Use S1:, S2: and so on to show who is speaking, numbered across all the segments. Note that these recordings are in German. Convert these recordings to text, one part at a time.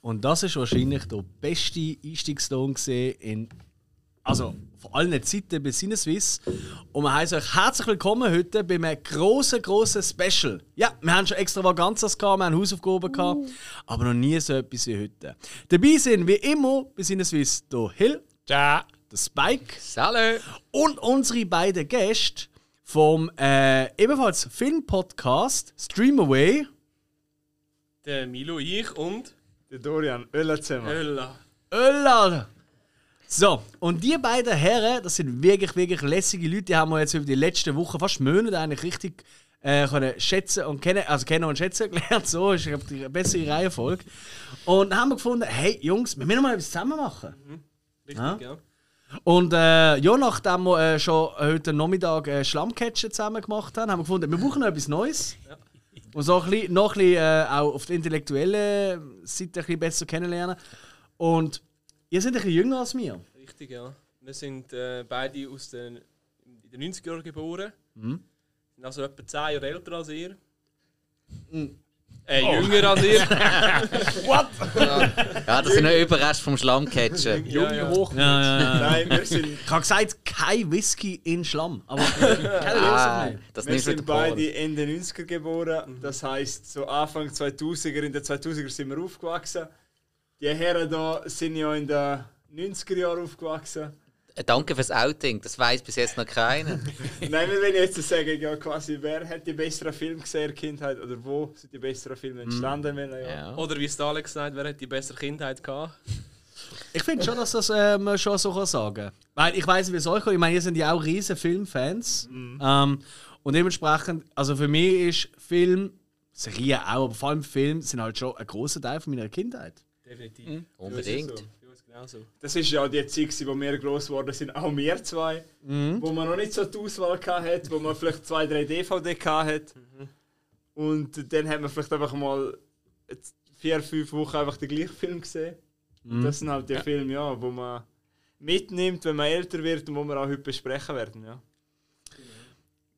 S1: Und das ist wahrscheinlich der beste Einstiegslohn gesehen in also vor allen Zeiten bei Sinneswiss. Und wir heißen euch herzlich willkommen heute bei einem grossen, grossen Special. Ja, wir haben schon Extravaganzas gehabt, wir haben Hausaufgaben gehabt, aber noch nie so etwas wie heute. Dabei sind wie immer bei Sinneswiss der Hill,
S2: Ja.
S1: der Spike
S2: Salut.
S1: und unsere beiden Gäste vom äh, ebenfalls Film-Podcast Streamaway.
S2: Der Milo, ich und
S3: Der Dorian, Ölzimmer.
S2: Ölla.
S1: Öller. So, und die beiden Herren, das sind wirklich, wirklich lässige Leute, die haben wir jetzt über die letzten Wochen, fast Monate eigentlich richtig äh, können schätzen und kennen, also kennen und schätzen gelernt. So ist glaub ich, die bessere Reihenfolge. Und dann haben wir gefunden, hey Jungs, wir müssen mal etwas zusammen machen.
S2: Richtig, ja.
S1: Und äh, ja, nachdem wir äh, schon heute Nachmittag äh, Schlammcatchen zusammen gemacht haben, haben wir gefunden, wir brauchen noch etwas Neues. Und so ein bisschen, noch ein bisschen, äh, auch auf der intellektuellen Seite ein bisschen besser kennenlernen. Und ihr seid ein bisschen jünger als wir.
S2: Richtig, ja. Wir sind äh, beide aus den, in den 90er Jahren geboren. Sind also etwa 10 Jahre älter als ihr. Äh, jünger als ihr.
S4: Ja, das sind noch Überreste vom Schlammcatchen.
S2: ja, ja.
S3: Hoch. Nein, wir sind,
S1: Ich habe gesagt, kein Whisky in Schlamm. Aber keine
S4: Ah,
S1: Lösung.
S4: das
S3: wir
S4: nimmst du
S3: sind
S4: mit der
S3: beide Ende 90er
S4: Mhm.
S3: geboren. Das heisst, so Anfang 2000er, in den 2000er sind wir aufgewachsen. Die Herren da sind ja in den 90er Jahren aufgewachsen.
S4: Äh, Danke fürs Outing, das weiß bis jetzt noch keiner.
S3: Nein, wir wollen jetzt sagen, ja, quasi, wer hat die besseren Filme gesehen in der Kindheit oder wo sind die besseren Filme entstanden? Wenn, ja.
S4: Mhm. Ja.
S2: Oder wie es der Alex sagt, wer hat die bessere Kindheit gehabt?
S1: Ich finde schon, dass das äh, man schon so kann sagen kann. Weil ich weiß nicht, wie es euch geht. Ich meine, ihr sind ja auch riesen Filmfans. Ähm, und dementsprechend, also für mich ist Film, Serien auch, aber vor allem Film, sind halt schon ein großer Teil von meiner Kindheit.
S2: Definitiv.
S4: Hm? Unbedingt.
S3: so.
S2: Für uns genauso.
S3: Das ist ja auch die Zeit, gewesen, wo wir gross geworden sind, auch wir zwei, wo man noch nicht so die Auswahl hatte, wo man vielleicht zwei, drei DVD hatte. Und dann hat man vielleicht einfach mal jetzt vier, fünf Wochen einfach den gleichen Film gesehen.
S1: Mhm.
S3: Und Das sind halt die Filme, ja, wo man mitnimmt, wenn man älter wird und wo wir auch heute besprechen werden. Ja.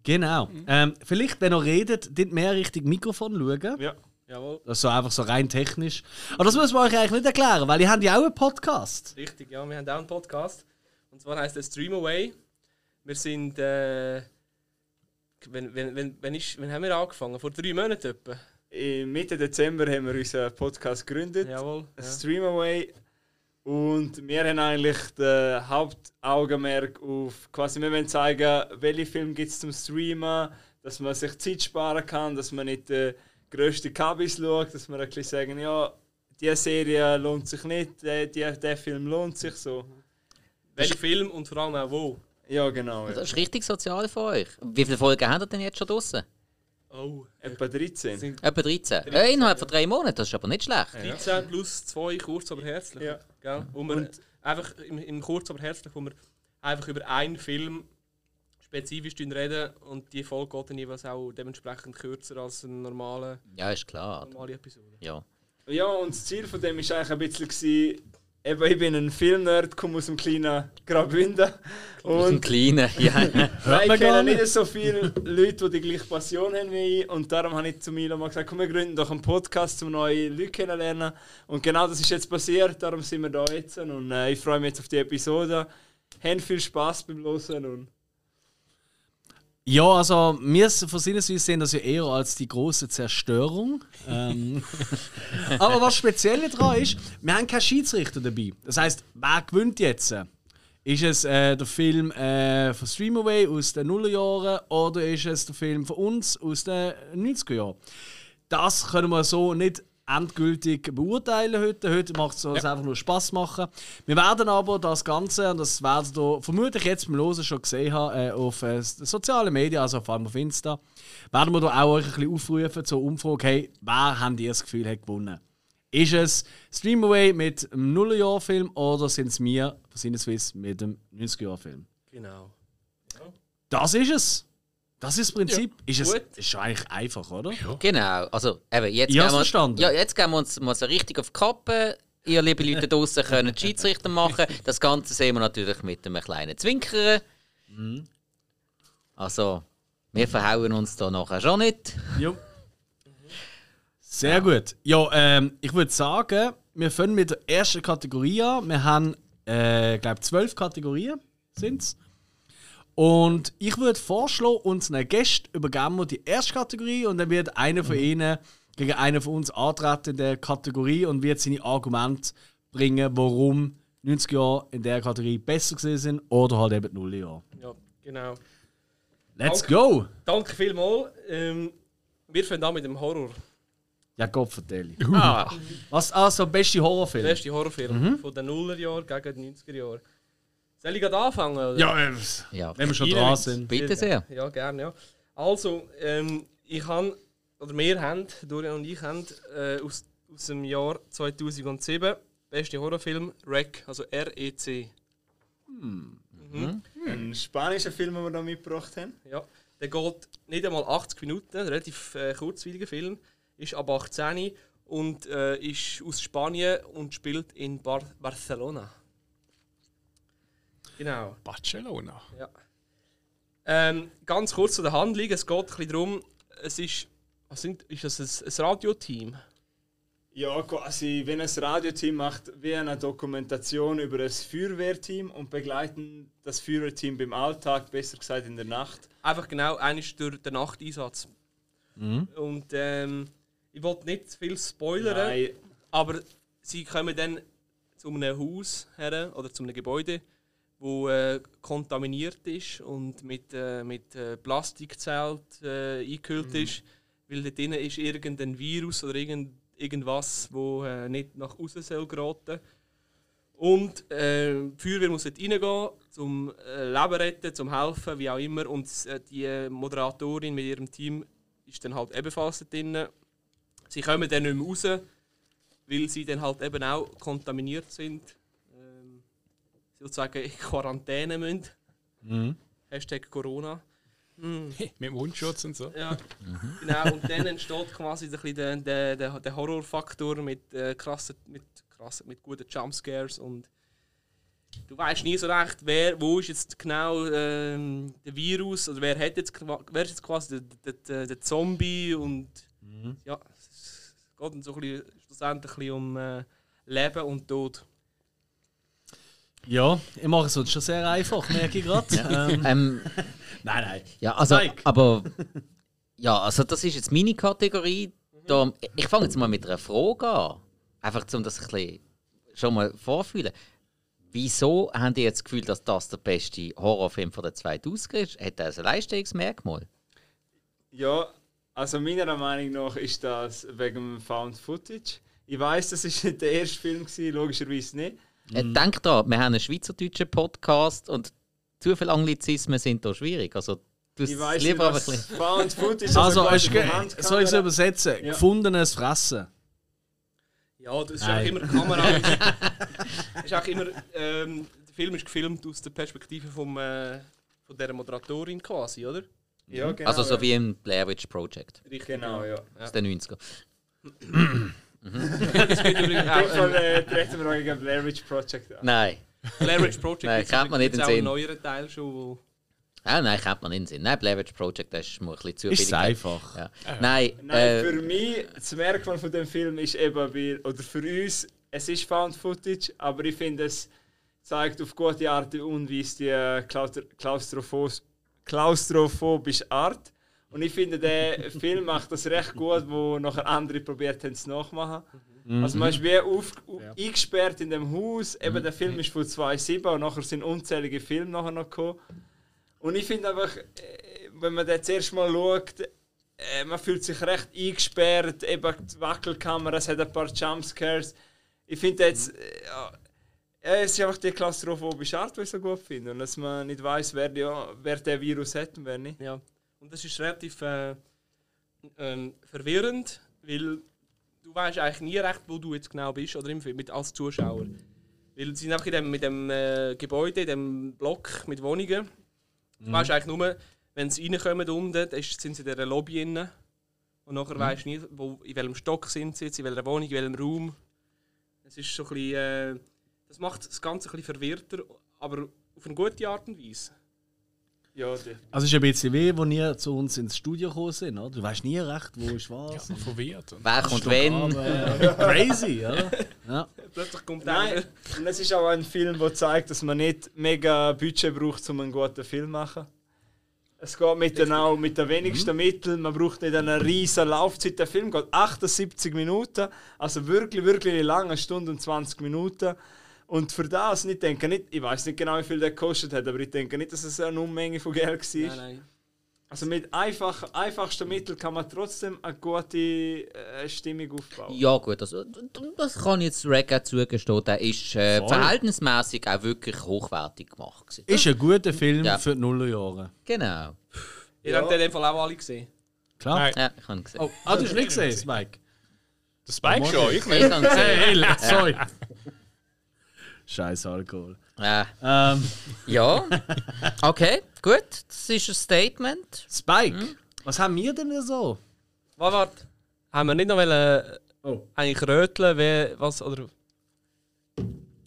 S1: Genau. Ähm, vielleicht, wenn ihr redet, dort mehr Richtung Mikrofon schauen.
S3: Ja.
S2: Jawohl.
S1: Das ist so einfach so rein technisch. Aber das muss man euch eigentlich nicht erklären, weil ihr habt ja auch einen Podcast.
S2: Richtig, ja. Wir haben auch einen Podcast. Und zwar heißt der Stream Away. Wir sind. Äh, wenn, wenn, wenn, wenn, ist, wenn haben wir angefangen? Vor drei Monaten etwa.
S3: Im Mitte Dezember haben wir unseren Podcast gegründet.
S2: Jawohl. Ja.
S3: Streamaway. Und wir haben eigentlich das Hauptaugenmerk auf quasi, wir wollen zeigen, welche Filme gibt es zum Streamen, dass man sich Zeit sparen kann, dass man nicht den grössten Kabis schaut, dass man ein bisschen sagen, ja, diese Serie lohnt sich nicht, der, der, der Film lohnt sich so.
S4: Mhm.
S2: Welcher Film und vor allem auch wo?
S3: Ja, genau. Ja.
S4: Das ist richtig sozial von euch. Wie viele Folgen habt ihr denn jetzt schon draussen?
S2: Oh.
S3: Etwa 13.
S2: Sind
S4: Etwa 13. Äh, innerhalb von drei Monaten, das ist aber nicht schlecht.
S2: 13 plus 2 kurz aber herzlich.
S3: Ja.
S2: Gell? Wo wir
S3: Und-
S2: einfach im, im kurz aber herzlich, wo wir einfach über einen Film spezifisch reden und die Folge geht dann jeweils auch dementsprechend kürzer als eine normale,
S4: Ja, ist klar.
S2: normale Episode.
S4: Ja.
S3: Ja, und das Ziel von dem war eigentlich ein bisschen, gewesen, eben, ich bin ein Filmnerd, komme aus dem kleinen Graubünden.
S4: Aus dem
S3: Und
S4: Kleinen. Ja.
S3: Nein,
S1: man
S3: ich kenne
S1: gar nicht.
S3: nicht so viele Leute, die die gleiche Passion haben wie ich. Und darum habe ich zu Milo mal gesagt, komm, wir gründen doch einen Podcast, um neue Leute kennenzulernen. Und genau das ist jetzt passiert, darum sind wir da jetzt. Und äh, ich freue mich jetzt auf die Episode. Haben viel Spaß beim Hören. Und
S1: Ja, also wir s- von Sinneswiss sehen das ja eher als die große Zerstörung. Ähm, aber was speziell daran ist, wir haben keinen Schiedsrichter dabei. Das heißt, wer gewinnt jetzt? Ist es äh, der Film äh, von Streamaway aus den Nullerjahren oder ist es der Film von uns aus den 90er Jahren? Das können wir so nicht endgültig beurteilen heute. Heute macht es uns einfach nur Spaß machen. Wir werden aber das Ganze, und das werdet ihr vermutlich jetzt beim Losen schon gesehen haben, äh, auf äh, sozialen Medien, also vor allem auf Insta, werden wir da auch euch ein bisschen aufrufen zur Umfrage, hey, wer habt ihr das Gefühl hat gewonnen? Ist es Streamaway mit einem Nullerjahr-Film oder sind es wir von Sinneswiss mit einem 90er-Jahr-Film?
S2: Genau.
S1: Das ist es. Das ist das Prinzip. ist es
S2: gut.
S1: ist schon eigentlich einfach, oder?
S4: Genau. Also, eben, jetzt,
S1: Ich hab's
S4: geben wir-
S1: verstanden.
S4: Ja, jetzt geben wir uns mal so richtig auf die Kappe. Ihr liebe Leute draußen könnt die Schiedsrichter machen. Das Ganze sehen wir natürlich mit einem kleinen Zwinkern.
S1: Mhm.
S4: Also, wir verhauen uns da nachher schon nicht.
S1: Jo. Sehr gut. Ja, ähm, ich würde sagen, wir fangen mit der ersten Kategorie an. Wir haben, äh, glaube zwölf Kategorien sind's. Und ich würde vorschlagen, unseren Gästen übergeben wir die erste Kategorie und dann wird einer von ihnen gegen einen von uns antreten in der Kategorie und wird seine Argumente bringen, warum 90 Jahre in der Kategorie besser gewesen sind oder halt eben die 0 Jahre.
S2: Ja, genau.
S1: Let's
S2: Okay.
S1: go!
S2: Danke vielmals. Ähm, wir fangen an mit dem Horror.
S1: Ja, Gott vertelle.
S4: Ah,
S1: Was also beste Horrorfilm?
S2: Der erste Horrorfilm von den Nullerjahren gegen die 90er Jahre. Soll ich gerade anfangen? Oder?
S1: Ja, äh,
S4: ja.
S1: wenn wir schon
S2: Rein
S1: dran
S2: jetzt.
S1: sind.
S4: Bitte sehr.
S2: Ja, gerne, ja. Also, ähm, ich habe, oder wir haben, Dorian und ich haben, äh, aus, aus dem Jahr 2007, beste Horrorfilm, REC, also R-E-C.
S3: Ein spanischer Film, den wir da mitgebracht haben.
S2: Ja. Der geht nicht einmal 80 Minuten, ein relativ äh, kurzweiliger Film, ist ab 18 und äh, ist aus Spanien und spielt in Bar Barcelona. Genau.
S5: Barcelona.
S2: Ja. Ähm, ganz kurz zu der Handlung. Es geht ein bisschen darum, es ist. Was sind, ist das ein, ein Radioteam?
S3: Ja, quasi, wenn ein Radioteam macht, wie eine Dokumentation über das Feuerwehrteam und begleiten das Feuerwehrteam beim Alltag, besser gesagt in der Nacht.
S2: Einfach genau, eines durch den Nachteinsatz. Und ähm, ich wollte nicht zu viel spoilern,
S3: Nein,
S2: aber sie kommen dann zu einem Haus her oder zu einem Gebäude, wo äh, kontaminiert ist und mit, äh, mit äh, Plastikzelt äh, eingehüllt ist, weil da drinnen ist irgendein Virus oder irgend, irgendwas, wo äh, nicht nach außen soll geraten. Und äh, die Feuerwehr muss dort reingehen, zum äh, Leben retten, zum helfen, wie auch immer. Und äh, die Moderatorin mit ihrem Team ist dann halt ebenfalls dort drinnen. Sie kommen dann nicht mehr raus, weil sie dann halt eben auch kontaminiert sind. Ähm, sozusagen in Quarantäne müssen. Hashtag Corona.
S5: Mit dem Mundschutz und so.
S2: Ja, genau. Und dann entsteht quasi so ein bisschen der, der, der, der Horrorfaktor mit, äh, krassen, mit, krassen, mit guten Jumpscares und du weißt nie so recht, wer, wo ist jetzt genau ähm, der Virus oder wer hat jetzt, qua- wer ist jetzt quasi der, der, der, der Zombie und ja, es geht dann so ein bisschen, schlussendlich ein bisschen um äh, Leben und Tod.
S1: Ja, ich mache es sonst schon sehr einfach, merke ich gerade. ähm,
S4: Ähm,
S1: nein, nein.
S4: ja, also,
S1: Mike.
S4: aber. Ja, also, das ist jetzt meine Kategorie.
S3: Mhm.
S4: Da, ich fange jetzt mal mit einer Frage an. Einfach, um das ein bisschen schon mal vorfühlen. Wieso habt ihr jetzt das Gefühl, dass das der beste Horrorfilm von der 2000er ist? Hat er ein Leistungsmerkmal?
S3: ja, also meiner Meinung nach ist das wegen dem Found Footage. Ich weiß, das ist nicht der erste Film, gewesen, logischerweise nicht.
S4: Äh,
S3: Mhm.
S4: Denk dran, wir haben einen schweizerdeutschen Podcast und zu viele Anglizismen sind da schwierig. Also, du
S3: Ich weiß nicht,
S4: lieber einfach ein
S3: was
S4: bisschen.
S3: Found Footage ist.
S1: Also,
S3: quasi
S1: es ge-
S3: die Handkamera.
S1: soll ich es übersetzen? Gefundenes Fressen.
S2: Ja, das ist auch
S1: Nein.
S2: immer die Kamera. ist, ist auch immer, ähm, der Film ist gefilmt aus der Perspektive vom, äh, von der Moderatorin quasi, oder?
S3: Ja, genau,
S4: Also, so
S3: ja.
S4: wie im Blair Witch Project
S2: Richtig.
S3: Genau, ja.
S4: aus den 90er.
S2: Übrigens
S3: In dem
S2: auch,
S3: Fall
S2: ähm,
S3: äh, treten wir auch gegen Blair Witch Project an.
S4: Nein.
S2: Blair Witch Project
S4: Nein,
S2: gibt's
S4: kennt man nicht
S2: übrigens
S4: in
S2: auch einen
S4: Sinn.
S2: neueren Teil schon, wo
S4: Ah, nein, kennt man nicht in den Sinn. Nein, Blair Witch Project, das ist mir ein bisschen zu
S1: Ist es
S4: viel.
S1: einfach.
S4: Ja. Nein,
S3: Nein,
S4: äh,
S3: für mich, das Merkmal von dem Film ist eben, bei, oder für uns, es ist Found Footage, aber ich finde, es zeigt auf gute Art und Weise die äh, Klaustro- Klaustrophos- klaustrophobische Art. Und ich finde, der Film macht das recht gut, wo nachher andere probiert haben, es nachzumachen. Also man ist wie auf, u- eingesperrt in dem Haus. Eben der Film ist von 2007 und nachher sind unzählige Filme nachher noch gekommen. Und ich finde einfach, äh, wenn man den zuerst mal schaut, äh, man fühlt sich recht eingesperrt, eben die Wackelkamera, es hat ein paar Jumpscares. Ich finde jetzt, äh, ja, äh, es ist einfach die klaustrophobische Art, die ich so gut finde. Und dass man nicht weiß, wer, die, wer der Virus hat und wer nicht.
S2: Ja. Und das ist relativ äh, ähm, verwirrend, weil du weißt eigentlich nie recht, wo du jetzt genau bist oder im Film, mit, als Zuschauer. Weil sie sind einfach in dem, mit dem äh, Gebäude, in dem Block mit Wohnungen. Du weißt eigentlich nur, wenn sie reinkommen unten, dann ist- sind sie in dieser Lobby innen. Und nachher weißt du nie, wo, in welchem Stock sind sie jetzt, in welcher Wohnung, in welchem Raum. Es ist so ein bisschen, äh, das macht das Ganze ein bisschen verwirrter, aber auf eine gute Art und Weise.
S3: Ja, der.
S1: Also es ist ein bisschen wie, wo ihr zu uns ins Studio gekommen sind, oder? Du weißt nie recht, wo ist was.
S5: Verwirrt. Und
S4: Wer kommt wenn?
S1: Aber crazy, oder? Ja.
S2: Plötzlich kommt einer.
S3: Nein, und es ist auch ein Film, der zeigt, dass man nicht mega Budget braucht, um einen guten Film zu machen. Es geht mit den, auch mit den wenigsten
S2: Mhm.
S3: Mitteln, man braucht nicht eine riesige Laufzeit. Der Film geht 78 Minuten, also wirklich, wirklich lange, eine Stunde und 20 Minuten. Und für das, ich denke nicht, ich weiß nicht genau, wie viel der gekostet hat, aber ich denke nicht, dass es eine Unmenge von Geld war.
S2: Nein, nein.
S3: Also mit einfach, einfachsten Mitteln kann man trotzdem eine gute äh, Stimmung aufbauen.
S4: Ja, gut, das, das kann ich jetzt Reggae zugestehen. Der ist äh, verhältnismäßig auch wirklich hochwertig gemacht. gewesen.
S1: Ist ein guter Film
S4: Ja.
S1: für die Nullerjahre.
S4: Genau.
S2: Ihr habt den in dem Fall auch alle gesehen.
S1: Klar.
S5: Nein.
S4: Ja, ich habe gesehen.
S1: Oh, ah, du hast nicht gesehen, Spike.
S5: der Spike schon, ich
S4: Ich habe gesehen.
S1: Hey, hey, sorry. Scheiß Alkohol.
S4: Ja.
S1: Ähm,
S4: ja. Okay, gut. Das ist ein Statement.
S1: Spike,
S5: Hm?
S1: was haben wir denn so?
S2: Warte, warte. Haben wir nicht noch wollen,
S1: Oh.
S2: oh. eigentlich röteln, wer was oder.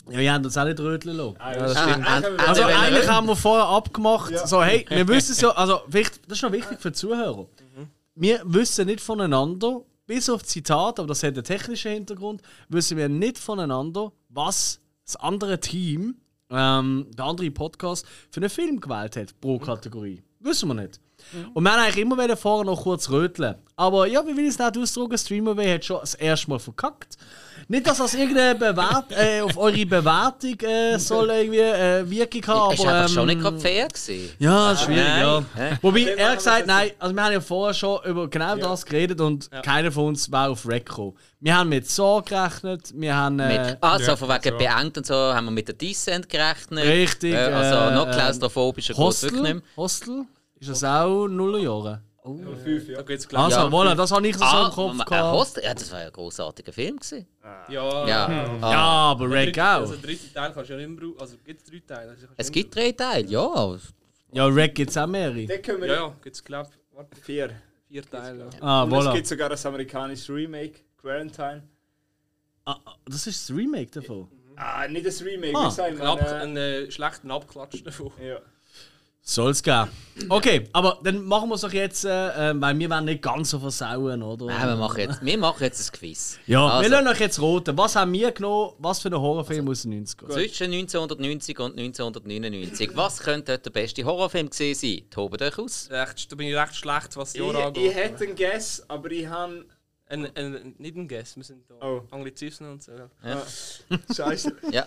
S1: Ja, wir haben uns alle drödeln lassen.
S2: Ja, das stimmt.
S3: Ah,
S1: Also
S4: Alle wollen
S1: eigentlich
S4: reden.
S1: haben wir vorher abgemacht, so hey, wir wissen es ja, also wichtig, das ist noch wichtig für die Zuhörer. Wir wissen nicht voneinander, bis auf Zitat, aber das hat einen technischen Hintergrund, wissen wir nicht voneinander, was das andere Team, ähm, der andere Podcast, für einen Film gewählt hat pro Kategorie. Wissen wir nicht. Und wir haben eigentlich immer wieder vorher noch kurz röteln. Aber ja, wie will ich es nicht ausdrücken, Streamerway hat schon das erste Mal verkackt. Nicht, dass das irgendeine Bewert äh, auf eure Bewertung äh, soll irgendwie äh, Wirkung haben,
S4: ist
S1: aber...
S4: einfach schon
S1: ähm,
S4: nicht gerade fair gewesen.
S1: ja, das ist schwierig,
S4: Nein.
S1: ja.
S4: Hä?
S1: Wobei, er gesagt, nein, also wir haben ja vorher schon über genau das geredet und keiner von uns war auf Rack gekommen. Wir haben mit so gerechnet, wir haben... Äh,
S4: Mit, also,
S5: ja,
S4: von wegen
S5: so.
S4: beengt und so haben wir mit der Descent gerechnet.
S1: Richtig,
S4: Äh, also,
S1: äh,
S4: noch
S1: ähm,
S4: klaustrophobischer geht's wirklich nicht
S1: Hostel?
S4: mehr.
S1: Hostel? Ist das auch Nullerjahre?
S3: Fünf, ja.
S2: Da geht's gleich.
S1: Also,
S4: Ja.
S1: voilà, das habe ich so
S4: Ah,
S1: im Kopf
S4: äh,
S1: gehabt.
S4: Hostel? Ja, das war ja ein großartiger Film. Gewesen.
S2: Ja.
S4: Ja. Ah.
S1: Ja, aber
S2: Der
S1: Rack
S2: dritte-
S1: auch.
S2: Also, den dritten Teil kannst du ja nicht mehr brauchen. Also, gibt es drei Teile? Also, kannst du
S4: Es
S2: nicht
S4: gibt drei Teile, ja.
S1: Ja, Rack gibt es auch mehrere.
S3: Dann können
S2: mehr-
S3: wir
S2: Ja, ja, gibt es, glaube ich,
S3: vier.
S2: vier Teile. ja.
S1: Ah,
S3: Und es
S1: voilà.
S3: gibt sogar das amerikanische Remake, Quarantine.
S1: Ah, ah, das ist das Remake davon.
S3: Ah, nicht das Remake,
S1: Ah,
S3: wie sagen
S2: Ein, Ab
S3: wir?
S2: einen äh, schlechten Abklatsch davon.
S3: äh, Ja.
S1: Soll's geben. Okay, aber dann machen wir es doch jetzt, äh, äh, weil wir wollen nicht ganz so versauen, oder?
S4: Nein, wir machen jetzt, wir machen jetzt ein Quiz.
S1: Ja, wir
S4: Also-
S1: lassen euch jetzt roten. Was haben wir genommen? Was für ein Horrorfilm aus den 90ern?
S4: Zwischen 1990 und 1999. Was könnte dort der beste Horrorfilm gewesen sein? Toben euch aus.
S2: Recht, da bin ich recht schlecht, was die Jahre
S3: Ich, ich hätte einen Guess, aber ich habe.
S2: Ein, ein, nicht ein Guess, wir sind da
S3: Oh.
S2: Anglizismen und so. Ja.
S3: Scheiße.
S4: Ja.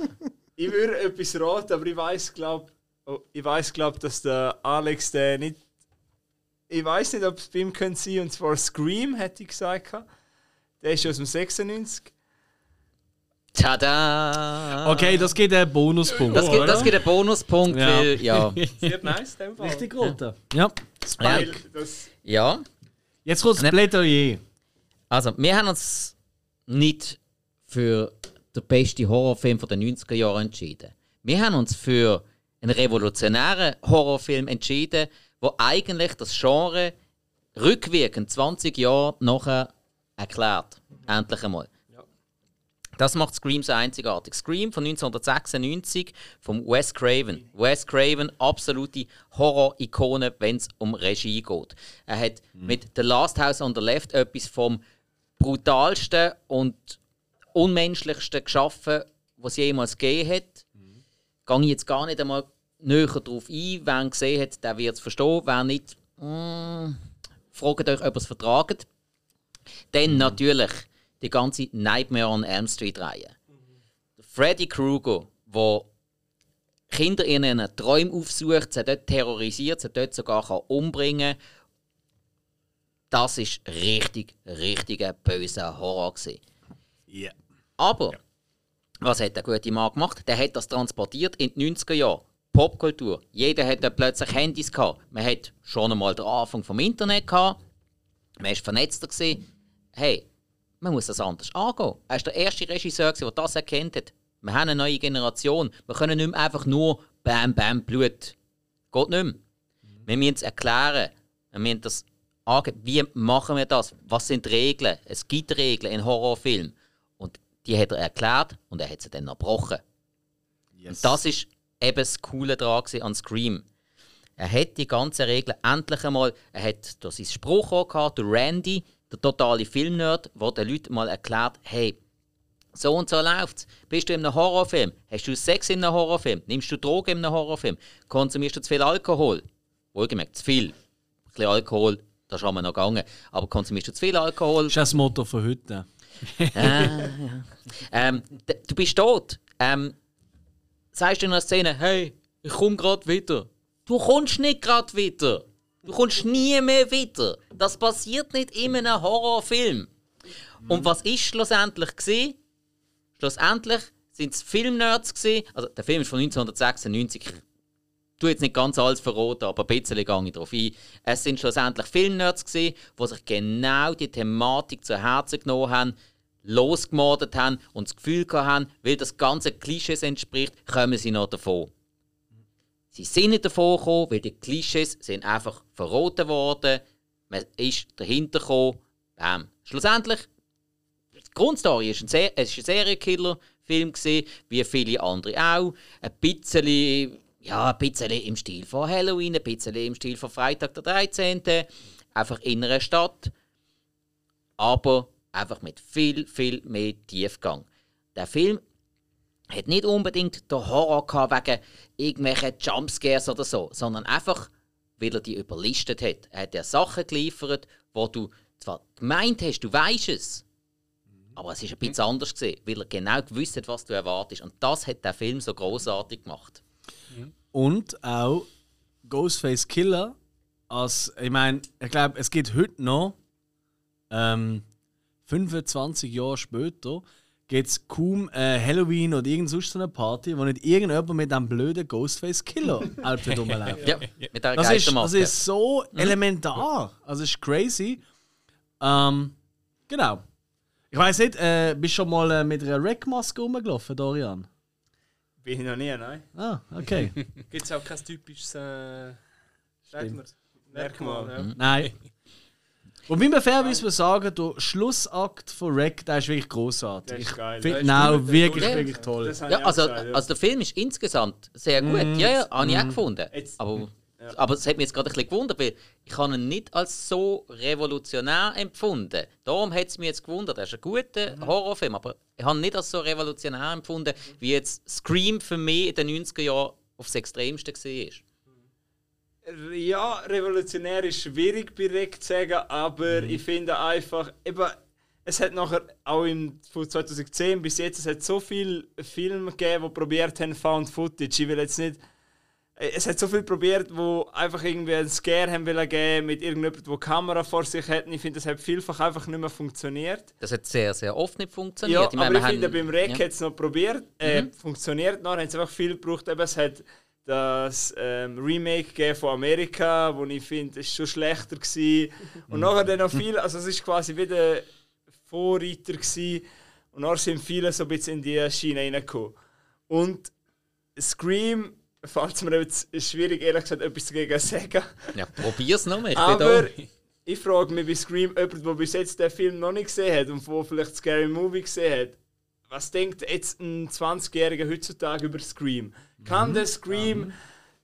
S3: ich würde etwas raten, aber ich weiß, glaube oh, ich weiß, glaube, dass der Alex der nicht. Ich weiß nicht, ob es bei ihm könnte sein. Und zwar Scream hätte ich gesagt. gehabt. Der ist aus dem 96.
S4: Tada!
S1: Okay, das geht einen Bonuspunkt.
S4: Das gibt, das gibt einen Bonuspunkt,
S1: Ja.
S4: weil. Ja.
S2: Sehr nice, in dem Fall.
S1: richtig roten. Ja.
S4: ja.
S3: Weil das
S4: ja.
S1: Jetzt kommt das
S4: Ne-
S1: Plädoyer.
S4: Also, wir haben uns nicht für den besten Horrorfilm von den 90er Jahren entschieden. Wir haben uns für einen revolutionären Horrorfilm entschieden, wo eigentlich das Genre rückwirkend 20 Jahre nachher erklärt. Endlich einmal. Das macht Scream so einzigartig. Scream von 1996 von Wes Craven. Wes Craven, absolute Horror-Ikone, wenn es um Regie geht. Er hat mit The Last House on the Left etwas vom brutalsten und unmenschlichsten geschaffen, was jemals gegeben hat. Gehe ich jetzt gar nicht einmal näher drauf ein. Wer ihn gesehen hat, der wird es verstehen. Wer nicht, mm, fragt euch, ob ihr es vertragt. Dann natürlich die ganze Nightmare on Elm Street Reihe. Freddy Krueger, wo Kinder in ihren Träumen aufsucht, sie dort terrorisiert, sie dort sogar kann umbringen kann. Das ist richtig, richtig ein böser Horror. Gewesen.
S1: Ja.
S4: Aber, was hat der gute Mann gemacht? Der hat das transportiert in die 90er Jahre. Popkultur. Jeder hat dann plötzlich Handys gehabt. Man hat schon einmal den Anfang vom Internet gehabt. Man war vernetzter. Gewesen. Hey, man muss das anders angehen. Er war der erste Regisseur, gewesen, der das erkannt hat. Wir haben eine neue Generation. Wir können nicht mehr einfach nur Bam Bam Blut. Geht nicht mehr. Wir müssen es erklären. Wir müssen das angeben. Wie machen wir das? Was sind die Regeln? Es gibt Regeln in Horrorfilmen. Und die hat er erklärt und er hat sie dann erbrochen.
S1: Yes.
S4: Das ist eben das Coole daran gewesen an Scream. Er hat die ganzen Regeln endlich einmal, er hat durch sein Spruchrohr gehabt, durch Randy, der totale Filmnerd, wo den Leuten mal erklärt, hey, so und so läuft's. Bist du in einem Horrorfilm? Hast du Sex in einem Horrorfilm? Nimmst du Drogen in einem Horrorfilm? Konsumierst du zu viel Alkohol? Wohlgemerkt, zu viel. Ein bisschen Alkohol, das haben wir noch gegangen. Aber konsumierst du zu viel Alkohol?
S1: Das ist das Motto von heute.
S4: Ähm, d- du bist tot. Ähm, sagst du in einer Szene, hey, ich komme gerade wieder. Du kommst nicht gerade wieder. Du kommst nie mehr wieder. Das passiert nicht in einem Horrorfilm. Und was ist schlussendlich gewesen? Schlussendlich sind es Filmnerds gewesen. Also der Film ist von 1996. Ich tu jetzt nicht ganz alles verraten, aber ein bisschen gehe ich darauf ein. Es sind schlussendlich Filmnerds gewesen, die sich genau die Thematik zu Herzen genommen haben, losgemordet haben und das Gefühl gehabt haben, weil das ganze Klischees entspricht, kommen sie noch davon. Sie sind nicht davon gekommen, weil die Klischees sind einfach verroten worden. Man ist dahinter gekommen. Bam. Schlussendlich die Grundstory ist ein, Se es ist ein Serienkiller-Film, gewesen, wie viele andere auch. Ein bisschen, ja, ein bisschen im Stil von Halloween, ein bisschen im Stil von Freitag der 13. Einfach in einer Stadt. Aber einfach mit viel, viel mehr Tiefgang. Der Film hat nicht unbedingt den Horror gehabt wegen irgendwelchen Jumpscares oder so, sondern einfach, weil er die überlistet hat. Er hat dir Sachen geliefert, wo du zwar gemeint hast, du weißt es, aber es ist ein
S3: Mhm.
S4: bisschen anders gesehen, weil er genau gewusst hat, was du erwartest. Und das hat der Film so großartig gemacht.
S1: Und auch Ghostface Killer als, ich meine, ich glaube, es gibt heute noch, ähm, 25 Jahre später, gibt es kaum äh, Halloween oder irgend sonst so eine Party, wo nicht irgendjemand mit einem blöden Ghostface Killer Outfit rumläuft.
S4: Ja, mit
S1: Das ist,
S4: dieser
S1: das
S4: Geistermaske.
S1: ist so elementar. Also, es ist crazy. Ähm, genau. Ich weiß nicht, äh, bist du schon mal äh, mit einer Rack-Maske rumgelaufen, Dorian?
S3: Bin ich noch nie, nein.
S1: Ah, okay.
S2: Gibt es auch kein typisches äh, sagt man, Merkmal.
S3: Merkmal.
S2: Ja.
S1: Nein. Und wie man fair muss man sagen, der Schlussakt von Rack, der ist wirklich großartig.
S3: Der ist geil.
S1: Ich finde
S3: Der ist
S1: ihn auch
S2: gut, der
S1: wirklich,
S4: ist gut.
S1: wirklich toll.
S3: Das habe
S4: Ja,
S3: ich auch
S4: also,
S3: gesagt, ja.
S4: also der Film ist insgesamt sehr gut.
S1: Mhm.
S4: ja, ja, habe ich auch gefunden.
S3: Jetzt-
S4: aber, aber es hat mich jetzt gerade ein bisschen gewundert, weil ich habe ihn nicht als so revolutionär empfunden. Darum hat es mich jetzt gewundert. Er ist ein guter
S3: Mhm.
S4: Horrorfilm, aber ich habe ihn nicht als so revolutionär empfunden, wie jetzt Scream für mich in den 90er Jahren aufs Extremste war.
S3: Ja, revolutionär ist schwierig bei Rick zu sagen, aber ich finde einfach, eben, es hat nachher auch im, von 2010 bis jetzt, es hat so viele Filme gegeben, die probiert haben, Found Footage. Ich will jetzt nicht. äh, Es hat so viel probiert, wo einfach irgendwie einen Scare haben wollen geben mit irgendjemandem, der die Kamera vor sich hat. Ich finde, das hat vielfach einfach nicht mehr funktioniert.
S4: Das hat sehr, sehr oft nicht funktioniert.
S3: Ja,
S4: Ich meine,
S3: aber ich
S4: wir
S3: finde,
S4: haben-
S3: beim Rec
S4: ja.
S3: hat es noch probiert, äh, funktioniert noch, haben es einfach viel gebraucht. Eben, es hat das ähm, Remake gegeben von Amerika, wo ich finde, es schon schlechter war. Und nachher dann noch viel, also es ist quasi wie der Vorreiter gewesen. Und nachher sind viele so ein bisschen in die Schiene reingekommen. Und Scream, falls mir jetzt ist schwierig, ehrlich gesagt, etwas dagegen zu sagen.
S4: Ja, probier's nochmal. Ich
S3: Aber
S4: bin da.
S3: ich frage mich bei Scream, jemand, der bis jetzt den Film noch nicht gesehen hat und wo vielleicht Scary Movie gesehen hat, was denkt jetzt ein 20-Jähriger heutzutage über Scream?
S4: Mhm.
S3: Kann der Scream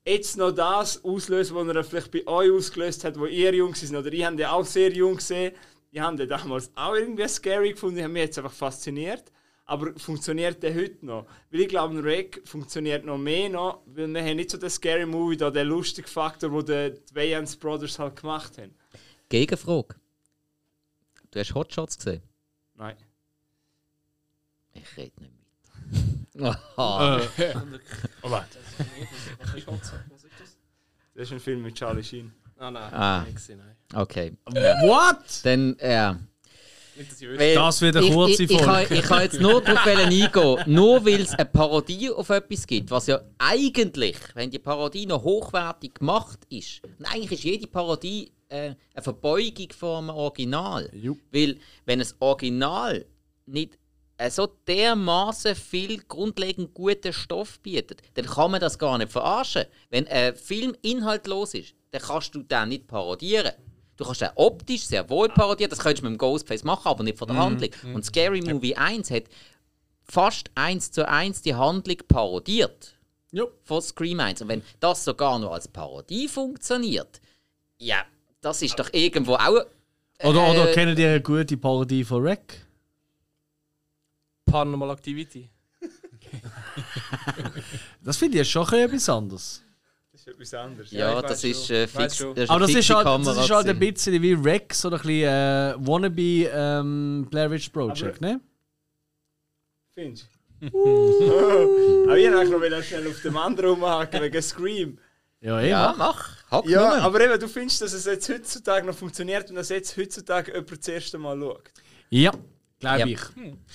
S3: jetzt noch das auslösen, was er vielleicht bei euch ausgelöst hat, wo ihr jung seid? Oder ich habe den auch sehr jung gesehen. Ich habe den damals auch irgendwie scary gefunden. Ich habe mich jetzt einfach fasziniert. Aber funktioniert der heute noch? Weil ich glaube, ein Reg funktioniert noch mehr noch, weil wir haben nicht so den Scary Movie da, den lustigen Faktor, den die Wayans Brothers halt gemacht haben.
S4: Gegenfrage. Du hast Hotshots gesehen?
S3: Nein.
S4: Ich rede nicht mit. Aha.
S2: Was ist das? Was ist das?
S3: Das ist ein Film mit Charlie Sheen.
S2: Ah, nein,
S4: Ah.
S2: nicht gesehen, nein.
S4: Okay.
S1: What?
S4: Dann, ja.
S2: Nicht, dass ich wüsste.
S4: Weil
S1: Das wird eine
S4: ich-
S1: kurze
S4: ich, ich,
S1: Folge.
S4: kann- Ich kann jetzt nur darauf eingehen, nur weil es eine Parodie auf etwas gibt, was ja eigentlich, wenn die Parodie noch hochwertig gemacht ist, und eigentlich ist jede Parodie äh, eine Verbeugung vom Original.
S1: Jupp.
S4: Weil, wenn das Original nicht äh, so dermaßen viel grundlegend guten Stoff bietet, dann kann man das gar nicht verarschen. Wenn ein Film inhaltlos ist, dann kannst du den nicht parodieren. Du kannst den optisch sehr wohl parodieren, das könntest du mit dem Ghostface machen, aber nicht von
S2: Mhm.
S4: der Handlung. Und Scary Movie 1 hat fast eins zu eins die Handlung parodiert.
S1: Jo.
S4: von Scream 1. Und wenn das sogar noch als Parodie funktioniert, ja, das ist doch irgendwo auch
S1: Oder, oder
S4: Äh,
S1: kennt ihr eine gute Parodie von Wreck?
S2: Paranormal Activity.
S1: Das finde ich jetzt schon ein bisschen etwas anderes.
S3: Das ist etwas anderes.
S4: Ja,
S2: ich weiß
S4: das ist, äh,
S2: schon. Weiß
S4: fix,
S2: schon.
S4: das ist
S1: Aber
S4: eine
S1: das ist,
S4: fixe
S1: halt, das
S4: Kamera
S1: ist halt ein
S4: gewesen.
S1: bisschen wie Rex oder ein bisschen äh, Wannabe ähm, Blair Witch Project, ne?
S3: Findest du? Aber ich wollte noch wieder schnell auf dem anderen rumhaken wegen Scream.
S1: Ja, eben.
S4: Ja, mach. Hack
S3: Ja,
S4: nur.
S3: aber eben, du findest, dass es jetzt heutzutage noch funktioniert und dass jetzt heutzutage jemand das erste Mal schaut.
S1: Ja, glaube
S4: Ja.
S1: ich.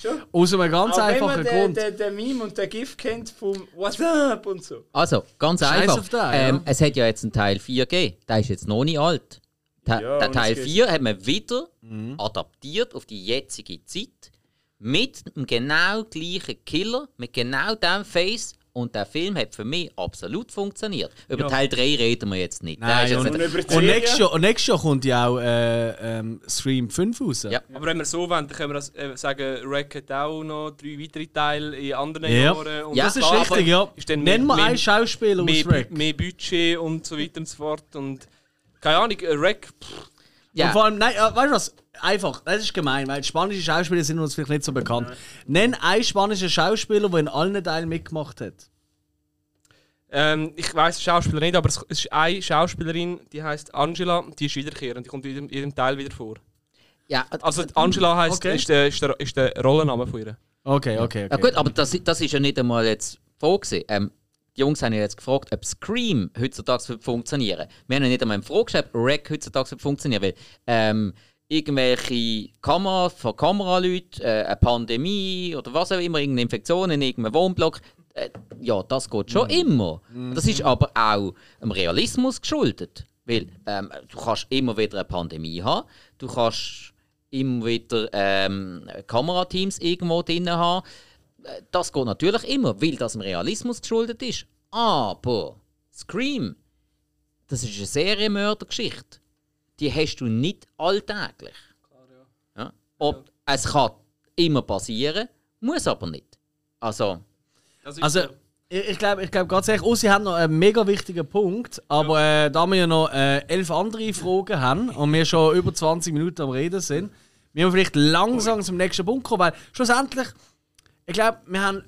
S3: Schon?
S1: Aus einem ganz
S3: Auch Hm, wenn
S1: einfachen
S3: man den,
S1: Grund.
S3: Den, den Meme und den GIF kennt vom What's up und so.
S4: Also, ganz
S1: Scheiß
S4: einfach.
S1: auf den,
S4: ähm,
S1: ja.
S4: Es hat ja jetzt einen Teil 4 gegeben. Der ist jetzt noch nicht alt. Der,
S3: Ja,
S4: der
S3: und
S4: Teil
S3: es geht-
S4: 4 hat man wieder
S1: Mhm.
S4: adaptiert auf die jetzige Zeit. Mit dem genau gleichen Killer, mit genau dem Face. Und der Film hat für mich absolut funktioniert. Über Teil 3 reden wir jetzt nicht. Der
S1: Nein,
S4: ist jetzt
S1: und-
S4: nicht-
S3: Und über die
S1: Und nächstes,
S3: Serie,
S1: Jahr, und nächstes Jahr kommt ja auch äh, ähm, Stream 5 raus.
S4: Ja.
S2: Aber wenn wir so wollen, dann können wir das, äh, sagen, Rack hat auch noch drei weitere Teile in anderen
S1: Ja.
S2: Jahren.
S4: Ja.
S1: Das ist
S2: da
S1: richtig, ja.
S2: ist dann
S1: Nenn
S2: mehr-
S1: mal einen
S2: mehr-
S1: Schauspieler
S2: Mehr,
S1: aus Wreck.
S2: mehr Budget und so weiter und so fort. Und keine Ahnung, äh, Rack, pff,
S1: Und
S4: ja.
S1: vor allem, nein, äh, weißt du was? Einfach, das ist gemein, weil spanische Schauspieler sind uns vielleicht nicht so bekannt. Nenn einen spanischen Schauspieler, der in allen Teilen mitgemacht hat.
S2: ähm, ich weiß den Schauspieler nicht, aber es es ist eine Schauspielerin, die heißt Angela, die ist wiederkehrend, die kommt in jedem, jedem Teil wieder vor.
S4: ja,
S2: Also die Angela heißt,
S1: Okay.
S2: ist, der, ist, der, ist der Rollenname von ihr.
S1: Okay, okay, okay.
S4: Ja, gut, aber das, das ist ja nicht einmal jetzt vorgesehen. Ähm, die Jungs haben ja jetzt gefragt, ob Scream heutzutage wird funktionieren Wir haben ja nicht einmal in Frage gestellt, ob Rack heutzutage wird funktionieren weil ähm, irgendwelche Kameras von Kameraleuten, äh, eine Pandemie oder was auch immer, irgendeine Infektion in irgendeinem Wohnblock, äh, ja, das geht
S1: Mhm.
S4: schon immer. Das ist aber auch dem Realismus geschuldet. Weil ähm, du kannst immer wieder eine Pandemie haben, du kannst immer wieder ähm, Kamerateams irgendwo drin haben das geht natürlich immer, weil das dem Realismus geschuldet ist. Aber Scream, das ist eine Serienmördergeschichte. Die hast du nicht alltäglich. ja. Ob, Es kann immer passieren, muss aber nicht. Also,
S1: Also, ich, ich glaube ich glaub ganz ehrlich, oh, sie haben noch einen mega wichtigen Punkt, aber äh, da wir ja noch äh, elf andere Fragen haben und wir schon über 20 Minuten am Reden sind, müssen wir vielleicht langsam zum nächsten Punkt kommen, weil schlussendlich, ich glaube, wir haben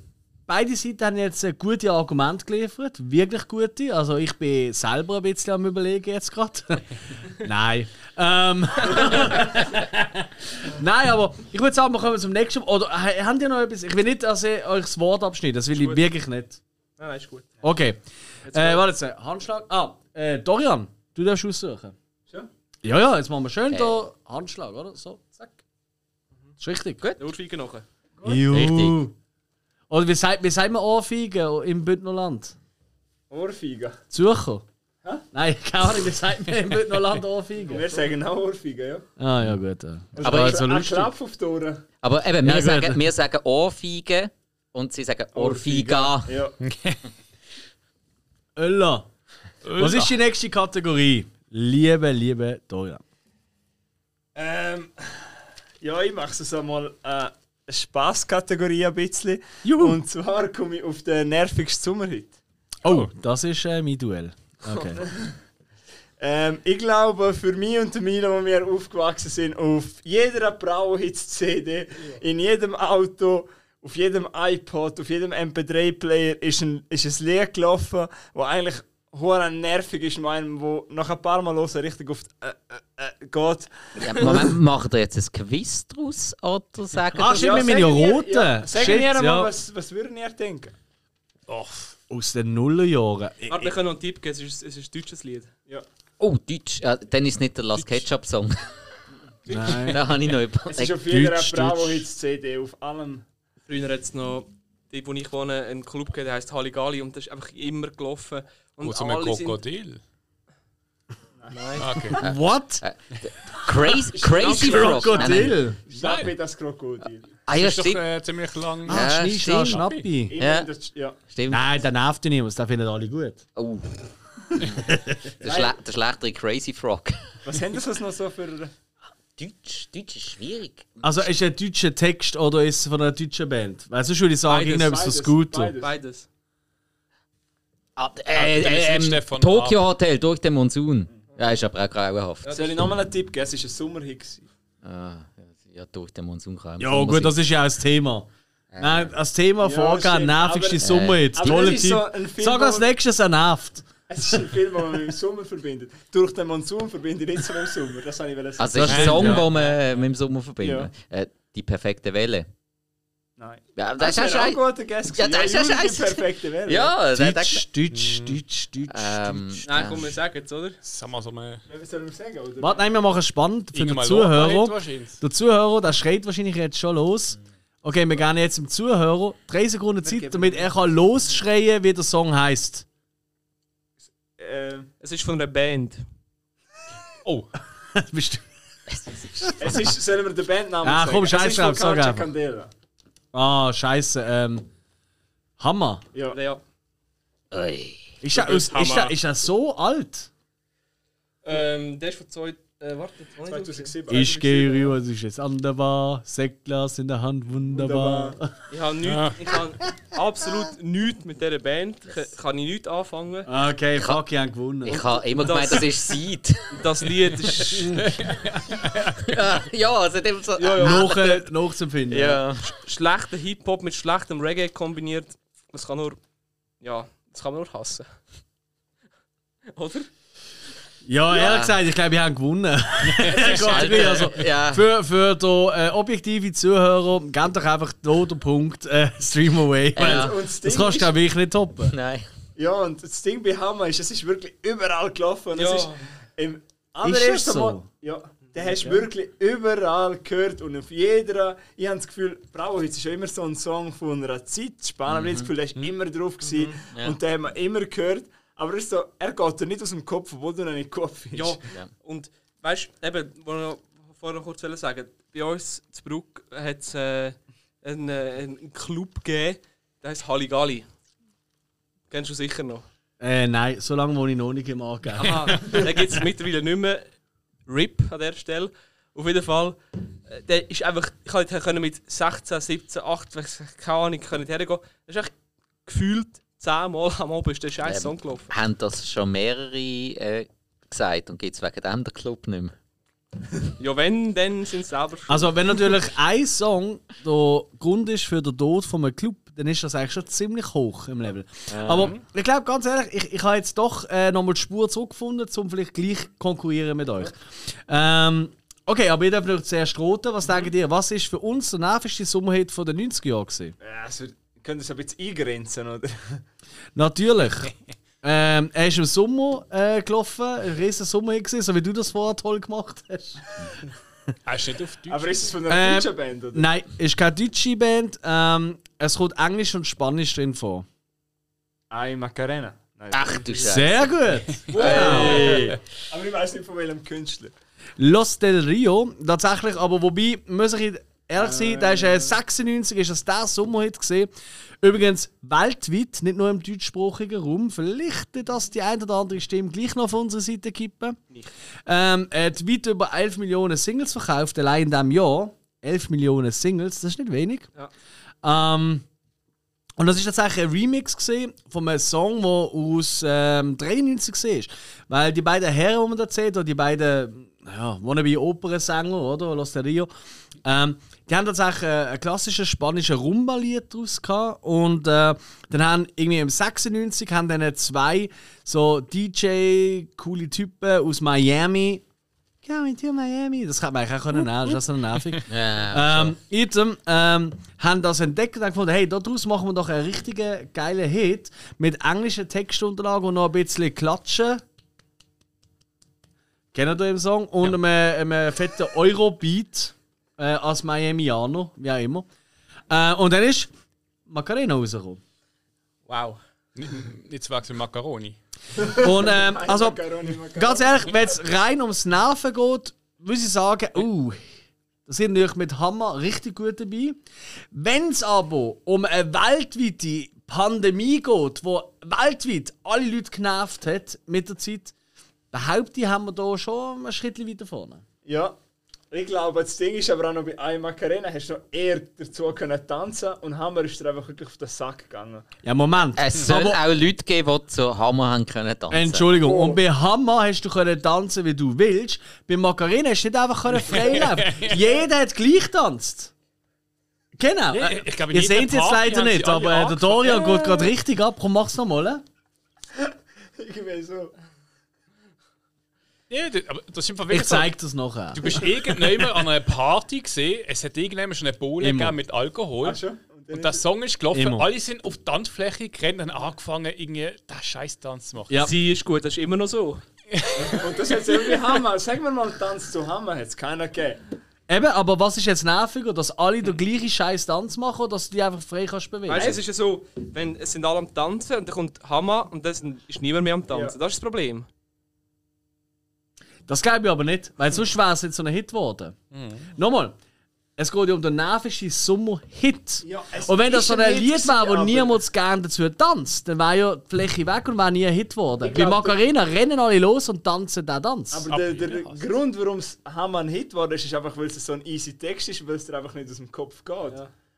S1: beide Seiten haben jetzt ein gutes Argument geliefert, wirklich gute. Also ich bin selber ein bisschen am überlegen jetzt gerade. Nein. Ähm, Nein, aber ich würde sagen, wir kommen zum nächsten. Oder äh, habt ihr noch etwas? Ich will nicht, dass ihr euch das Wort abschneidet. Das will ich wirklich nicht.
S2: Nein,
S3: Ah,
S2: nein, ist gut.
S1: Okay. Äh, warte jetzt. äh, Handschlag. Ah, äh, Dorian, du darfst aussuchen.
S3: Schon?
S1: Ja, ja, jetzt machen wir schön hier Handschlag, oder? So, zack. Ist richtig. Mhm. Gut.
S2: Der Urschweiger nachher.
S1: Juhu.
S4: Richtig.
S1: Oder wie sagt, wie sagt man Anfeigen im Bündnerland?
S3: Ohrfeigen.
S1: Zürcher? Nein, keine Ahnung, wie sagt man im Bündnerland Anfeigen?
S3: Wir sagen auch Ohrfeigen, ja.
S1: Ah, ja, gut. Ja.
S4: Aber
S1: war
S4: ich-
S1: jetzt so
S3: Ein
S1: also lustig.
S3: Klapp auf die Ohren.
S4: aber eben,
S1: Ja,
S4: wir,
S1: gut.
S4: sagen, wir sagen Ohrfeige und sie sagen Ohrfeiga.
S3: Ja.
S1: Ölla. Was ist die nächste Kategorie? Liebe, liebe Dorian.
S3: Ähm, ja, ich mache es einmal äh, Spaßkategorie ein bisschen.
S1: Juhu.
S3: Und zwar komme ich auf den nervigsten Sommerhit.
S1: Oh, das ist äh, mein Duell. Okay.
S3: Ähm, ich glaube, für mich und den Milo, wo wir aufgewachsen sind, auf jeder Brauhits-CD, in jedem Auto, auf jedem iPod, auf jedem MP3-Player ist ein, ist ein Lied gelaufen, wo eigentlich hure nervig ist, meinem, wo nach ein paar Mal los richtig auf die, äh, äh, äh, geht.
S4: Ja, Moment, macht ihr jetzt ein Quiz draus oder sagen
S1: Ah, stimmt, wir
S3: sag
S1: mit den
S3: mir-
S1: Roten.
S3: Ja, sag
S1: Shit,
S3: mir mal,
S1: ja.
S3: was, was würden ihr denken?
S1: Aus den Nullerjahren. Ich-
S2: Warte, wir können noch einen Tipp geben, es ist, es ist ein deutsches Lied.
S3: Ja.
S4: Oh, Deutsch. Ja, dann ist nicht der Last Ketchup Song.
S1: Nein.
S4: da habe ich noch
S3: Es ist
S4: überlegt.
S3: auf jeder
S1: Deutsch,
S3: Brauhits-CD, auf allem.
S2: Früher hat es noch, dort wo ich wohne, einen Club gegeben, der heißt Halligalli und das ist einfach immer gelaufen. Und
S5: Aus einem
S2: alle sind...
S5: Krokodil.
S2: Nein.
S5: Ah, Okay.
S1: What?
S4: Crazy, crazy
S1: Oh
S4: Frog. Oh Nein, nein.
S1: Krokodil.
S3: Schnapp mir das Krokodil.
S4: Ah ja,
S5: Das ist doch
S4: stimmt.
S5: äh, ziemlich lang.
S1: Ah,
S4: Ja,
S1: Schnie, Schna,
S4: stimmt.
S1: Schnappi.
S3: Immer
S4: Ja.
S3: in der Sch- ja.
S4: stimmt.
S1: Nein, den nervt ihr niemand, den finden alle gut.
S4: Oh. der, Schle der schlechtere Crazy Frog.
S3: Was haben das noch so für... äh,
S4: Deutsch, Deutsch ist schwierig.
S1: Also ist es ein deutscher Text oder ist es von einer deutschen Band? Weil sonst würde ich sagen,
S2: Beides,
S1: irgendetwas von
S3: beides,
S1: Scooter.
S3: beides.
S2: Beides.
S4: Ah, äh,
S5: dann ist
S4: äh,
S5: nicht
S4: ähm,
S5: Stefan
S4: Tokyo Hotel durch den Monsun. Ja, ist aber auch grauenhaft.
S3: Soll ich nochmal einen Tipp geben? Es war ein Sommerhit. gewesen.
S4: Ah, ja, durch den Monsun kann
S1: Ja, gut, das ist ja auch das Thema. Nein, als Thema vorgehen,
S3: stimmt,
S1: nervigste
S3: aber-
S1: Summe jetzt.
S3: aber
S1: Toller
S3: das ist
S1: Typ.
S3: so ein Film,
S1: Sag als
S3: wo-
S1: nächstes ein Nervt.
S3: Es ist ein Film, den man mit dem Sommer verbindet. Durch den Monsun verbinde ich nicht so mit dem Sommer. Das habe ich sagen.
S4: Also, das ist ein
S5: Stimmt,
S4: Song,
S5: ja.
S4: den man äh, mit dem Sommer verbindet. Äh, die perfekte Welle.
S3: Nein.
S4: Ja,
S3: Das ist ein guter Guess.
S4: Ja,
S3: gewesen.
S4: das ist
S3: Juli,
S4: ein-
S3: die perfekte Welt.
S4: Ja, der
S1: Deutsch, Deutsch, Deutsch, Deutsch,
S4: Mm. Ähm,
S1: Deutsch.
S2: Nein, komm, wir sagen es, oder?
S5: Sag mal so mal.
S3: Was soll ich sagen? Oder?
S1: Warte, nein, wir machen es spannend für den
S5: Irgendwann Lothar
S1: Zuhörer.
S5: wahrscheinlich.
S1: Der Zuhörer, der schreit wahrscheinlich jetzt schon los. Okay, wir gehen jetzt dem Zuhörer drei Sekunden Zeit, damit er kann losschreien, wie der Song heißt.
S3: Äh,
S2: Es ist von einer Band.
S5: Oh,
S1: Bist du-
S3: es ist, sollen wir den Bandnamen
S1: Ah,
S3: sagen?
S1: komm,
S3: Es ist
S1: scheiß
S3: von
S1: drauf, sag
S3: Carja
S1: einfach.
S3: Candela.
S1: Ah, scheiße. Ähm, Hammer.
S3: Ja.
S2: Ja.
S4: Ui.
S1: Ist er, ist, ist, er, ist er so alt?
S2: Ähm, der ist von zwei. Äh, warte, 2007.
S3: 2007.
S1: Ich gehe rüber, es ist jetzt an der Bar, Sektglas in der Hand, wunderbar.
S2: Ich habe nichts, ich habe absolut nichts mit dieser Band. Ich, kann ich nichts anfangen.
S1: Okay, fuck, ich habe gewonnen.
S4: äh, Ich habe immer
S2: Das-
S4: gemeint, das ist Seed.
S2: Das Lied ist.
S4: ja, also dem so. Ja,
S1: Noch, äh, nachzufinden.
S2: schlechter Hip-Hop mit schlechtem Reggae kombiniert. Das kann nur. Ja, das kann man nur hassen. Oder?
S1: Ja, ehrlich gesagt, ich glaube, ich habe gewonnen. Gott,
S4: Alter,
S1: also,
S4: ja.
S1: für, für den äh, objektiven Zuhörer, gebt doch einfach hier den Punkt äh, Stream Away.
S4: Ja.
S1: Weil
S3: Und
S1: das
S3: das Ding
S1: kannst du,
S3: ist,
S1: glaube ich, nicht toppen.
S4: Nein.
S3: ja, und das Ding bei Hammer ist, es ist wirklich überall gelaufen. Und
S2: Ja.
S3: Es ist im
S1: Ist
S3: allerersten
S1: das so?
S3: Mal. Ja, den hast du wirklich überall gehört und auf jeder. Ich habe das Gefühl, Brauhitz ist ja immer so ein Song von einer Zeit. Spannend, mhm. das Gefühl, der ist immer drauf gewesen und den haben wir immer gehört. Aber es ist so, er geht dir nicht aus dem Kopf, obwohl du ihn nicht Kopf hast.
S2: Ja, und weißt du, eben, was ich noch vorher noch kurz wollte sagen bei uns zu Bruck hat es äh, einen, äh, einen Club gegeben, der heißt Halligalli. Kennst du sicher noch.
S1: Äh, nein, so lange wohne ich noch nicht im Aargau.
S2: Ah, den gibt es mittlerweile nicht mehr. RIP an der Stelle. Auf jeden Fall, äh, der ist einfach, ich konnte können mit 16, 17, 18, weiss ich, keine Ahnung, können hergehen. Das ist echt gefühlt 10 Mal am Abend ist der scheiß
S4: Ähm.
S2: Song gelaufen.
S4: Haben das schon mehrere äh, gesagt und gibt es wegen dem den Club nicht mehr.
S2: Ja, wenn, dann sind sie selber schuld.
S1: Also, wenn natürlich ein Song der Grund ist für den Tod von einem Club, dann ist das eigentlich schon ziemlich hoch im Level. Aber ich glaube, ganz ehrlich, ich, ich habe jetzt doch äh, nochmal die Spur zurückgefunden, um vielleicht gleich konkurrieren mit euch. Ähm, okay, aber ihr dürft noch zuerst roten. Was denkt ihr, was ist für uns der nervigste Sommerhit von den 90er Jahren? gewesen?
S3: Also, könnt ihr es ein bisschen eingrenzen, oder?
S1: Natürlich. Ähm, er ist im Sommer äh, gelaufen, ein riesen Sommerhit, gewesen, so wie du das vorher toll gemacht hast.
S5: hast du nicht auf Deutsch?
S3: Aber ist es von einer
S1: Ähm,
S3: deutschen Band, oder?
S1: Nein, ist keine deutsche Band. Ähm, es kommt Englisch und Spanisch drin vor.
S3: Ei Macarena. Nein.
S4: Ach du Scheiße.
S1: Sehr gut.
S3: Aber ich weiß nicht von welchem Künstler.
S1: Los del Rio, tatsächlich, aber wobei, muss ich ehrlich sein, da ist äh, 96, ist das der Sommerhit gesehen. Übrigens weltweit, nicht nur im deutschsprachigen Raum. Vielleicht, dass die ein oder andere Stimme gleich noch auf unsere Seite kippen. Ähm, er hat weit über 11 Millionen Singles verkauft, allein in diesem Jahr. 11 Millionen Singles, das ist nicht wenig. Ähm, und das ist tatsächlich ein Remix gewesen von einem Song, der aus ähm, 93 war. Weil die beiden Herren, die man da sieht, oder die beiden ja, wannabe Opernsänger, oder? Los de Rio, ähm, die haben tatsächlich äh, ein klassisches spanisches Rumba-Lied draus gehabt. Und äh, dann haben irgendwie im 96 haben dann zwei so DJ, coole Typen aus Miami. Coming to Miami. Das kann man eigentlich auch nehmen, das ist das so nervig.
S4: Ja.
S1: Ähm, item, ähm, haben das entdeckt und haben gefunden, hey, daraus machen wir doch einen richtigen geilen Hit mit englischen Textunterlagen und noch ein bisschen klatschen. Kennt ihr den Song? Und einem, einem fetten Eurobeat äh, als Miamianer, wie auch immer. Äh, und dann ist Macarena rausgekommen.
S2: Wow.
S5: Nicht zu wechseln Macaroni.
S1: Und ähm, also,
S3: Macaroni, Macaroni.
S1: ganz ehrlich, wenn es rein ums Nerven geht, muss ich sagen, uh, da sind natürlich mit Hammer richtig gut dabei. Wenn es aber um eine weltweite Pandemie geht, wo weltweit alle Leute genervt hat mit der Zeit, behaupte ich, haben wir da schon ein Schritt weiter vorne.
S3: Ja. Ich glaube, das Ding ist aber auch noch bei einem Macarena hast du noch eher dazu können tanzen und Hammer ist dir einfach wirklich auf den Sack gegangen.
S1: Ja, Moment.
S4: Es soll
S1: Aber-
S4: auch Leute geben, die zu Hammer haben können tanzen.
S1: Entschuldigung,
S5: Oh.
S1: und bei Hammer hast du können tanzen, wie du willst. Bei Macarena hast du nicht einfach können frei laufen. Jeder hat gleich getanzt. Genau.
S5: Nee, ich glaube, in
S1: Ihr
S5: jeder
S1: seht es jetzt
S5: Party
S1: leider
S5: haben sie
S1: nicht,
S5: alle
S1: aber äh, der
S5: angefangen.
S1: Dorian geht gerade richtig ab. Komm, mach's nochmal.
S3: Irgendwie so.
S5: Ja, das- aber das sind
S1: Ich zeig das nachher.
S5: Du bist irgendwann an einer Party gesehen, es hat irgendwann schon eine Bohle
S1: Immer.
S5: gegeben mit Alkohol.
S3: Ach schon? Und dann
S5: Und der Song ist gelaufen,
S1: Immer.
S5: alle sind auf die Tanzfläche gerannt und haben angefangen, irgendwie den scheiß Tanz zu machen.
S1: Ja.
S2: Sie ist gut, das ist immer noch so.
S3: Und das hat irgendwie Hammer. Sagen wir mal, Tanz zu Hammer hat es keiner gegeben.
S1: Eben, aber was ist jetzt nerviger, dass alle den gleichen scheiß Tanz machen oder dass du dich einfach frei kannst bewegen?
S2: Weißt du, es ist ja so, wenn es sind alle am Tanzen und dann kommt Hamma und dann ist niemand mehr am Tanzen.
S3: Ja.
S2: Das ist das Problem.
S1: Das glaube ich aber nicht, weil sonst wäre es nicht so ein Hit geworden.
S5: Mhm.
S1: Nochmal, es geht ja um den nervigsten Sommerhit.
S3: Ja, es
S1: und wenn das
S3: ist
S1: so
S3: ein
S1: ein
S3: Hit
S1: Lied wäre, wo
S3: gewesen,
S1: niemand gerne dazu tanzt, dann wäre ja die Fläche weg und wäre nie ein Hit geworden. Bei
S3: glaub,
S1: Macarena rennen alle los und tanzen den Tanz.
S3: Aber der, der Grund, warum es Hammer ein Hit war, ist, ist einfach, weil es so ein easy Text ist, weil es dir einfach nicht aus dem Kopf geht.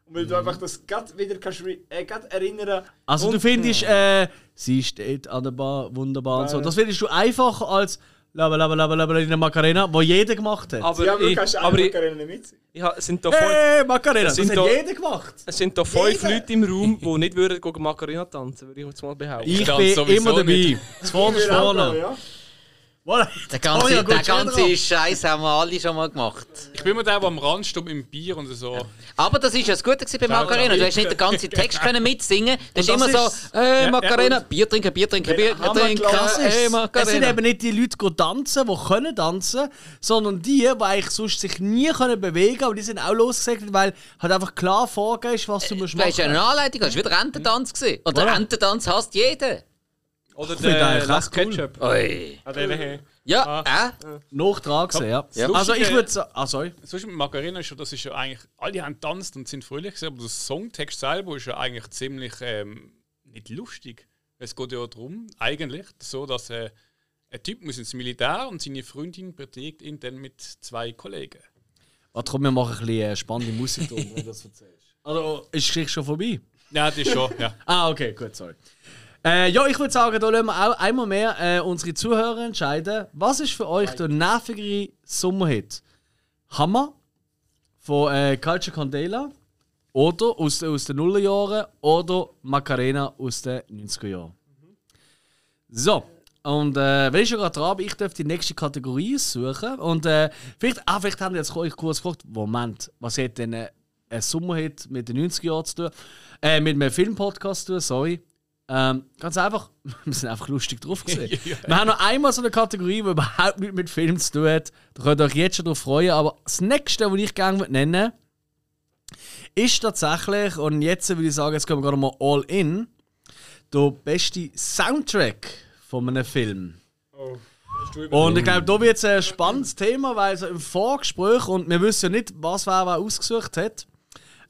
S3: Und weil
S1: Mhm.
S3: du einfach das grad wieder kannst re- äh, grad erinnern
S1: Also du findest, äh, sie steht an der Bar, wunderbar und so. Das findest du einfacher als Laba Laba Laba Laba in der Macarena, wo jeder gemacht hat.
S2: Aber,
S3: Ja, aber du
S2: ich,
S3: kannst
S2: aber
S3: einfach
S2: ich,
S3: erinnern mit.
S2: ich, ha- es sind da voll,
S1: Hey, Macarena, das
S2: sind
S1: hat
S2: da-
S1: jeder gemacht.
S2: es sind da fünf
S3: Jeder.
S2: Leute im Raum, die nicht würden gehen Macarena tanzen, würde ich jetzt mal behaupten.
S1: Ich
S5: Ganz
S1: bin
S5: sowieso
S1: immer dabei.
S5: nicht.
S1: Das vorne ist vorne.
S3: Ja.
S1: Voilà.
S4: Der ganze,
S1: Oh ja, gut,
S4: der
S1: schon wieder
S4: ganze Scheiß haben wir alle schon mal gemacht.
S5: Ich bin immer der, der am Rand steht im Bier und so.
S4: Aber das ist ja das Gute gewesen bei
S5: Ja,
S4: Macarena. Du
S5: ja.
S4: hast nicht den ganzen Text können mitsingen. Das ist
S1: Und das
S4: immer
S1: ist's.
S4: so, äh,
S5: ja,
S4: Macarena, Bier trinken, Bier trinken, Bier
S3: Hammer
S4: trinken,
S3: Glas
S1: Es
S4: äh,
S1: ist- Es sind
S4: Macarena.
S1: eben nicht die Leute, die tanzen, die können tanzen, sondern die, die eigentlich sonst sich nie können bewegen können, aber die sind auch losgesegnet, weil halt einfach klar vorgegeben ist, was du musst
S4: Äh, Du hast ja
S1: machen.
S4: eine Anleitung, das war wieder Ententanz. gewesen. Und der
S1: Mhm. Voilà.
S4: Ententanz hasst jeder.
S2: Oder
S1: find
S2: der
S1: eigentlich
S2: Last
S1: recht cool.
S2: Ketchup.
S4: Oi.
S5: Äh.
S4: Ja,
S1: Ah.
S4: äh?
S1: Noch dran gewesen, ja.
S4: Ja.
S1: Also ich
S5: Lustige-
S1: würde sagen... Ah, sorry.
S5: Sonst mit Macarena ist ja, das ist ja eigentlich, alle haben getanzt und sind fröhlich gewesen, aber der Songtext selber ist ja eigentlich ziemlich ähm, nicht lustig. Es geht ja darum, eigentlich, so, dass äh, ein Typ muss ins Militär und seine Freundin beträgt ihn dann mit zwei Kollegen.
S1: Warte, komm, wir machen ein bisschen äh, spannende Musik drum, wenn du das erzählst. Also, ist die Geschichte schon vorbei?
S5: Ja, das ist schon, ja.
S1: Ah, okay, gut, sorry. Äh, ja, ich würde sagen, da lassen wir auch einmal mehr äh, unsere Zuhörer entscheiden. Was ist für euch der nervigere Sommerhit? Hammer von äh, Culture Candela oder aus, aus den Nullerjahren oder Macarena aus den 90er Jahren? So, und äh, wenn ich schon gerade dran bin, ich darf die nächste Kategorie suchen. Und äh, vielleicht, ah, vielleicht haben wir jetzt euch kurz gefragt, Moment, was hat denn äh, ein Sommerhit mit den 90er Jahren zu tun? Äh, mit einem Filmpodcast zu tun, sorry. Ähm, ganz einfach, wir sind einfach lustig drauf gesehen. Wir haben noch einmal so eine Kategorie, die überhaupt nichts mit Film zu tun hat. Da könnt ihr euch jetzt schon drauf freuen. Aber das nächste, was ich gerne nennen möchte, ist tatsächlich, und jetzt würde ich sagen, jetzt kommen wir gerade mal all in, der beste Soundtrack von einem Film. Und ich glaube, da wird es ein spannendes Thema, weil so im Vorgespräch, und wir wissen ja nicht, was wer, wer ausgesucht hat,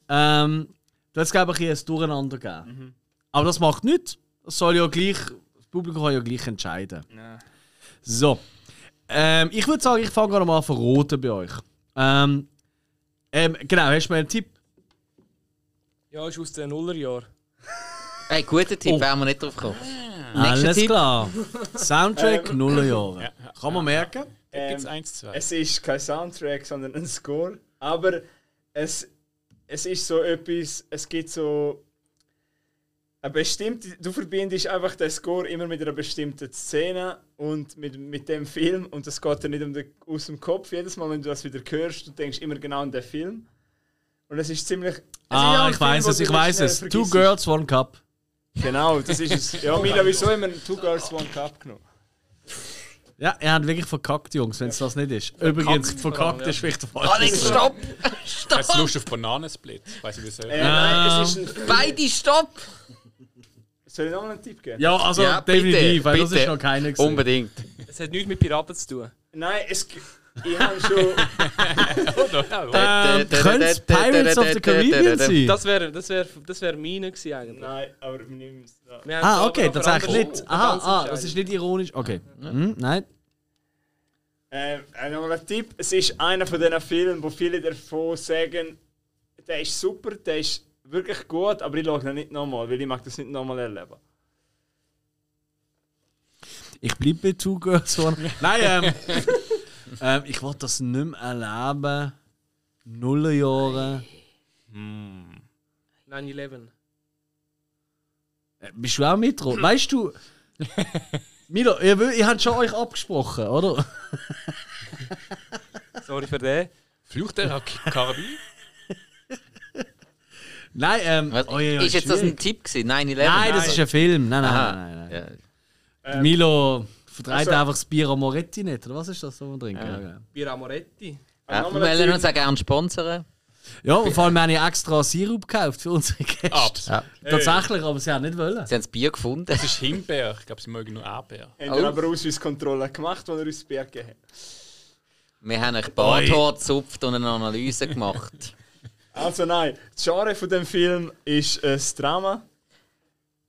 S1: ähm, da hat es, glaube ich, ein bisschen ein Durcheinander gegeben. Aber das macht nichts. Das soll ja gleich, das Publikum kann ja gleich entscheiden. So. Ähm, ich würde sagen, ich fange gerade mal an von Roten bei euch. Ähm, ähm, genau, hast du mir einen Tipp?
S2: Ja, ist aus den Nullerjahren.
S4: Hey, guter
S1: Oh.
S4: Tipp, wären wir nicht drauf gekommen.
S1: Alles
S4: Tipp.
S1: klar. Soundtrack Nullerjahre. Kann man merken.
S5: Gibt es
S3: Ähm,
S5: eins, zwei?
S3: Es ist kein Soundtrack, sondern ein Score. Aber es, es ist so etwas, es gibt so. Eine bestimmte, du verbindest einfach den Score immer mit einer bestimmten Szene und mit, mit dem Film und das geht dir nicht um den, aus dem Kopf. Jedes Mal, wenn du das wieder hörst, du denkst immer genau an den Film. Und es ist ziemlich. es ist auch
S1: Ah,
S3: ein
S1: ich
S3: Film,
S1: weiß
S3: wo
S1: es,
S3: du
S1: ich
S3: nicht
S1: weiß
S3: schnell
S1: es. Two
S3: vergisst.
S1: Girls, One Cup.
S3: Genau, das ist es. Ja, Mila, wieso haben wir Two Girls One Cup genommen?
S1: Ja, er hat wirklich verkackt, Jungs, wenn es das nicht ist. Übrigens, verkackt ist vielleicht der falsche
S4: Alex, stopp!
S5: Hast du
S4: Stopp!
S5: Lust auf Bananensplit? Weiß ich wieso.
S3: Äh, nein,
S1: Ah.
S3: es ist ein.
S4: Beide stopp!
S3: Soll ich noch mal einen Tipp geben?
S1: Ja, also
S4: Ja, bitte,
S1: definitiv, weil das
S4: bitte.
S1: ist noch keiner gewesen.
S4: Unbedingt.
S2: Es hat nichts mit Piraten zu tun.
S3: Nein, es. g- Ich habe schon.
S1: Ähm, Könnte es Pirates of the Caribbean sein?
S2: Das wäre das wär, das wär meine gewesen eigentlich.
S3: Nein, aber wir nehmen es da.
S2: Wir haben es
S1: ah,
S2: aber
S1: okay,
S2: noch für
S1: tatsächlich
S2: andere-
S1: nicht.
S2: für andere
S1: Aha, ah, das
S2: entscheiden.
S1: ist nicht ironisch. Okay. Hm, nein.
S3: Ähm, äh, nochmal ein Tipp: Es ist einer von diesen Filmen, wo viele davon sagen, der ist super, der ist wirklich gut, aber ich schaue ihn nicht nochmal, weil ich mag das nicht nochmal erleben.
S1: Ich bleibe bei Two Girls One. Nein, ähm, ähm, ich wollte das nicht mehr erleben. Nullerjahre.
S2: 9-11.
S1: Äh, Bist du auch mit dran? Weißt du. Milo, ihr, wö- ihr habt schon euch abgesprochen, oder?
S2: Sorry für den.
S5: Fluch der Kar- Karabin?
S1: Nein, ähm.
S4: Was,
S1: oh ja, ja,
S4: ist jetzt das ein
S1: schwierig.
S4: Tipp gewesen? 9-11?
S1: Nein, das ist ein Film. Nein, nein,
S4: Aha.
S1: nein, nein. nein.
S4: Ja.
S1: Milo vertreibt
S3: also-
S1: einfach das Bier Amoretti nicht, oder was ist das, was wir trinken? Ja, ja.
S2: Bira Moretti.
S4: Ja,
S3: nochmal
S4: wir
S3: ein
S4: wollen
S3: Tipp.
S4: uns auch gerne sponsern.
S1: ja und vor allem habe ich extra Sirup gekauft für unsere Gäste.
S5: Abs.
S4: Ja.
S1: Tatsächlich, aber sie haben nicht wollen.
S4: Ah. Sie haben das Bier gefunden.
S5: Das ist Himbeer. Ich glaube, sie mögen nur Erdbeer.
S3: Haben
S4: Oh.
S3: wir aber Ausweiskontrolle gemacht, als er uns das Bier gegeben hat.
S4: Wir haben ein Badhorn gezupft und eine Analyse gemacht.
S3: Also nein, das Genre von dem Film ist ein Drama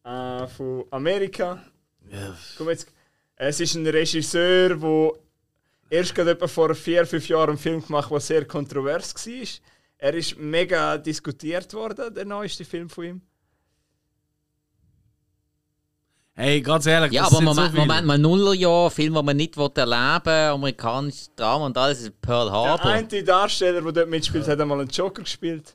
S3: äh, von Amerika. Komm jetzt. Es ist ein Regisseur, der erst gerade etwa vor vier, fünf Jahren einen Film gemacht hat, der sehr kontrovers war. Er ist mega diskutiert worden, der neueste Film von ihm.
S1: Hey, ganz ehrlich,
S4: Ja,
S1: das
S4: aber
S1: sind
S4: Moment,
S1: so viele.
S4: Moment mal, Nullerjahr, Film, den man nicht erleben will, amerikanisches Drama und alles, ist Pearl
S3: Der
S4: Harbor.
S3: eine Darsteller, der dort mitspielt, hat einmal einen Joker gespielt.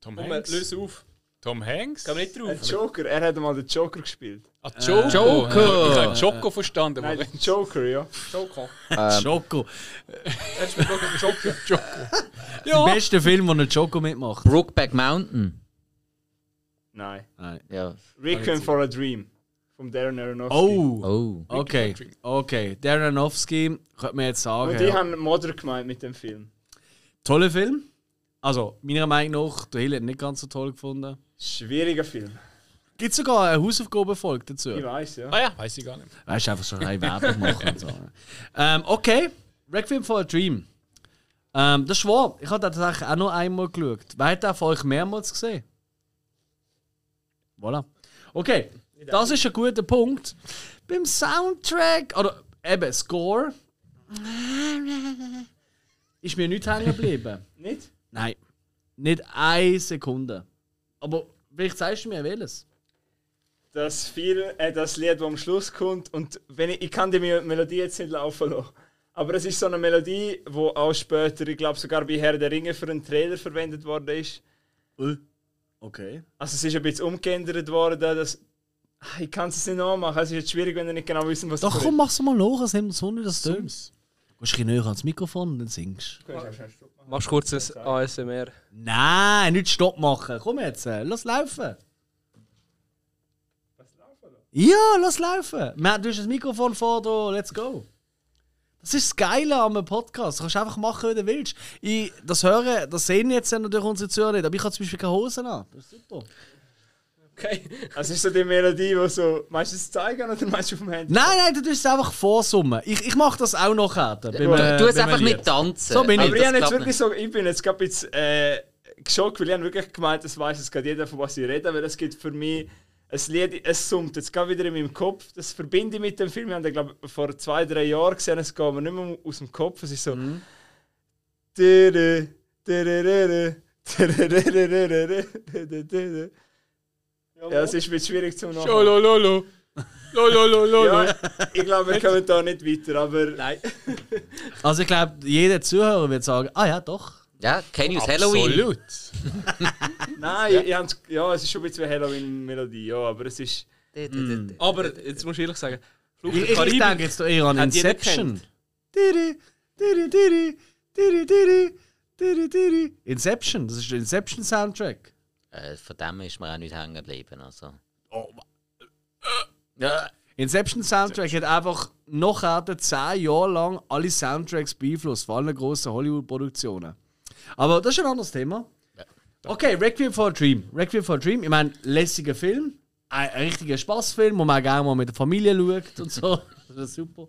S5: Tom
S2: Komm, löse
S5: Hanks?
S2: auf.
S5: Tom Hanks?
S2: Geh nicht drauf.
S3: Ein Joker, er hat einmal den Joker gespielt.
S5: Ah, Joker.
S4: Joker.
S5: Ich habe Joko verstanden.
S3: Nein,
S5: aber-
S3: den Joker, ja.
S2: Joko.
S1: Schoko.
S2: Erst mal schauen, ob Joko.
S1: Der beste Film, wo ein Schoko mitmacht.
S4: Brookback Mountain.
S3: Nein.
S1: Nein.
S4: Ja.
S3: Requiem for a Dream. Vom Darren Aronofsky.
S1: Oh,
S4: Oh.
S1: okay. Okay, Darren Aronofsky, könnte man jetzt sagen.
S3: Und
S1: ja.
S3: ich habe Mother gemeint mit dem Film.
S1: Toller Film. Also, meiner Meinung nach, der Hill hat ihn nicht ganz so toll gefunden.
S3: Schwieriger Film.
S1: Gibt sogar eine Hausaufgabenfolge dazu?
S3: Ich weiß, ja.
S5: Ah ja, weiß ich gar nicht.
S1: Weißt du, einfach so rein Werbung machen und so. Ähm, okay, Requiem for a Dream. Ähm, das ist wahr. Ich habe den tatsächlich auch noch einmal geschaut. Wer hat den von euch mehrmals gesehen? Voilà. Okay, das ist ein guter Punkt. Beim Soundtrack, oder eben Score, ist mir nichts hängen geblieben.
S3: Nicht?
S1: Nein, nicht eine Sekunde. Aber vielleicht sagst du mir welches.
S3: Das, viel, äh, das Lied, das am Schluss kommt. Und wenn ich, ich kann die Mel- Melodie jetzt nicht laufen lassen. Aber es ist so eine Melodie, die auch später, ich glaube sogar bei Herr der Ringe für einen Trailer verwendet worden ist.
S1: Okay.
S3: Also es ist ein bisschen umgeändert worden. Dass, Ah, ich kann es nicht nachmachen. Es ist jetzt schwierig, wenn ihr nicht genau wissen, was
S1: Doch
S3: es
S1: komm, mach's mal nach, als haben wir Sonne das tönt.
S5: Sums.
S1: Gehst du ein bisschen näher ans Mikrofon und dann singst du.
S2: Machst kurz ein ASMR.
S1: Nein, nicht Stopp machen. Komm jetzt, äh, lass laufen. Ja, lass laufen. Man, du hast das Mikrofon vor dir, let's go. Das ist das Geile an einem Podcast. Du kannst einfach machen, wie du willst. Ich, das hören, das sehen jetzt ja natürlich unsere Zuhörer nicht, aber ich habe zum Beispiel keine Hosen an. Das ist super.
S2: Okay.
S3: Also es ist so die Melodie, die so... Meinst du es zeigen oder meinst du auf dem Handy?
S1: Nein, nein, du tust es einfach vorsummen. Ich, ich mache das auch noch. Du
S4: Du es einfach mit tanzen.
S1: So bin ich.
S3: Aber
S4: das
S3: ich, hab jetzt
S4: klappt
S3: wirklich
S4: nicht.
S3: so, ich bin jetzt gerade ein bisschen äh, geschockt, weil ich hab wirklich gemeint, das weiß jetzt gerade jeder, von was ich rede, weil es gibt für mich ein Lied, es summt jetzt gerade wieder in meinem Kopf. Das verbinde ich mit dem Film. Wir haben den, glaube ich, vor zwei, drei Jahren gesehen, es geht mir nicht mehr aus dem Kopf. Es ist so.
S4: Mhm.
S3: Dürü, dürürürü, dürürürürürü, dürürürü. Ja, es ist ein bisschen schwierig zu machen.
S5: Scholololo. Lololololo.
S3: Ja, ich glaube, wir kommen da nicht weiter, aber.
S2: Nein.
S1: Also ich glaube, jeder Zuhörer wird sagen, ah ja, doch.
S4: Ja, kenne ich aus Halloween.
S5: Absolut.
S3: Nein, ich- ich hab's- ja, es ist schon ein bisschen wie Halloween-Melodie, ja, aber es ist.
S2: Aber jetzt muss ich ehrlich sagen, Fluch
S1: Ich,
S2: der
S1: ich, ich
S2: Karibik.
S1: denke jetzt eher an
S2: Hat jeder
S1: Inception.
S2: kennt.
S1: Diri, diri, diri, diri, diri, diri, diri. Inception, das ist der Inception-Soundtrack.
S4: Äh, von dem ist mir auch nicht hängen geblieben. Also.
S1: Oh,
S4: Ja.
S1: Inception-Soundtrack hat einfach noch zehn Jahre lang alle Soundtracks beeinflusst, vor allem grossen Hollywood-Produktionen. Aber das ist ein anderes Thema. Okay, Requiem for a Dream. Requiem for a Dream, ich meine, lässiger Film, ein, ein richtiger Spaßfilm, wo man auch gerne mal mit der Familie schaut und so. Das ist super.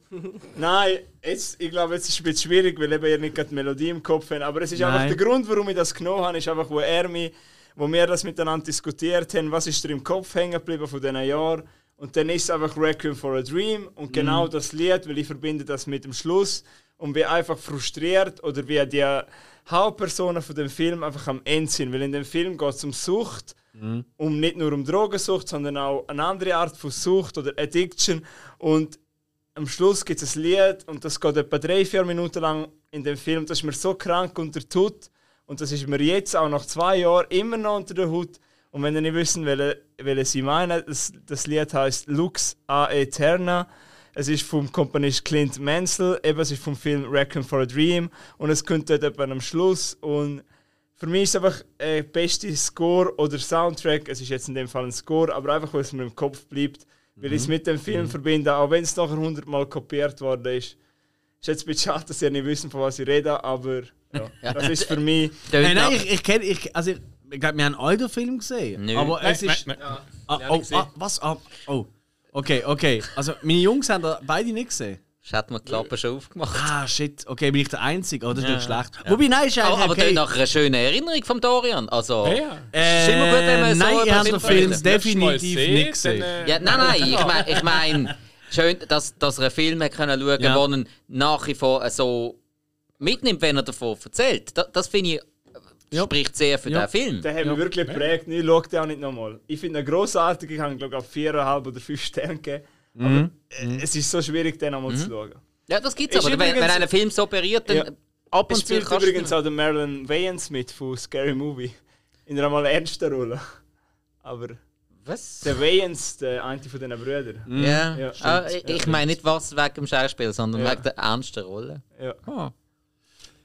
S3: Nein, jetzt, ich glaube, jetzt ist es ein bisschen schwierig, weil eben ihr nicht gerade die Melodie im Kopf habt. Aber es ist
S1: Nein.
S3: einfach der Grund, warum ich das genommen habe, ist einfach, wo er mich, wo wir das miteinander diskutiert haben, was ist dir im Kopf hängen geblieben von diesen Jahren. Und dann ist es einfach Requiem for a Dream und genau das Lied, weil ich verbinde das mit dem Schluss und bin einfach frustriert oder wie die Hauptpersonen von dem Film einfach am Ende sind, weil in dem Film geht es um Sucht, um nicht nur um Drogensucht, sondern auch eine andere Art von Sucht oder Addiction und am Schluss gibt es ein Lied und das geht etwa drei, vier Minuten lang in dem Film. Das ist mir so krank unter die Haut und das ist mir jetzt auch nach zwei Jahren immer noch unter der Haut. Und wenn ihr nicht wissen, welche, welche sie meinen, das, das Lied heißt Lux a Eterna. Es ist vom Komponist Clint Mansell, eben es ist vom Film Reckon for a Dream und es kommt dort etwa am Schluss und für mich ist es einfach der beste Score oder Soundtrack. Es ist jetzt in dem Fall ein Score, aber einfach, weil es mir im Kopf bleibt, weil
S2: Mhm.
S3: ich es mit dem Film verbinde, auch wenn es nachher 100 Mal kopiert worden ist. Ist jetzt ein bisschen schade, dass ihr nicht wissen, von was ich rede, aber ja, das ist für mich.
S1: Hey, nein, ich, ich kenne, ich, also ich, ich glaube, wir haben einen alten Film gesehen.
S4: Nö.
S1: Aber es ist.
S5: Nein, nein,
S1: Ah,
S2: Ja,
S1: oh,
S2: nicht gesehen.
S1: ah, was? Ah, oh. Okay, okay. Also, meine Jungs haben da beide nicht gesehen.
S4: Ich hätte mir die Klappe schon aufgemacht.
S1: Ah, shit. Okay, bin ich der Einzige? Oh, das ist nicht schlecht. Wobei, nein, ist
S4: Aber,
S1: eigentlich
S4: Oh, aber dann
S1: okay.
S4: nach einer schönen Erinnerung von Dorian. Also,
S5: nein. Ja, ja.
S1: äh,
S4: ist immer gut, wenn man so
S1: Nein, ich
S4: über
S1: habe den
S4: Filme
S1: Film
S4: redet.
S1: definitiv nicht gesehen.
S4: Ja, nein, nein, ich meine, ich mein, schön, dass, dass er einen Film hat können schauen
S1: Ja.
S4: wo er ihn nach wie vor so mitnimmt, wenn er davon erzählt. Das, das finde ich, äh,
S1: Ja.
S4: spricht sehr für
S1: Ja.
S4: den Film.
S3: Den haben wir wirklich geprägt. Ich schaue den auch nicht nochmal. Ich finde ihn grossartig. Ich habe glaube ich, viereinhalb oder fünf Sterne gegeben.
S2: Mhm.
S3: Aber äh, es ist so schwierig, den nochmal zu schauen.
S4: Ja, das gibt
S3: Ist
S4: es aber. Wenn, wenn
S3: übrigens-
S4: einen Film so operiert, dann
S3: Ja.
S4: ab
S3: Es
S4: und zu
S3: spielt
S4: kannst
S3: übrigens
S4: du...
S3: auch der Marilyn Wayans mit von Scary Movie. In einer mal ernsten Rolle. Aber
S4: Was?
S3: der Wayans, der eine von diesen
S2: Mhm.
S3: Brüdern.
S4: Ja.
S3: Ja,
S4: ah,
S3: stimmt.
S4: ich ich meine nicht was wegen dem Schauspiel, sondern
S3: Ja.
S4: wegen der ernsten Rolle. Ah.
S3: Ja.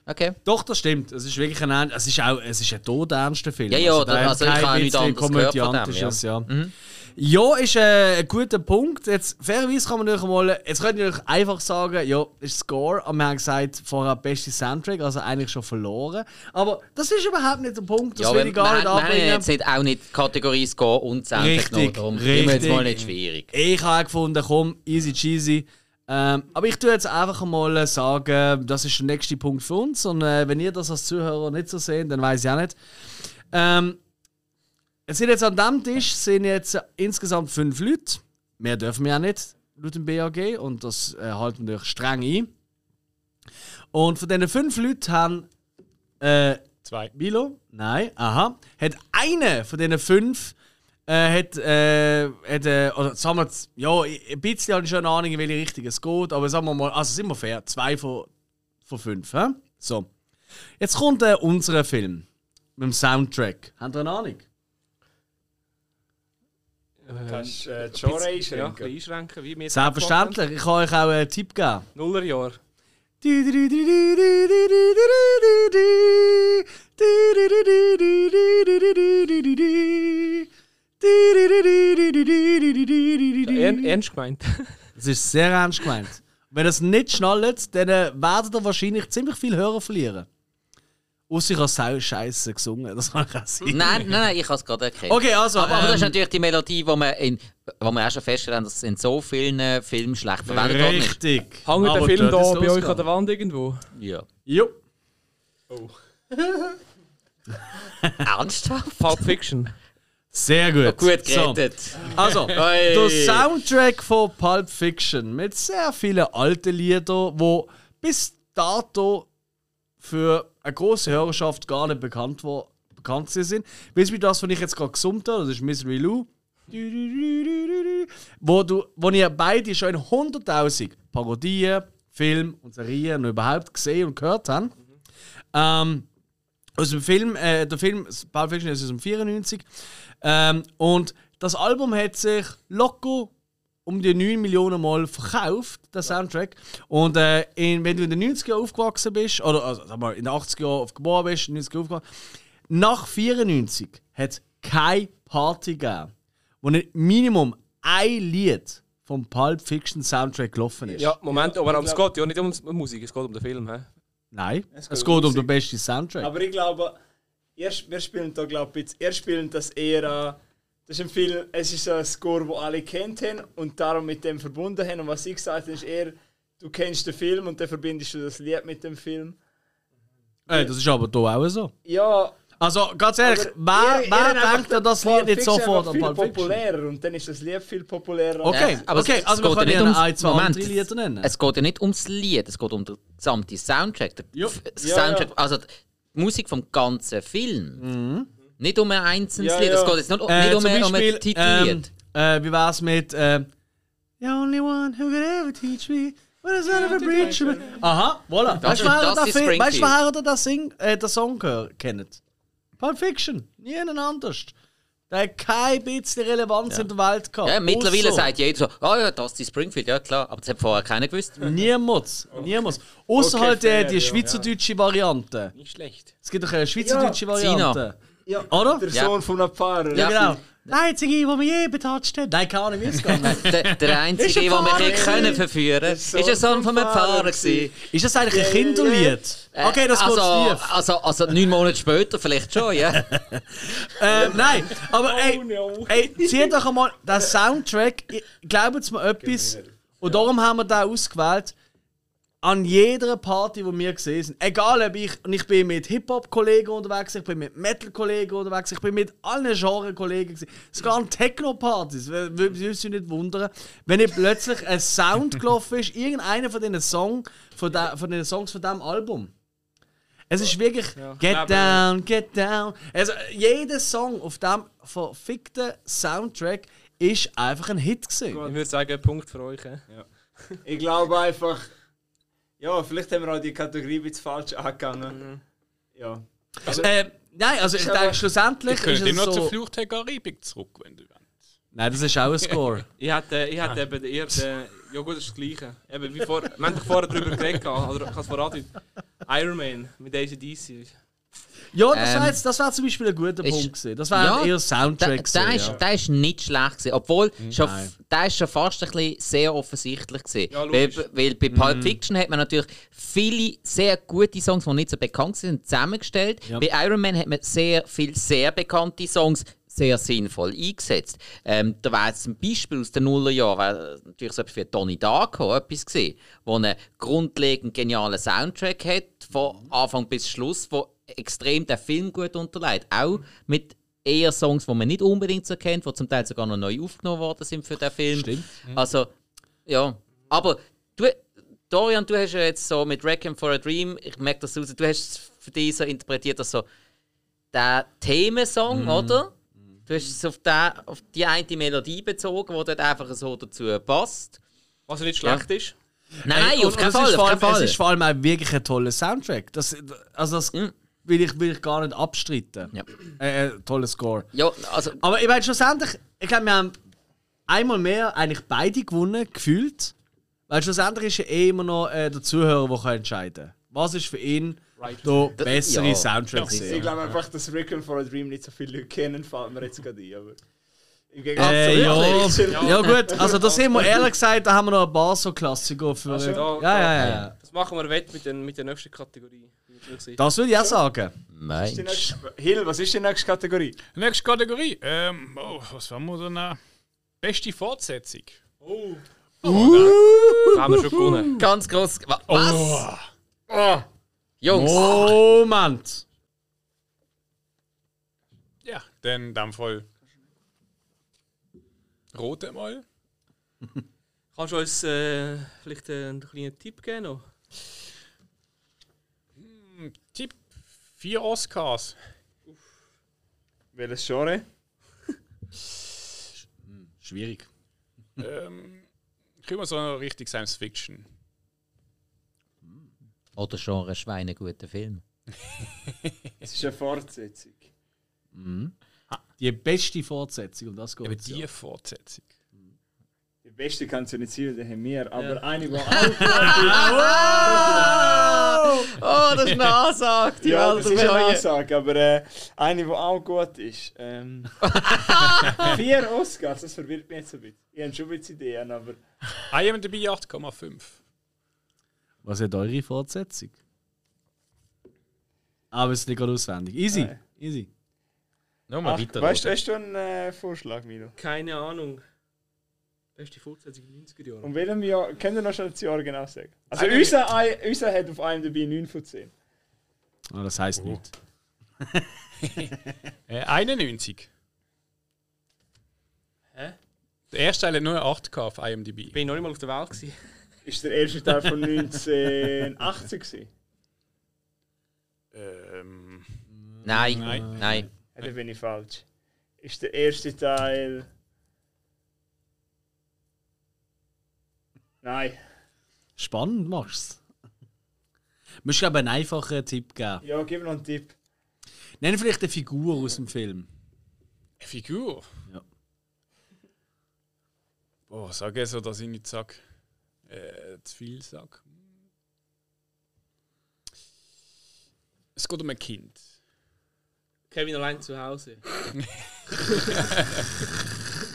S4: Okay.
S1: Doch, das stimmt. Es ist wirklich ein, ern- es ist auch, es ist ein todernster Film.
S4: Ja, ja,
S1: da
S4: da-
S1: hat
S4: also ich
S1: kein
S4: habe
S1: Witz
S4: nichts
S1: drin,
S4: anderes gehört von dem, Mhm.
S1: komödiantisches, ja. Ja, ist äh, ein guter Punkt. Jetzt, fairerweise kann man natürlich mal, jetzt könnt ihr natürlich einfach sagen, ja, ist Score, aber wir haben gesagt, vorher beste Soundtrack, also eigentlich schon verloren. Aber das ist überhaupt nicht der Punkt, das halt
S4: Ja,
S1: will
S4: wenn,
S1: ich gar nicht
S4: wir, wir haben ja
S1: anbringen.
S4: jetzt nicht, auch nicht die Kategorie Score und Soundtrack
S1: Richtig,
S4: noch. Darum sind wir jetzt
S1: richtig.
S4: mal nicht schwierig.
S1: Ich habe auch gefunden, komm, easy cheesy. Ähm, aber ich tue jetzt einfach mal äh, sagen, das ist der nächste Punkt für uns. Und äh, wenn ihr das als Zuhörer nicht so sehen, dann weiß ich auch nicht. Ähm, es sind jetzt an diesem Tisch sind jetzt äh, insgesamt fünf Leute. Mehr dürfen wir ja nicht, laut dem BAG. Und das äh, halten wir natürlich streng ein. Und von diesen fünf Leuten haben äh,
S5: Zwei.
S1: Milo? Nein. Aha. Hat eine von diesen fünf äh, hat, äh, hat äh, oder sagen wir, jetzt- ja, ein bisschen habe ich schon eine Ahnung, in welche Richtung es geht, aber sagen wir mal, also sind wir fair, zwei von, von fünf, hä? So. Jetzt kommt äh, unser Film mit dem Soundtrack. Habt ihr eine Ahnung?
S3: Kannst äh, die
S2: Ein
S3: Genre
S2: bisschen- Ähm, Ja, ein bisschen
S3: einschränken?
S2: einschränken, wie wir es angefangen
S1: Selbstverständlich, ich kann euch auch einen Tipp geben.
S2: haben. Nullerjahr. Er, ernst gemeint.
S1: Das ist sehr ernst gemeint. Wenn ihr es nicht schnallt, dann äh, werdet ihr wahrscheinlich ziemlich viel Hörer verlieren. Außer ich habe sau scheiße gesungen. Das kann ich auch sein.
S4: Nein, nein, nein, ich habe es gerade erkannt.
S1: Okay, also.
S4: Aber, aber das ist
S1: ähm,
S4: natürlich die Melodie, die man, in, wo man auch schon festgestellt haben, dass es in so vielen äh, Filmen schlecht verwendet worden ist.
S1: richtig.
S2: Hängt der
S1: Aber
S2: Film
S1: dort
S2: da
S1: ist
S2: bei euch an
S1: losgegangen.
S2: der Wand irgendwo?
S4: Ja.
S1: Jo.
S4: Ernsthaft?
S2: Pulp Fiction.
S1: Sehr gut.
S4: Gut
S1: So.
S4: gerettet.
S1: Also,
S4: Hey.
S1: der Soundtrack von Pulp Fiction mit sehr vielen alten Liedern, wo bis dato für eine große Hörerschaft gar nicht bekannt war, bekannt sie sind. Weißt du, wie das, was ich jetzt gerade gesummt habe? Das ist Misery Lou. Wo, du, wo ihr beide schon in 100.000 Parodien, Filmen und Serien und überhaupt gesehen und gehört habt. Ähm, aus dem Film, äh, der Film Pulp Fiction ist aus dem 94. Ähm, und das Album hat sich locker um die 9 Millionen Mal verkauft, der Soundtrack. Und äh, in, wenn du in den 90 Jahren aufgewachsen bist, oder also, sag mal, in den 80 Jahren auf- geboren bist, 90 Jahren aufgewachsen, nach 94 hat es keine Party gegeben, wo nicht Minimum ein Lied vom Pulp Fiction Soundtrack gelaufen ist.
S2: Ja, Moment, aber es geht ja nicht um die Musik, es geht um den Film. He?
S1: Nein, es geht,
S3: geht um
S1: um
S3: Musik.
S1: den besten Soundtrack.
S3: Aber ich glaube, ihr, sp- wir spielen da, glaube ich, jetzt- ihr spielt das eher an. Das ist ein Film, es ist ein Score, den alle kennt haben und darum mit dem verbunden haben. Und was ich gesagt habe, ist eher, du kennst den Film und dann verbindest du das Lied mit dem Film.
S1: Äh, das ist aber hier auch so.
S3: Ja,
S1: Also ganz ehrlich, wer,
S3: Ihr- ihr
S1: wer
S3: habt
S1: denkt
S3: einfach
S1: an das
S3: Pulp
S1: Lied nicht
S3: Fiction
S1: sofort
S3: einfach
S1: an
S3: viel
S1: Pulp Fiction?
S3: populärer und dann ist das Lied viel populärer.
S1: Okay.
S4: Ja, aber es-
S1: also wir
S4: es geht ja
S1: können
S4: nicht
S1: ja
S4: ums
S1: ein, zwei,
S4: Moment,
S1: drei Lieder nennen.
S4: Es geht ja nicht ums Lied, es geht um den gesamten Soundtrack. Der
S1: Jupp.
S4: F-
S3: Ja,
S4: Soundtrack
S3: ja.
S4: Also die Musik vom ganzen Film. Nicht um ein einzelnes
S3: Ja,
S4: Lied,
S3: ja.
S4: es geht jetzt nicht,
S1: Mhm. Äh,
S4: nicht um,
S1: zum
S4: ein- um
S1: Beispiel,
S4: ein Titellied.
S1: ähm, äh, wie wär's mit äh, The only one who could ever teach me what is out of a breach Aha, voilà.
S4: Das
S1: Weißt du, wer
S4: ist- das
S1: das
S4: ist
S1: Fi- weißt du,
S4: Springfield.
S1: wer das Sing äh, den Song gehör- kennt? Pulp Fiction. Niemand anders. Der hat kein bisschen Relevanz in der Welt gehabt.
S4: ja, mittlerweile
S1: Ausser-
S4: sagt jeder so, ah ja, das ist Springfield, ja klar, aber das hat vorher keiner gewusst.
S1: Hm. Niemals. Niemals. Außer
S3: Okay,
S1: halt äh,
S3: fair,
S1: die
S3: ja,
S1: schweizerdeutsche Variante.
S2: Nicht schlecht.
S1: Es gibt doch eine schweizerdeutsche
S4: Zina.
S1: Variante.
S3: Ja,
S1: Oder?
S3: Der
S4: Ja.
S3: Sohn von einem Paar.
S4: Ja.
S1: Genau. Der einzige, der mich je betatscht hat. Nein, keine Ahnung, wie es geht.
S4: der, der
S1: Ist ein
S4: Einzige, der mich
S1: Pfarrer
S4: hätte
S1: gewesen.
S4: können verführen konnte,
S3: Ist
S4: ist
S3: so
S4: ein Sohn von einem
S3: ein Pfarrer
S4: Pfarrer.
S3: gewesen.
S4: gewesen.
S1: Ist das eigentlich ein
S3: Ja, Eh, ja,
S1: Kinderlied?
S4: Äh,
S1: Okay, das
S4: also,
S1: geht tief.
S4: Also, also neun Monate später vielleicht schon, ja.
S3: eh,
S1: Äh, nein, aber ey,
S5: oh.
S3: no.
S1: ey, zieh doch einmal den Soundtrack, ich- glaubt mir etwas, und darum haben wir den ausgewählt, an jeder Party, wo wir gesehen sind. Egal, ob ich, und ich bin mit Hip-Hop-Kollegen unterwegs, ich bin mit Metal-Kollegen unterwegs, ich bin mit allen Genre-Kollegen gewesen. Sogar an Techno-Partys, w- w- würde mich nicht wundern, wenn ich plötzlich ein Sound gelaufen ist, irgendeiner von diesen Song, von der, von den Songs von diesem Album. Es ist wirklich Get Down, Get Down. Also jeder Song auf diesem verfickten Soundtrack ist einfach ein Hit gewesen.
S2: Ich würde sagen, Punkt für euch. hä?
S3: Ich glaube einfach. Ja, vielleicht haben wir auch die Kategorie ein bisschen falsch angegangen.
S1: Mhm.
S3: Ja.
S1: Äh, nein, also ich
S3: Ist aber-
S1: denke schlussendlich ist
S5: Können
S1: es
S5: immer noch zur
S1: so.
S5: Flucht der Karibik zurück, wenn du willst.
S1: Nein, das ist auch ein Score.
S2: Ich hätte, ich hätte eben eher den, Ja gut, das ist das Gleiche. Eben, wie vor, wir haben doch vorher darüber geredet, oder ich habe es vorhin Iron Man mit ACDC.
S1: Ja, das
S4: Ähm,
S1: wäre jetzt- das wär zum Beispiel ein guter
S4: ist-
S1: Punkt gewesen. Das wäre eher
S4: der,
S1: Soundtrack
S4: der,
S1: gewesen.
S4: ist,
S1: ja. Hm,
S4: der ist nicht schlecht gewesen, obwohl schon,
S1: Nein.
S4: der ist schon fast ein bisschen sehr offensichtlich gewesen.
S2: Ja,
S4: weil,
S2: logisch.
S4: weil bei
S1: Mhm.
S4: Pulp Fiction hat man natürlich viele sehr gute Songs, die nicht so bekannt sind, zusammengestellt.
S1: Ja.
S4: Bei Iron Man hat man sehr viele sehr bekannte Songs sehr sinnvoll eingesetzt. Ähm, da wäre jetzt zum Beispiel aus den Nullerjahren wär natürlich so etwas wie Donnie Darko etwas gewesen, wo einen grundlegend genialen Soundtrack hat,
S1: Mhm.
S4: von Anfang bis Schluss, wo extrem der Film gut unterlegt. Auch mit eher Songs, die man nicht unbedingt so kennt, die zum Teil sogar noch neu aufgenommen worden sind für den Film.
S1: Stimmt.
S4: Also, ja. Aber du, Dorian, du hast ja jetzt so mit Requiem for a Dream, ich merke das raus, du hast es für dich so interpretiert, dass so der
S1: Mhm.
S4: Themensong, oder? Du hast es auf, der, auf die eine Melodie bezogen, die dort einfach so dazu passt.
S2: Was nicht schlecht ist.
S4: Nein,
S1: Und-
S4: auf
S1: und
S4: keinen
S1: es ist
S4: Fall,
S1: vor
S4: auf
S1: allem-
S4: keinen Fall.
S1: Es ist vor allem auch wirklich ein toller Soundtrack. Das, also das
S4: Mhm.
S1: will, ich, will ich gar nicht abstreiten.
S4: Ja.
S1: Äh, äh, toller Score.
S4: ja, also,
S1: Aber ich meine, schlussendlich, ich glaube, wir haben einmal mehr eigentlich beide gewonnen, gefühlt. Weil schlussendlich ist ja eh immer noch äh, der Zuhörer, der kann entscheiden kann. Was ist für ihn der bessere
S4: ja.
S1: Soundtrack?
S5: Ja.
S1: gewesen?
S3: Ich glaube einfach, dass Requiem for a Dream nicht so viele Leute kennen, fällt mir jetzt gerade ein. Aber Im Gegensatz
S1: Äh,
S3: zu
S1: ja.
S3: Requiem.
S1: ja, gut, also da sind wir ehrlich gesagt, da haben wir noch ein paar so Klassiker für.
S2: Also da-
S1: ja, ja, ja, ja.
S2: Das machen wir wett mit, den, mit der nächsten Kategorie. wie ich sehe.
S1: Das würde ich auch sagen.
S3: Die
S4: nein.
S3: nächste- Hill, was ist die nächste Kategorie?
S5: Nächste Kategorie. Ähm, oh, was wollen wir denn? äh? Beste Fortsetzung.
S2: Da haben wir schon gewonnen.
S4: Ganz groß. Was?
S1: Oh.
S5: Oh. Ah.
S4: Jungs,
S1: Moment!
S5: Ja, dann in dem Fall. Rote mal.
S2: Kannst du uns äh, vielleicht äh, einen kleinen Tipp geben? Noch?
S5: Tipp: vier Oscars.
S3: Welches Genre?
S1: Schwierig.
S5: ähm, können wir so richtig Science Fiction.
S4: Oder schon ein schweineguter Film.
S3: Es ist eine Fortsetzung.
S1: Die beste Fortsetzung, um das geht
S5: Eben
S1: es.
S5: die
S1: Ja.
S5: Fortsetzung.
S3: Die beste kann es ja nicht sein, die haben wir, aber
S2: Ja.
S3: eine, die auch.
S4: Oh, das ist eine Ansage, die
S3: ja, das
S4: alte
S3: ist eine
S4: Scheue.
S3: Ansage, aber äh, eine, die auch gut ist. Ähm, vier Oscars, das verwirrt mich jetzt ein bisschen. Ich habe schon ein bisschen Ideen, aber.
S5: IMDb 8,5.
S1: Was ist eure Fortsetzung? Ah, Aber es ist nicht gerade auswendig. Easy,
S3: Nein.
S1: easy.
S4: Nochmal
S3: Ach,
S4: weiter.
S3: weißt, hast du einen äh, Vorschlag, Milo?
S2: Keine Ahnung. Beste Fortsetzung in 90er Jahren.
S3: Um welchem Jahr, können wir noch schon das Jahr genau sagen? Also,
S5: Nein,
S3: unser, ei- unser hat auf IMDb 9 von 10.
S1: Ah, das heisst nichts.
S5: Äh, 91.
S2: Hä?
S5: Der erste Teil hat nur 8 gehabt auf
S2: bin
S5: IMDb.
S2: ich noch nicht mal auf der Welt. Gewesen.
S3: Ist der erste Teil von 1980 gewesen?
S5: Ähm,
S4: Nein,
S5: Nein.
S4: nein. nein.
S3: Ja, da bin ich falsch. Ist der erste Teil. Nein.
S1: Spannend machst du Musst glaube einen einfachen Tipp geben.
S3: Ja, gib mir noch einen Tipp.
S1: Nenn vielleicht eine Figur aus dem Film.
S5: eine Figur.
S1: Ja.
S5: Boah, sag ja so, dass ich nicht sag. Äh, zu viel sag. Es geht um ein Kind.
S2: Kevin allein zu Hause.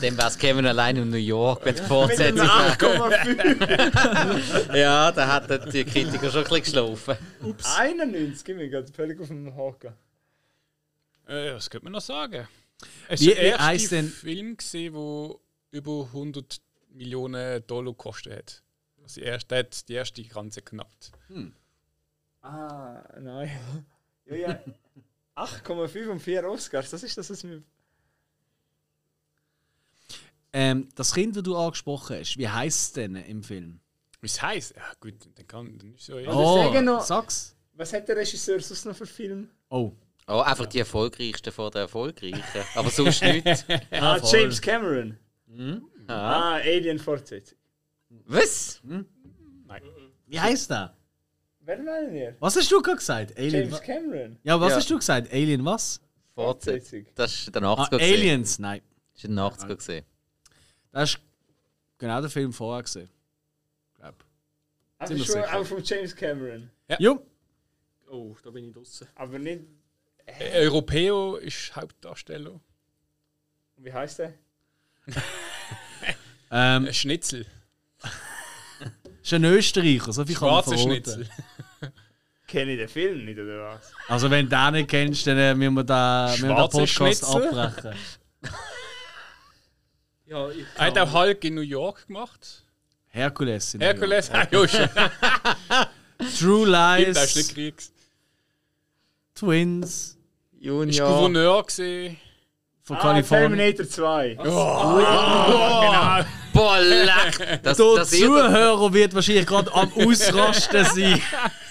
S4: Dem wär's Kevin allein in New York, wenn die
S3: Mit einem
S4: Fortsetzung
S3: 8,5.
S4: Ja, da hat der- die Kritiker schon ein bisschen geschlafen.
S3: 91, ich bin gerade völlig auf dem Haken.
S5: Äh, was könnte man noch sagen? Es
S1: Wie-
S5: war der
S1: wie
S5: erste
S1: heisst denn-
S5: Film, gewesen, wo über 100 Millionen Dollar gekostet hat. Also die erste, der hat die erste Grenze knackt.
S3: Ah, nein. Ja, ja. 8,5 und 4 Oscars, das ist das, was mir.
S1: Ähm, das Kind, das du angesprochen hast, wie heisst es denn im Film?
S5: Was heisst? Ja gut, dann kann dann ist ja eh-
S1: Oh.
S3: Also sagen noch-
S1: sag's.
S3: Was hat der Regisseur sonst noch für Film?
S1: Oh,
S4: Oh, einfach die Erfolgreichsten vor den Erfolgreichen. Aber sonst nichts.
S3: Ah,
S1: voll. Mhm.
S3: James Cameron. Ah, Alien Fortsetzung.
S4: Was?
S1: wie heisst der?
S3: Wer meinen wir?
S1: Was hast du gerade gesagt? Alien.
S3: James Cameron.
S1: Ja, was
S4: Ja.
S1: hast du gesagt? Alien was?
S4: Fortsetzung. Das ist in den
S1: Ah,
S4: 80er. gewesen.
S1: Aliens, nein.
S4: Das ist in den 80er gesehen.
S1: Das ist genau der Film vorher gesehen. Glaub.
S3: Aber
S1: Ziemlich
S3: Also schon
S1: sicher.
S3: auch von James Cameron.
S1: Jo.
S2: Oh, da bin ich draußen.
S3: Aber nicht.
S5: Äh, Europeo ist Hauptdarsteller.
S3: Wie heißt der?
S1: Ähm,
S5: Ein Schnitzel.
S1: ist ein Österreicher, so viel kann man
S5: Schwarzer
S1: verraten.
S5: Schnitzel.
S3: Kenne ich den Film nicht, oder was?
S1: Also wenn du den nicht kennst, dann äh, müssen wir da- müssen wir den
S5: Schwarze
S1: Podcast
S5: Schnitzel?
S1: abbrechen.
S2: Ja, ich
S5: Er hat auch Hulk in New York gemacht.
S1: Herkules. in New York.
S5: Herkules, ah, ja, schon.
S1: True
S5: Das ist nicht
S1: Lies.
S5: Kriegs.
S1: Twins.
S5: Ist
S4: Junior.
S5: Gouverneur gesehen.
S1: Von
S3: Ah,
S1: Kalifornien.
S3: Terminator 2.
S4: Boah, leck! Das,
S1: Der
S4: das ihr,
S1: Zuhörer wird wahrscheinlich gerade am Ausrasten sein.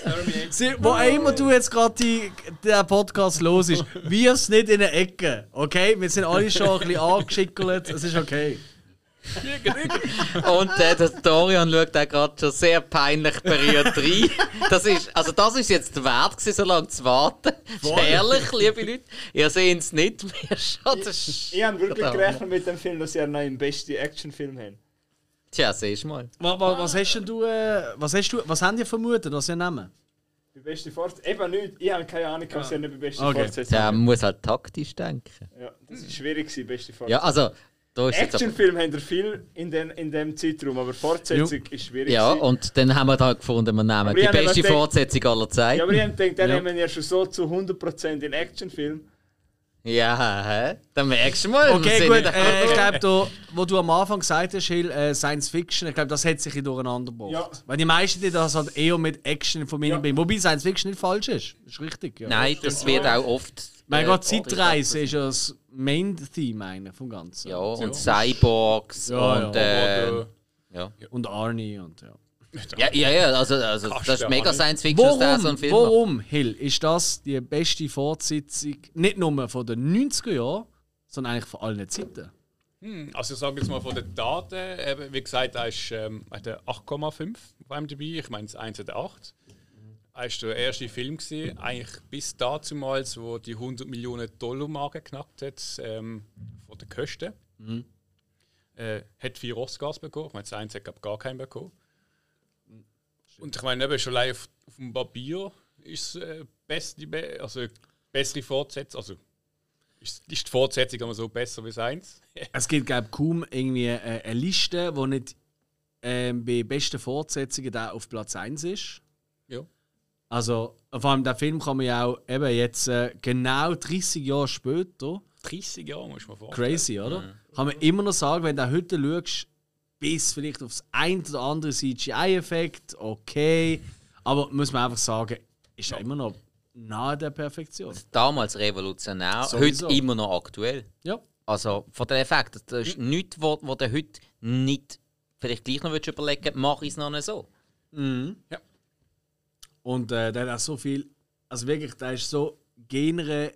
S2: Terminator.
S1: Sie, wo immer du jetzt gerade die- der Podcast los ist, wirf's nicht in eine Ecke. Okay? Wir sind alle schon ein bisschen angeschickelt. Es ist okay.
S4: und äh, der Dorian schaut da gerade schon sehr peinlich berührt rein. Das ist, also das ist jetzt wert gewesen, so lange zu warten. Ist Ehrlich, liebe Leute, ihr seht es nicht mehr schon. Das ist,
S3: Ich habe wirklich
S4: Ja,
S3: gerechnet mit dem Film, dass sie einen neuen besten Actionfilm haben.
S4: Tja, siehst du mal.
S1: Was, was, was hast denn du, äh, was hast du, was haben die vermutet, was sie nehmen?
S3: Die beste Fortsetzung? Eben nicht. Ich habe keine Ahnung, was sie haben über die beste
S1: Ah. Okay.
S3: Fortsetzung
S4: Der
S3: haben.
S4: muss halt taktisch denken.
S3: Ja, das ist schwierig, gewesen, beste
S4: Ja,
S3: Fortsetzung.
S4: also, da ist jetzt aber-
S3: Actionfilm haben wir viel in, den, in dem Zeitraum, aber Fortsetzung ist schwierig.
S4: Ja,
S3: gewesen.
S4: und dann haben wir da gefunden, wir nehmen
S3: ich
S4: die
S3: habe mir
S4: beste
S3: gedacht-
S4: Fortsetzung aller
S3: ja, aber ich
S4: Zeiten.
S3: habe gedacht, den
S1: Ja.
S3: haben wir ja schon so zu 100% in Actionfilm.
S4: Ja, hä? Dann merkst du mal. wir
S1: Okay,
S4: sind
S1: gut.
S4: nicht-
S1: Äh, ich glaube, da, wo du am Anfang gesagt hast, Hill, äh, Science Fiction, ich glaube, das hat sich ein bisschen durcheinander gebracht.
S3: Ja.
S1: Weil die meisten die das halt eher mit Action verbinden.
S3: Ja.
S1: bringen. Wobei Science Fiction nicht falsch ist. Das ist richtig. Ja.
S4: Nein, das wird auch oft.
S1: Mein
S4: äh,
S1: Gott, Zeitreise ist ja das Main-Theme eigentlich vom Ganzen.
S4: Ja, und Cyborgs
S1: Ja,
S4: und.
S1: ja.
S4: Äh, ja.
S1: Und Arnie und ja.
S4: ja, ja, ja, also, also das ist
S5: der
S4: mega
S5: Arne.
S4: Science Fiction, dass der
S1: Warum,
S4: so einen Film macht.
S1: warum, Hill, ist das die beste Fortsetzung nicht nur von den 90er Jahren, sondern eigentlich von allen Zeiten?
S5: Hm, Also ich sage jetzt mal von den Daten, eben, wie gesagt, da ist ähm, hat er 8,5 auf IMDb, ich meine das 1 hat 8. Das war der erste Film, gewesen, eigentlich bis dazumals, wo die 100 Millionen Dollar Marke geknackt hat, ähm, von den Kosten. Äh, hat vier Oscars bekommen, ich meine das 1 hat glaub, gar keinen bekommen. Und ich meine, eben schon allein auf, auf dem Papier ist äh, best, die be also bessere Fortsetzung, also ist, ist die Fortsetzung aber so besser wie das 1.
S1: Es gibt, glaube ich, kaum irgendwie äh, eine Liste, die nicht ähm, bei besten Fortsetzungen da auf Platz 1 ist.
S5: Ja.
S1: Also, vor allem, der Film kann man ja auch eben jetzt äh, genau 30 Jahre später,
S5: 30 Jahre muss man vorstellen.
S1: crazy, oder? Kann man immer noch sagen, wenn du heute schaust, bis vielleicht aufs ein oder andere CGI-Effekt, okay. Aber muss man einfach sagen, ist ja immer noch nahe der Perfektion.
S4: Damals revolutionär,
S1: Sowieso.
S4: heute immer noch aktuell.
S1: Ja.
S4: Also von den Effekten, das ist nichts, wo, wo du heute nicht vielleicht gleich noch würdest überlegen mache ich es noch nicht so.
S1: Und äh, der hat auch so viel, also wirklich, da ist so Genre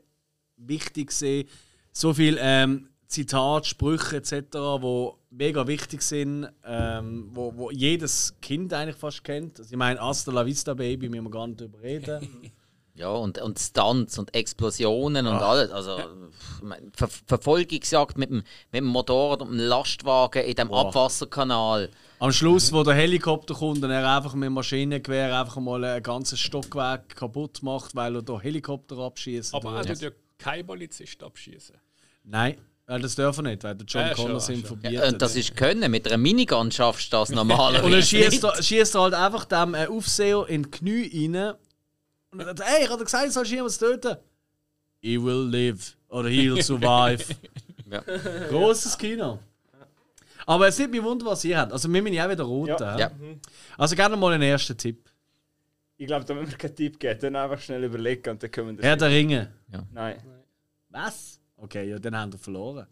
S1: wichtig gesehen, so viel ähm, Zitat, Sprüche etc., wo mega wichtig sind, ähm, wo, wo jedes Kind eigentlich fast kennt. Also ich meine, Asta la Vista Baby, müssen wir gar nicht drüber reden.
S4: Ja, und, und Stunts und Explosionen und alles. Also pff, ich mein, Ver Verfolgungsjagd mit dem, mit dem Motorrad und dem Lastwagen in dem Abwasserkanal.
S1: Am Schluss, wo der Helikopter kommt und er einfach mit dem Maschinengewehr einfach mal ein ganzes Stockwerk kaputt macht, weil er da Helikopter abschießt.
S5: Aber er
S1: Ja.
S5: tut ja keinen Polizisten abschießen.
S1: Nein, weil das dürfen wir nicht, weil der John
S5: Ja, schon,
S1: Connor sind
S5: schon.
S1: verbieten.
S4: Ja, und das ist können. Mit einer Minigun schaffst du das normalerweise.
S1: Und dann
S4: nicht.
S1: schießt er, schießt er halt einfach dem äh, Aufseher in die Knie rein. Und er sagt, hey, ich habe gesagt, du sollst jemanden töten. He will live. Oder he'll survive.
S4: Ja.
S1: Großes Kino. Aber es nimmt mich wunder, was ihr habt. Also wir müssen ja auch wieder rot.
S3: Ja.
S1: hä?
S4: Ja.
S1: Also gerne mal einen ersten Tipp.
S3: Ich glaube, da müssen wir keinen Tipp geben. Dann einfach schnell überlegen und dann können wir
S1: Herr
S3: das.
S1: der Ringe.
S3: Nein.
S1: Was? Okay, ja, dann haben wir verloren.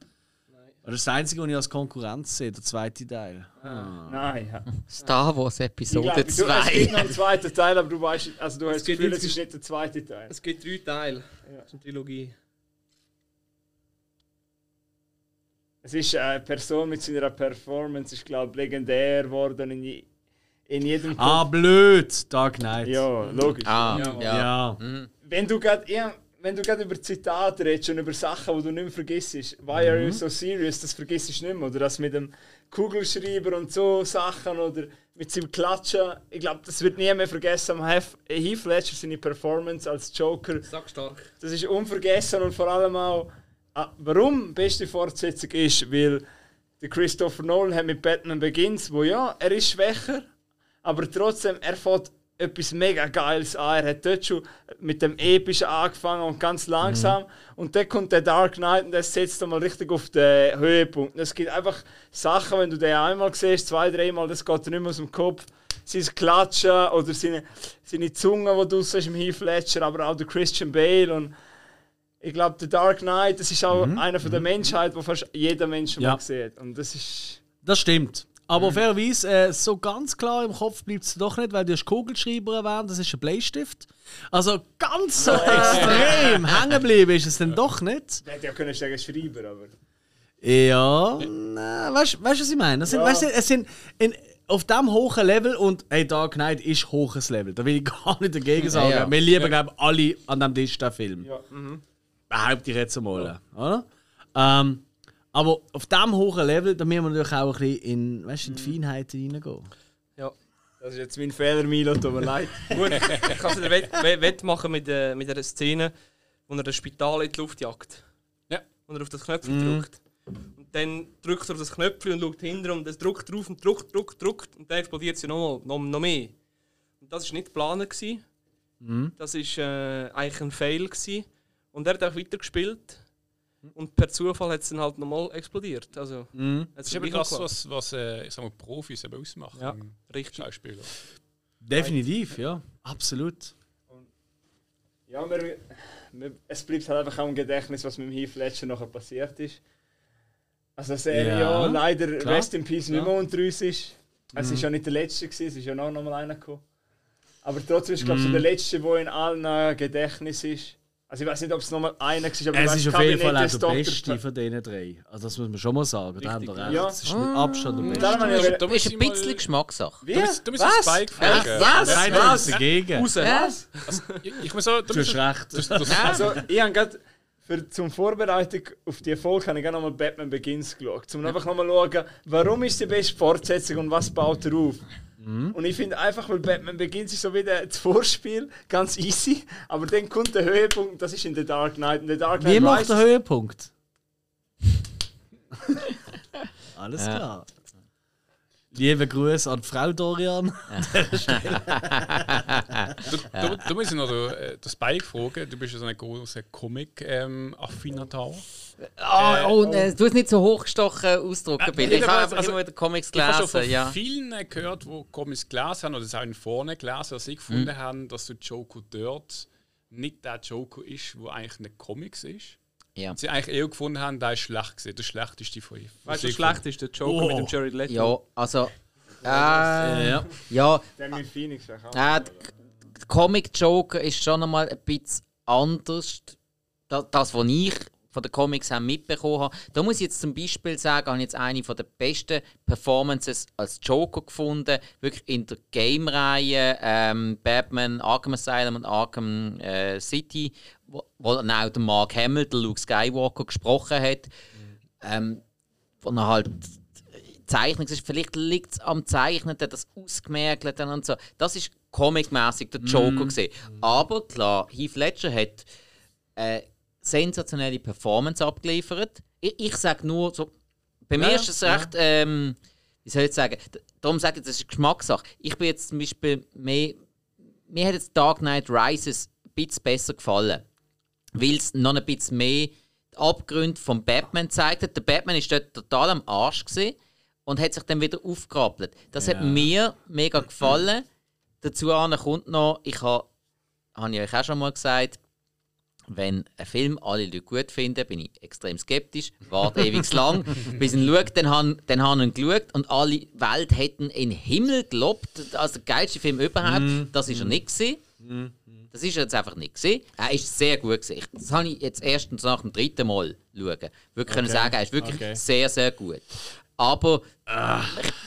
S1: Das ist das Einzige, was ich als Konkurrenz sehe, der zweite Teil. Ah.
S3: Nein. Ja.
S4: Star Wars
S3: Ich glaub,
S4: Episode
S3: du, es gibt
S4: 2.
S3: noch einen zweiten Teil, aber du weißt, also du hast das
S2: geht
S3: Gefühl, es
S2: insgesamt-
S3: ist nicht der zweite Teil.
S2: Es gibt drei Teile. Das ist eine Trilogie.
S3: Es ist äh, eine Person mit seiner Performance, ist glaube legendär geworden in, je- in jedem.
S1: Ah, blöd! Dark Knight.
S3: Ja, logisch.
S4: Ah,
S1: Ja.
S4: ja.
S3: Wenn du gerade ja, wenn du gerade über Zitate redest und über Sachen, die du nicht mehr vergisst, why are you so serious, das vergisst du nicht mehr. Oder das mit dem Kugelschreiber und so Sachen oder mit seinem Klatschen. Ich glaube, das wird nie mehr vergessen. Am Hef- Heath Ledger, seine Performance als Joker,
S2: Sag stark.
S3: das ist unvergessen und vor allem auch, ah, warum beste Fortsetzung ist, weil der Christopher Nolan hat mit Batman Begins, wo ja, er ist schwächer, aber trotzdem, er fährt etwas mega Geiles an. Er hat dort schon mit dem Epischen angefangen und ganz langsam. Und dann kommt der Dark Knight und das setzt dann mal richtig auf den Höhepunkt. Und es gibt einfach Sachen, wenn du den einmal siehst, zwei, dreimal, das geht dir nicht mehr aus dem Kopf. Sein Klatschen oder seine, seine Zunge, die du siehst im Heath Ledger, aber auch der Christian Bale. Und ich glaube, der Dark Knight, das ist auch einer von der Menschheit, wo fast jeder Mensch
S1: Ja.
S3: mal sieht. Und das ist...
S1: Das stimmt. Aber fairerweise, äh, so ganz klar im Kopf bleibt es doch nicht, weil du hast Kugelschreiber erwähnt, das ist ein Bleistift. Also ganz so extrem hängen geblieben ist es dann doch nicht.
S3: Der hätte ja können sagen Schreiber, aber...
S1: Ja, Äh, na, weißt du, was ich meine? Das sind,
S3: Ja.
S1: weißt, es sind in, auf diesem hohen Level und hey, Dark Knight ist hohes Level. Da will ich gar nicht dagegen sagen.
S4: ja.
S1: Wir lieben, glaube ich, alle an dem Tisch den Film.
S3: Ja.
S1: behaupte ich jetzt einmal. Oder? Ähm, aber auf diesem hohen Level, da müssen wir natürlich auch ein bisschen in, weißt, in die Feinheiten reingehen.
S2: Ja.
S3: Das ist jetzt mein Fehler, Milo, tut mir leid.
S2: Gut, ich kann es wett, wett, wettmachen mit, äh, mit einer Szene, wo er das Spital in die Luft jagt.
S5: Ja.
S2: Und er auf das Knöpfchen
S4: Mhm.
S2: drückt. Und dann drückt er auf das Knöpfchen und schaut hinter und es drückt drauf und drückt, drückt, drückt. Und dann explodiert es ja noch, noch, noch mehr. Und das war nicht geplant. gewesen.
S4: Mhm.
S2: Das war äh, eigentlich ein Fail. Gewesen. Und er hat auch weitergespielt. Und per Zufall hat es dann halt nochmal explodiert. Also,
S5: Das Mhm. ist eben das, was, was äh, ich sag mal, Profis eben ausmachen.
S2: Ja.
S5: im
S2: Richtig.
S5: Schauspieler.
S1: Definitiv, ja. Absolut.
S3: Ja, wir, wir, es bleibt halt einfach auch im Gedächtnis, was mit dem Heath Ledger nachher passiert ist. Also dass er
S1: Ja,
S3: ja, leider
S1: klar, Mhm.
S3: Rest in Peace nicht
S1: klar.
S3: mehr unter uns ist. Also, Es ist ja nicht der Letzte, gewesen, es ist ja noch, noch mal einer gekommen. Aber trotzdem ist
S1: Mhm.
S3: glaube ich so der Letzte, der in allen äh, Gedächnis ist. Also ich weiß nicht, ob es nochmal einer war, aber
S1: Es
S3: ich
S1: ist
S3: weiss,
S1: auf jeden Fall
S3: Kabinett
S1: auch
S3: des
S1: der
S3: Dr.
S1: Beste von diesen drei. Also das muss man schon mal sagen. Da haben wir recht.
S3: Ja. Mhm.
S1: Das ist mit Abstand der Beste.
S3: Darum habe ich
S5: Da
S3: auch-
S5: muss
S4: Ist ein
S5: ich mal-
S4: bisschen Geschmackssache.
S3: Wie?
S5: Da muss- da muss ich
S3: Was?
S5: Spike fragen.
S1: Nein, du bist dagegen.
S2: Raus!
S4: Was?
S5: Ich, ich muss auch. Da
S1: Du
S5: muss
S1: hast
S5: ich,
S1: recht.
S5: das, das,
S3: Also, ich habe gerade für, zum Vorbereitung auf die Folge habe ich gerne nochmal Batman Begins geschaut, um einfach nochmal zu schauen, warum ist die beste Fortsetzung und was baut er auf.
S1: Mhm.
S3: Und ich finde einfach, weil Batman Begins ist so wieder das Vorspiel, ganz easy, aber dann kommt der Höhepunkt, und das ist in The Dark Knight. Und The Dark Knight
S1: Wie macht der
S3: Rises-
S1: Höhepunkt? Alles klar. Liebe Grüße an die Frau Dorian.
S5: da, da, da muss ich noch den, äh, den Spike fragen. Du bist ja so ein großer ähm, Comic-Affinator.
S4: Ah, oh, ne, du hast nicht so hochgestochen ausdrucken, Bill. Ich
S5: jeder
S4: habe
S5: weiß,
S4: einfach
S5: also,
S4: immer wieder Comics
S5: ich habe schon von
S4: gelesen. äh, Ja.
S5: vielen
S4: Mhm.
S5: gehört, die Comics gelesen haben oder das auch in vorne gelesen, dass sie gefunden haben, dass du Joker dort nicht der Joker ist, der eigentlich in den Comics ist.
S4: Ja.
S5: Sie eigentlich eher gefunden haben, der ist schlecht gewesen, der schlechteste von ihnen.
S2: Weißt du, was schlecht ist? Der Joker mit dem Jared Leto.
S4: Oh. Ja, also. Äh,
S1: Ja.
S4: ja,
S3: Dann mit Phoenix vielleicht auch.
S4: Nein, der Äh, Comic Joker ist schon einmal ein bisschen anders. Da- Das, was ich von den Comics her mitbekommen habe. Da muss ich jetzt zum Beispiel sagen, habe ich jetzt eine der besten Performances als Joker gefunden. Wirklich in der Game-Reihe ähm, Batman, Arkham Asylum und Arkham äh, City, wo, wo dann auch der Mark Hamill, der Luke Skywalker, gesprochen hat. Ähm, wo er halt Zeichnung ist. Vielleicht liegt es am Zeichnen, der das ausgemerkelt hat und so. Das ist comicmäßig der Joker gesehen. Aber klar, Heath Ledger hat äh, sensationelle Performance abgeliefert. Ich, ich sage nur, so, bei mir ist das recht, ähm, wie soll ich sagen, D- darum sage ich, das ist Geschmackssache. Ich bin jetzt zum Beispiel mehr, mir hat jetzt Dark Knight Rises ein bisschen besser gefallen weil es noch ein bisschen mehr die Abgründe von Batman gezeigt hat. Der Batman war dort total am Arsch gewesen und hat sich dann wieder aufgerappelt. Das hat mir mega gefallen. Dazu an kommt noch, ich habe, habe ich euch auch schon mal gesagt, wenn ein Film alle Leute gut finden, bin ich extrem skeptisch, warte ewig lang, bis ich ihn schaue, dann haben, dann haben ihn geschaut und alle Welt hätten in den Himmel gelobt, als der geilste Film überhaupt.
S1: Mhm.
S4: Das ist er nicht gewesen. Das ist er jetzt einfach nicht gewesen. Er ist sehr gut gewesen. Ich- Das habe ich jetzt erstens nach dem dritten Mal schauen. Wirklich können sagen, er ist wirklich
S1: Okay.
S4: sehr, sehr gut. Aber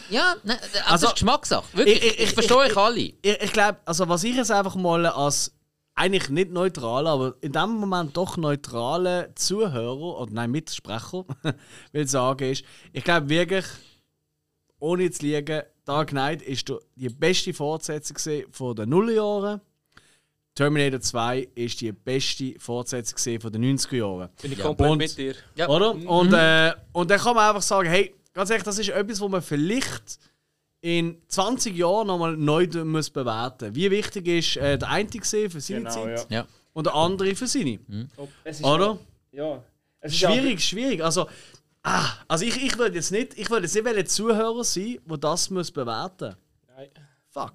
S4: ja, nein, also,
S1: Also,
S4: das ist Geschmackssache. Wirklich,
S1: ich-
S4: ich,
S1: ich-
S4: verstehe euch alle.
S1: Ich, ich glaube, also was ich jetzt einfach mal als eigentlich nicht neutraler, aber in dem Moment doch neutrale Zuhörer oder nein, Mitsprecher will sagen ist, ich glaube wirklich, ohne zu liegen, Dark Knight ist der- die beste Fortsetzung gewesen von den Nullerjahren. Terminator 2 ist die beste Fortsetzung gewesen von den 90er Jahren.
S2: Bin ich
S4: Ja.
S2: komplett
S1: Und-
S2: mit dir.
S4: Ja. Mhm.
S1: Oder? Und, äh, und dann kann man einfach sagen, hey, ganz ehrlich, das ist etwas, wo man vielleicht in 20 Jahren nochmal neu d- muss bewerten muss. Wie wichtig ist äh, der eine gewesen für seine
S3: Genau,
S1: Zeit
S3: ja.
S4: Ja.
S1: und der andere für seine.
S4: Mhm.
S3: Ob- Es ist
S1: Oder?
S3: Ja. Es ist
S1: Schwierig, schwierig. Also, ah, also ich, ich würde jetzt nicht, ich würde jetzt nicht wollen Zuhörer sein, die das muss bewerten
S3: Auch, nein.
S1: Fuck.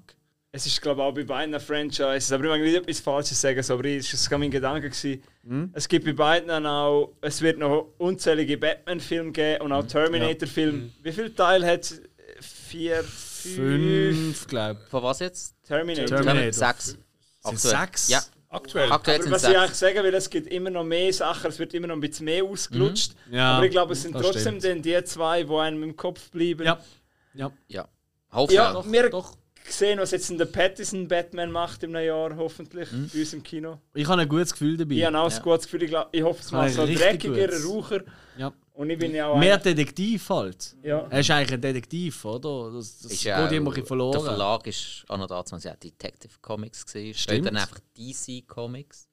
S3: Es ist, glaube ich, auch bei beiden Franchises, aber ich mag nicht etwas Falsches sagen, so, aber es war gerade mein Gedanke. Gewesen.
S1: Hm?
S3: Es gibt bei beiden dann auch, es wird noch unzählige Batman-Filme geben und auch
S1: Hm.
S3: Terminator-Filme. Wie viele Teile hat es? Vier, fünf
S1: Fünf, glaube
S4: Von was jetzt?
S3: Terminator.
S1: Terminator.
S4: Terminator. Sechs.
S1: ich. Sind
S4: Aktuell.
S1: sechs?
S4: Ja,
S5: Aktuell.
S4: aktuell
S3: Aber
S4: sind
S3: was ich eigentlich
S4: sechs.
S3: sagen will, es gibt immer noch mehr Sachen, es wird immer noch ein bisschen mehr ausgelutscht.
S1: Hm. Ja,
S3: aber ich glaube, es sind
S1: das
S3: trotzdem
S1: stimmt.
S3: dann die zwei, die einem im Kopf bleiben.
S1: Ja. Ja.
S4: Ja. Hoffe
S3: Ja,
S4: auch.
S3: wir
S1: doch.
S3: sehen, was jetzt denn der Pattinson Batman macht im neuen Jahr, hoffentlich,
S1: Hm?
S3: bei uns im Kino.
S1: Ich habe ein gutes Gefühl dabei.
S3: Ich habe auch ein gutes Gefühl, ich, glaub, ich hoffe, es macht so einen
S1: Ah, richtig
S3: dreckigeren
S1: gutes.
S3: Raucher.
S1: Ja.
S3: Und ich bin ja auch
S1: Mehr
S3: ein,
S1: Detektiv halt.
S3: ja.
S1: Er ist eigentlich ein Detektiv, oder? Das, das
S4: Ist
S1: geht
S4: ja auch-
S1: immer ein bisschen
S4: Der
S1: verloren.
S4: Verlag ist auch noch dazu, ja Detective Comics gesehen.
S1: Stimmt.
S4: Stimmt. Dann einfach DC Comics.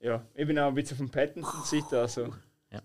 S3: ja, ich bin auch ein bisschen auf dem Pattinson-Seite. Also.
S4: Ja.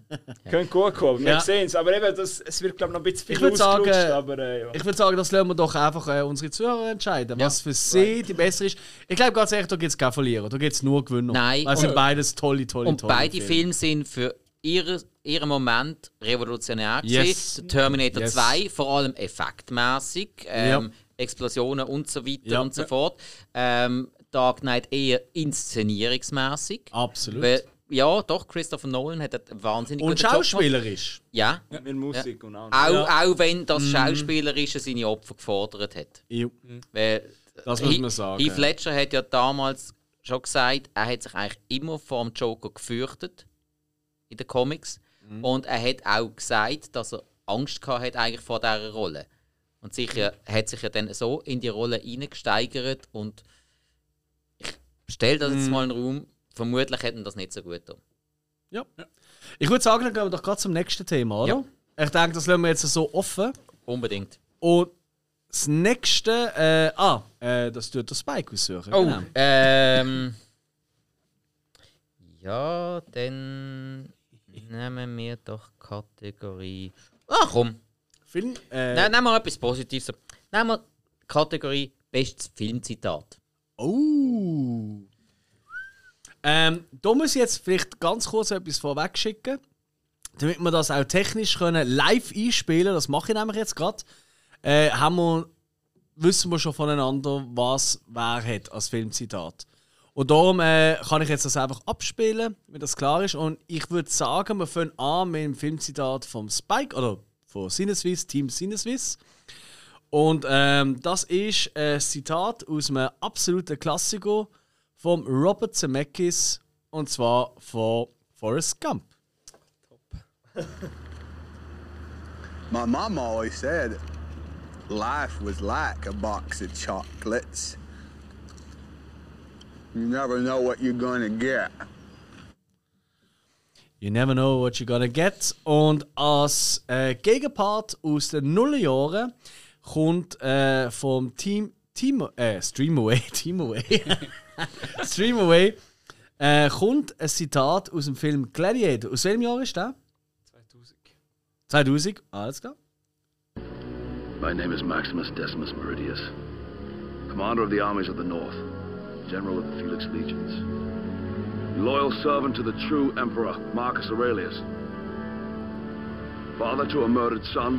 S3: Könnte gut kommen, wir
S1: Ja.
S3: sehen es. Aber eben, das, es wird, glaube ich, noch ein bisschen
S1: Ich
S3: viel
S1: würd sagen,
S3: ausgelutscht, aber äh, ja.
S1: Ich würde sagen, das lassen wir doch einfach äh, unsere Zuhörer entscheiden, was für sie die bessere ist. Ich glaube ganz ehrlich, da gibt es keine Verlierer, da gibt es nur Gewinner.
S4: Nein.
S1: Weil es sind
S4: Und-
S1: beides tolle, tolle,
S4: Und
S1: tolle
S4: beide Filme sind für ihre, ihren Moment revolutionär gewesen.
S1: Yes.
S4: Der Terminator
S1: Yes.
S4: 2, vor allem effektmäßig, ähm, Explosionen und so weiter
S1: Ja.
S4: und so fort. Ähm, Dark Knight eher inszenierungsmäßig.
S1: Absolut.
S4: Weil, ja, doch, Christopher Nolan hat einen wahnsinnig
S1: und
S4: guten Job gemacht.
S1: schauspielerisch.
S4: Ja.
S3: mit Musik und allem.
S4: Auch, auch wenn das
S1: Mhm.
S4: Schauspielerische seine Opfer gefordert hat.
S1: Ja.
S4: Weil
S1: Das muss
S4: He-
S1: man sagen.
S4: Heath Ledger hat ja damals schon gesagt, er hat sich eigentlich immer vor dem Joker gefürchtet in den Comics.
S1: Mhm.
S4: Und er hat auch gesagt, dass er Angst gehabt hat eigentlich vor dieser Rolle. Und sicher hat sich ja dann so in die Rolle hineingesteigert und ich stelle das
S1: Mhm.
S4: jetzt mal in den Raum, vermutlich hätten das nicht so gut getan.
S1: Ja. Ich würde sagen, dann gehen wir doch gerade zum nächsten Thema, oder? Ich denke, das lassen wir jetzt so offen.
S4: Unbedingt.
S1: Und das nächste, äh, ah, äh, das tut der Spike aussuchen.
S4: Oh,
S1: Genau.
S4: ähm. Ja, dann nehmen wir doch Kategorie. Ach komm,
S1: Film, äh,
S4: ne- nehmen wir etwas Positives. Nehmen wir Kategorie Bestes Filmzitat.
S1: Oh. Ähm, da muss ich jetzt vielleicht ganz kurz etwas vorweg schicken, damit wir das auch technisch können live einspielen. Das mache ich nämlich jetzt gerade. Äh, haben wir, wissen wir schon voneinander, was wer hat als Filmzitat. Und darum äh, kann ich jetzt das einfach abspielen, wenn das klar ist. Und ich würde sagen, wir fangen an mit dem Filmzitat vom Spike oder von Sinneswiss, Team Sinneswiss. Und ähm, das ist ein Zitat aus einem absoluten Klassiker von Robert Zemeckis und zwar von Forrest Gump.
S6: My mom always said life was like a box of chocolates. You never know what you're gonna get.
S1: You never know what you're gonna get. Und als äh, Gegenpart aus den Nullerjahren kommt äh, vom Team Team äh, Streamaway Teamaway Streamaway äh, kommt ein Zitat aus dem Film Gladiator. Aus welchem Jahr ist der?
S2: 2000.
S1: 2000. Alles klar.
S7: My name is Maximus Decimus Meridius, commander of the armies of the North, general of the Felix Legions, loyal servant to the true emperor, Marcus Aurelius, father to a murdered son,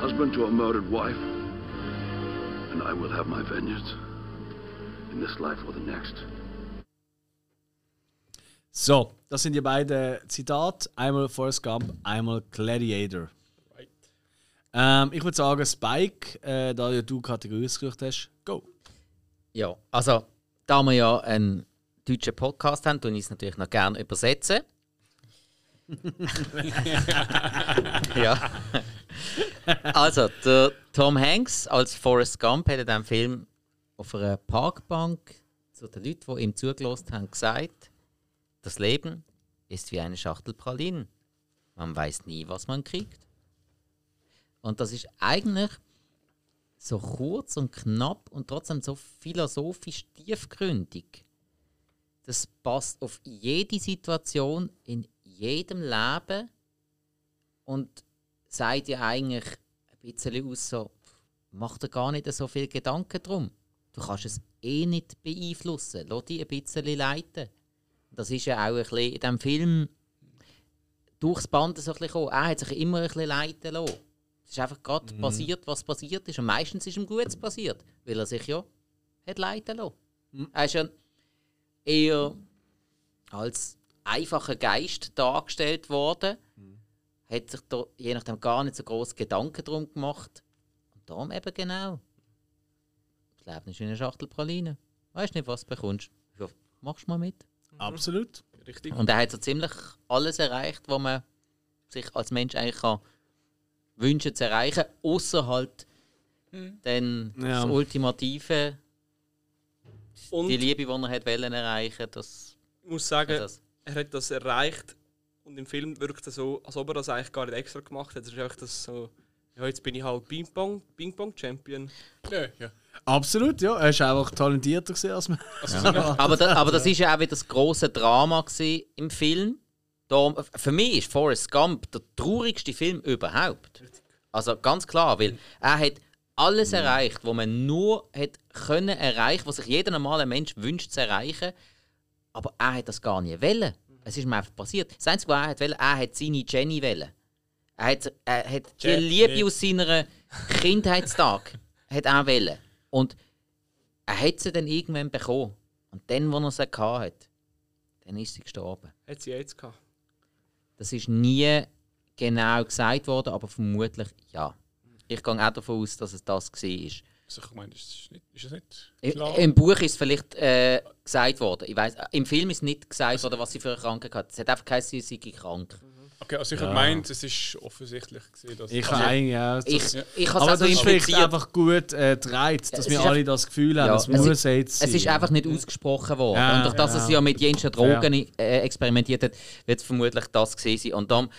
S7: husband to a murdered wife, and I will have my vengeance in this life or the next.
S1: So, das sind die beiden Zitate. Einmal Forrest Gump, einmal Gladiator. Ähm, ich würde sagen, Spike, äh, da ja du Kategorie ausgesucht hast, go.
S4: Ja, also, da wir ja einen deutschen Podcast haben, tun ich es natürlich noch gerne übersetzen. ja. Also, der Tom Hanks als Forrest Gump hat in diesem Film auf einer Parkbank zu den Leuten, die ihm zugelassen haben, gesagt: Das Leben ist wie eine Schachtel Pralinen. Man weiß nie, was man kriegt. Und das ist eigentlich so kurz und knapp und trotzdem so philosophisch tiefgründig. Das passt auf jede Situation in jedem Leben und sagt ja eigentlich ein bisschen aus, so, mach dir gar nicht so viel Gedanken drum. Du kannst es eh nicht beeinflussen. Lass dich ein bisschen leiten. Das ist ja auch ein bisschen in diesem Film durchs Band so ein bisschen gekommen. Er hat sich immer ein bisschen leiten lassen. Es ist einfach gerade passiert, was passiert ist. Und meistens ist ihm Gutes passiert, weil er sich ja hat leiten lassen. Er ist ja eher als einfacher Geist dargestellt worden, hat sich da je nachdem gar nicht so groß Gedanken drum gemacht. Und darum eben genau. Das Leben ist wie eine Schachtel Pralinen. Weißt nicht, was du bekommst. Ja, machst mal mit.
S1: Mhm. Absolut.
S2: Richtig.
S4: Und er hat so ziemlich alles erreicht, was man sich als Mensch eigentlich kann wünschen zu erreichen, außer halt dann
S1: Ja.
S4: das Ultimative,
S2: Und
S4: die
S2: ich
S4: Liebe, die er hat wollen erreichen, das
S2: muss sagen,
S4: Das.
S2: er hat das erreicht und im Film wirkt er so, als ob er das eigentlich gar nicht extra gemacht hat. Es ist einfach das so, ja, jetzt bin ich halt Ping-Pong Ping Champion.
S5: Ja, ja.
S1: Absolut, ja. Er ist einfach talentierter gewesen als man.
S4: aber, da, aber das ist ja auch wieder das große Drama gewesen im Film. Darum, für mich ist Forrest Gump der traurigste Film überhaupt. Also ganz klar, weil er hat alles erreicht, was man nur hat können erreichen, was sich jeder normale Mensch wünscht zu erreichen. Aber er hat das gar nicht wollen. Es ist ihm einfach passiert. Das Einzige, was er hat wollen, er hat seine Jenny wollen. Er hat, er hat die Liebe aus seinem Kindheitstag hat er wollen. Und er hat sie dann irgendwann bekommen. Und dann, wo er sie gehabt hat, dann ist sie gestorben.
S2: Hat sie jetzt gehabt.
S4: Das ist nie genau gesagt worden, aber vermutlich ja. Ich gehe auch davon aus, dass es das war.
S5: Also, ich meine, ist das nicht, ist das nicht klar?
S4: I- Im Buch ist es vielleicht äh, gesagt worden. Ich weiss, im Film ist nicht gesagt
S1: Also
S4: worden, was sie für eine Krankheit hat. Es hat einfach geheißen, sie sei krank.
S5: Okay, also ich ja. meine, es ist offensichtlich gesehen, dass also
S1: Ich habe eigentlich auch.
S4: Ich, ich habe
S1: aber
S4: es also
S1: das ist vielleicht
S4: interpretiert.
S1: einfach gut äh, dreht, dass
S4: Es
S1: wir
S4: ist
S1: alle das Gefühl haben,
S4: Ja,
S1: das
S4: es
S1: muss
S4: ist-
S1: jetzt sein.
S4: Es ist einfach nicht ausgesprochen worden.
S1: Ja,
S4: und durch das, dass sie ja mit jensten Drogen äh, experimentiert hat, wird es vermutlich das gesehen sein. Und dann,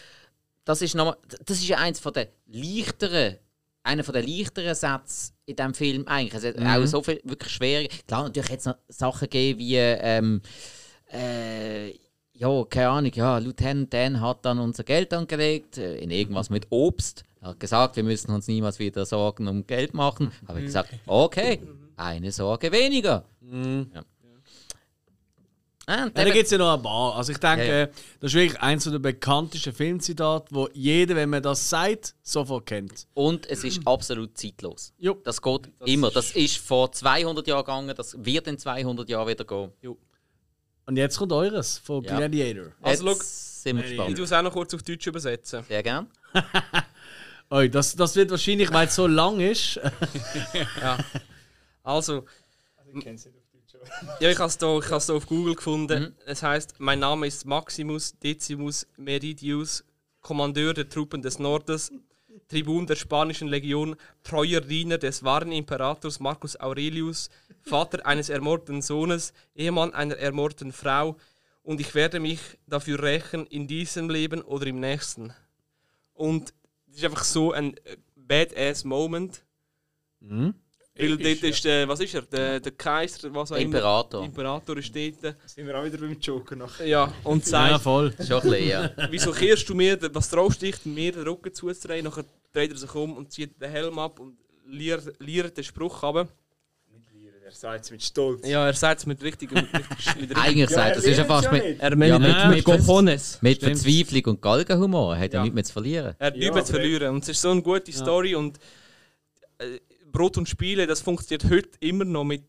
S4: das ist nochmal, das ist ja eins von der leichteren, einer von der leichteren Sätze in diesem Film eigentlich. Es hat auch so viel wirklich schwere. Klar, natürlich hat es noch Sachen gegeben wie, ähm, äh, ja, keine Ahnung, ja, Lieutenant Dan hat dann unser Geld angelegt, äh, in irgendwas mit Obst. Er hat gesagt, wir müssen uns niemals wieder Sorgen um Geld machen. Habe ich gesagt, okay, eine Sorge weniger. Mhm. Ja. Ah,
S1: Ja,
S4: und
S1: da
S4: eben-
S1: gibt es ja noch ein paar. Also ich denke,
S4: Ja, ja.
S1: äh, das ist wirklich eins der bekanntesten Filmzitate, wo jeder, wenn man das sagt, sofort kennt.
S4: Und es ist absolut zeitlos.
S1: Jo.
S4: Das geht immer. Das ist vor 200 Jahren gegangen, das wird in 200 Jahren wieder gehen.
S1: Und jetzt kommt eures von
S4: Ja.
S1: Gladiator.
S2: Also,
S4: Jetzt
S2: schau,
S4: sind wir
S2: ich tue
S4: gespannt.
S2: es auch noch kurz auf Deutsch übersetzen.
S4: Sehr gern.
S1: Oh, das, das wird wahrscheinlich, weil es so lang ist.
S2: Also,
S3: Ich kenne es nicht auf Deutsch.
S2: ja, ich habe es hier, ich habe es hier auf Google gefunden. Es heißt: Mein Name ist Maximus Decimus Meridius, Kommandeur der Truppen des Nordes, Tribun der spanischen Legion, treuer Diener des wahren Imperators Marcus Aurelius, Vater eines ermordeten Sohnes, Ehemann einer ermordeten Frau, und ich werde mich dafür rächen in diesem Leben oder im nächsten. Und es ist einfach so ein äh, badass Moment. Weil
S5: Episch,
S2: dort ist der, was ist eh, er, der, der Kaiser, was auch immer.
S4: Imperator.
S2: Imperator eh, ist dort.
S3: Sind wir auch wieder beim Joker nachher.
S2: Ja, und
S1: ja,
S2: sagt,
S1: voll.
S4: Schon ein bisschen, ja.
S2: wieso kehrst du mir, was traust du dich, mir den Rücken zuzudrehen? Nachher dreht er sich um und zieht den Helm ab und liert, liert den Spruch ab.
S3: Er sagt es mit Stolz.
S2: Ja, er sagt es mit richtig, mit richtig mit richtig-
S4: Eigentlich sagt, das ist ja fast mit,
S3: Er
S2: Er meint
S4: Ja,
S2: mit,
S4: mit-
S2: mit,
S4: mit-
S2: Cojones.
S4: mit Verzweiflung und Galgenhumor. Er hat ja,
S2: Ja.
S4: nichts mehr zu verlieren.
S2: Er hat
S3: Ja,
S2: nichts mehr äh, zu
S3: aber-
S2: verlieren. Und es ist so eine gute Story und äh, Brot und Spiele, das funktioniert heute immer noch mit.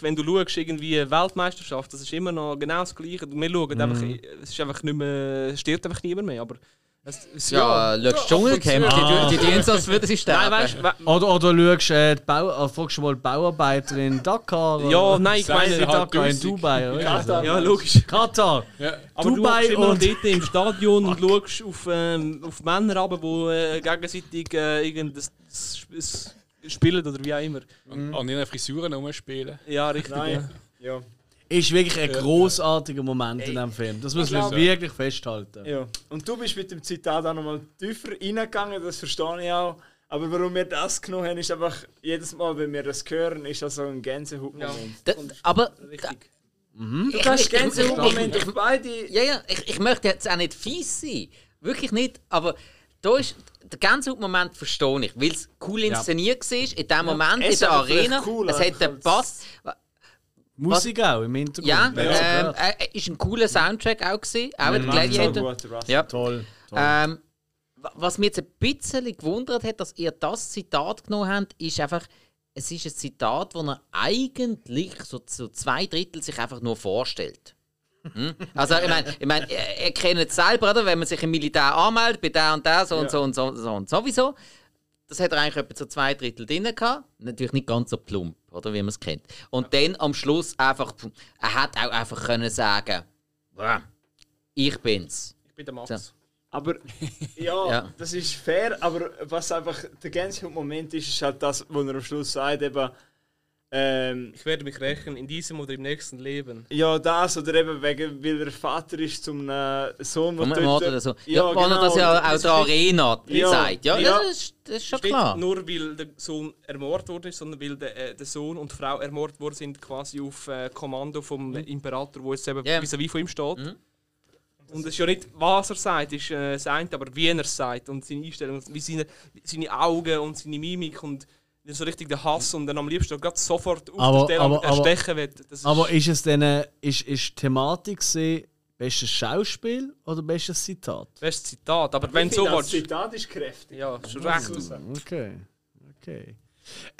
S2: Wenn du schaust, irgendwie Weltmeisterschaft, das ist immer noch genau das Gleiche. Und Wir schauen einfach, es ist einfach nicht mehr, es stirbt einfach niemand mehr. Aber es, es,
S4: Ja, ja schaust Dschungelcamp,
S1: Ah.
S4: die, die, die tun so, als würden sie sterben.
S2: Nein, weißt we
S1: Oder, oder schaust, äh, die Bau, äh, fragst du mal die Bauarbeiter in Dakar.
S2: Ja,
S1: oder
S2: nein, ich meine,
S1: in
S5: Sechseinhalb
S1: Dakar, in
S5: Tausend.
S1: Dubai. oder?
S3: Katar.
S2: ja, logisch.
S1: Katar.
S2: Aber
S1: Dubai
S2: du schaust immer noch
S1: und-
S2: dort im Stadion und schaust auf, ähm, auf Männer runter, die äh, gegenseitig äh, irgendein S- S- spielen oder wie auch immer.
S5: An an ihren Frisuren rumspielen.
S2: Ja, richtig.
S3: Nein.
S2: Ja.
S3: Ja.
S1: Ist wirklich ein großartiger Moment in diesem Film. Das muss man
S3: glaub-
S1: wirklich festhalten.
S3: ja. Und du bist mit dem Zitat auch nochmal tiefer reingegangen, das verstehe ich auch. Aber warum wir das genommen haben, ist einfach, jedes Mal, wenn wir das hören, ist das so ein Gänsehautmoment.
S4: Da- aber.
S2: Richtig.
S4: Du
S3: Du hast Gänsehautmoment auf beide.
S4: Ja, ja, ich, ich möchte jetzt auch nicht fies sein. Wirklich nicht. Aber da ist der ganze Moment verstehe ich, weil es cool inszeniert war. In dem Moment,
S3: Es
S4: in
S3: ist
S4: der
S3: aber vielleicht
S4: Arena,
S3: cool,
S4: es
S3: einfach
S4: hat den
S3: als-
S4: Pass.
S1: Musik auch im Hintergrund.
S4: Ja,
S1: Wer hat's
S4: ähm,
S1: gehört?
S4: äh, ist ein cooler Soundtrack auch gewesen, auch ein
S3: So
S4: Gladiator.
S3: gut, Russell.
S4: Ja.
S1: toll. toll.
S4: Ähm, wa- was mich jetzt ein bisschen gewundert hat, dass ihr das Zitat genommen habt, ist einfach, es ist ein Zitat, wo er eigentlich so zu zwei Drittel sich einfach nur vorstellt. Hm? Also ich meine, ich mein, ihr ihr kennt es selber, oder? wenn man sich im Militär anmeldet, bei der und der, so und so und so, so und sowieso. Das hat er eigentlich etwa zu zwei Drittel drin gehabt. Natürlich nicht ganz so plump, oder wie man es kennt. Und dann am Schluss einfach, er hat auch einfach können sagen, «Bäh, ich bin's.
S2: Ich bin der Max.
S3: Aber ja,
S4: Ja.
S3: das ist fair, aber was einfach der Gänsehautmoment ist, ist halt das, was er am Schluss sagt, eben, ähm,
S2: Ich werde mich rächen in diesem oder im nächsten Leben.
S3: ja, das oder eben wegen, weil er Vater ist zum äh, Sohn,
S4: Vom
S3: dort-
S4: Mord oder so. Ja,
S3: äh, Ja,
S4: ja genau. das ja auch
S3: Das
S4: der
S3: ist-
S4: Arena
S3: Ja.
S4: zeigt. Ja,
S3: Ja.
S4: Das, ist, das ist schon
S2: Nicht
S4: klar.
S2: nur, weil der Sohn ermordet worden ist, sondern weil der, äh, der Sohn und die Frau ermordet worden sind, quasi auf äh, Kommando vom
S1: Mhm.
S2: Imperator, wo jetzt eben
S4: Ja.
S2: vis-à-vis von ihm steht. Und es ist ja nicht, was er sagt, ist äh, das eine, aber wie er es sagt und seine Einstellung, und wie seine, seine Augen und seine Mimik und so richtig der Hass und dann am liebsten gerade sofort
S1: Aber-
S2: aufstellen und
S1: aber- aber-
S2: erstechen wird. Das ist,
S1: Aber ist es denn, äh, ist, ist die Thematik gesehen, bestes Schauspiel oder bestes Zitat?
S2: das ist ein Zitat, aber wenn
S3: Ich
S2: so
S3: finde, das
S2: willst.
S3: Zitat ist kräftig.
S2: Ja, schon recht.
S1: Okay, okay.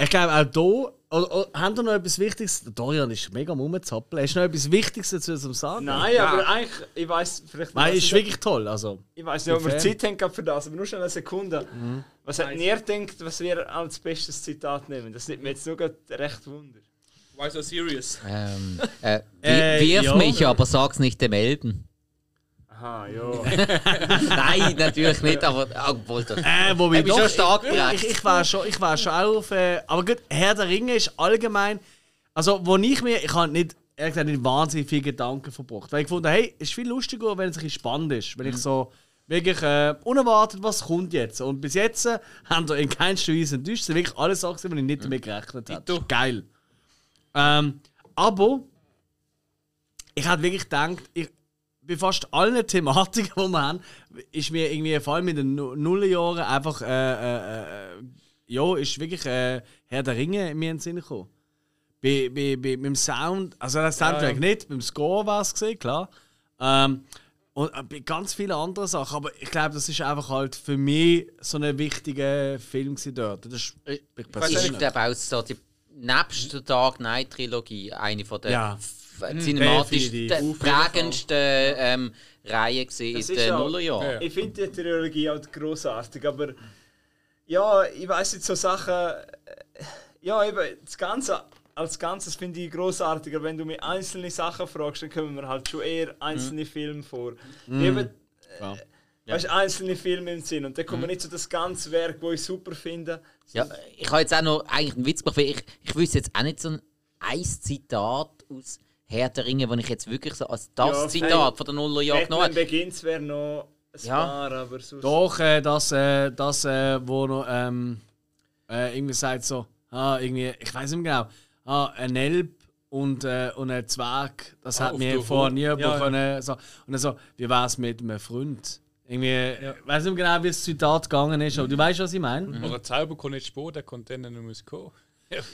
S1: Ich glaube auch da, oder, oder, habt ihr noch etwas Wichtiges? Dorian ist mega am rumzappeln. Hast du noch etwas Wichtiges dazu zu sagen?
S3: Nein, aber eigentlich, ich weiß vielleicht
S1: Nein,
S3: weiss
S1: ist
S3: nicht,
S1: wirklich toll. Also,
S3: ich weiß nicht, ob wir
S1: Fan.
S3: Zeit haben gehabt für das, aber nur schon eine Sekunde.
S4: Mhm.
S3: Was hat ihr gedacht, was wir als bestes Zitat nehmen? Das nimmt mir jetzt nur gerade recht Wunder.
S2: Why so serious?
S4: Ähm, äh,
S1: Äh,
S4: wi- wirf
S1: ja.
S4: mich, aber sag's nicht dem Elben.
S3: Aha, ja.
S4: Nein, natürlich nicht, aber obwohl das.
S1: äh, wobei
S4: Ich bin schon stark
S1: ich,
S4: gerecht.
S1: ich war schon, ich war schon auch auf. Äh, aber gut, Herr der Ringe ist allgemein. Also, wo ich mir, ich habe nicht, ehrlich gesagt, nicht wahnsinnig viel Gedanken verbracht, weil ich fand, hey, ist viel lustiger, wenn es ein bisschen spannend ist, wenn ich so wirklich äh, unerwartet, was kommt jetzt. Und bis jetzt äh, haben wir in keinster Weise enttäuscht, Es sind wirklich alle Sachen, die ich nicht damit gerechnet habe. Das ist Geil. Ähm, aber ich hätte wirklich gedacht, ich, bei fast allen Thematiken, die wir haben, ist mir irgendwie vor allem in den Nu- Nullerjahren einfach, äh, äh, äh, ja, ist wirklich äh, Herr der Ringe mir in den Sinn gekommen. Bei bei, bei, bei, beim Sound, also der Soundtrack nicht, beim Score war es gesehen, klar. Ähm, und äh, bei ganz vielen anderen Sachen, aber ich glaube, das ist einfach halt für mich so ein wichtiger Film gewesen dort. Das ist ich
S4: Ist,
S1: persönlich.
S4: glaube ich, auch so die, nebst der Dark Knight Trilogie eine von der
S1: Ja.
S4: f- cinematisch
S1: definitiv.
S4: der prägendsten ähm, Reihen gewesen
S3: Das
S4: in
S3: ist
S4: den
S3: auch-
S4: Nullerjahren.
S5: Ja.
S3: Ich finde die Trilogie halt großartig, aber ja, ich weiß jetzt so Sachen. äh, Ja, eben, das Ganze als Ganzes finde ich großartig, aber wenn du mir einzelne Sachen fragst, dann kommen mir halt schon eher einzelne Filme vor. Eben, äh,
S1: Ja.
S3: Weißt einzelne Filme im Sinn und dann kommen nicht so das ganze Werk, wo ich super finde.
S4: Ja, ich habe jetzt auch noch eigentlich einen Witz gemacht, weil ich, ich wüsste jetzt auch nicht so ein, ein Zitat aus Herr der Ringe, das ich jetzt wirklich so als das
S3: Ja,
S4: Zitat
S3: hey,
S4: von der Nullerjahre genommen
S3: Batman
S4: habe.
S3: Begins wäre noch ein
S4: genau. Ja.
S3: paar, aber sonst.
S1: Doch, äh, das, äh, das äh, wo noch ähm, äh, irgendwie sagt so, ah, irgendwie, ich weiß nicht mehr genau, ah, ein Elb und, äh, und ein Zwerg,
S2: Ah,
S1: das hat
S5: auf
S1: mir
S5: der
S1: vorher
S5: Hut.
S1: nie
S2: ja.
S1: können. So. Und dann so, wie wär's mit einem Freund? Irgendwie, ich weiß nicht mehr genau, wie das Zitat gegangen ist, aber du weißt, was ich meine?
S4: Mhm.
S5: Oder der Zauber kann nicht sparen, der kann dann nicht mehr kommen.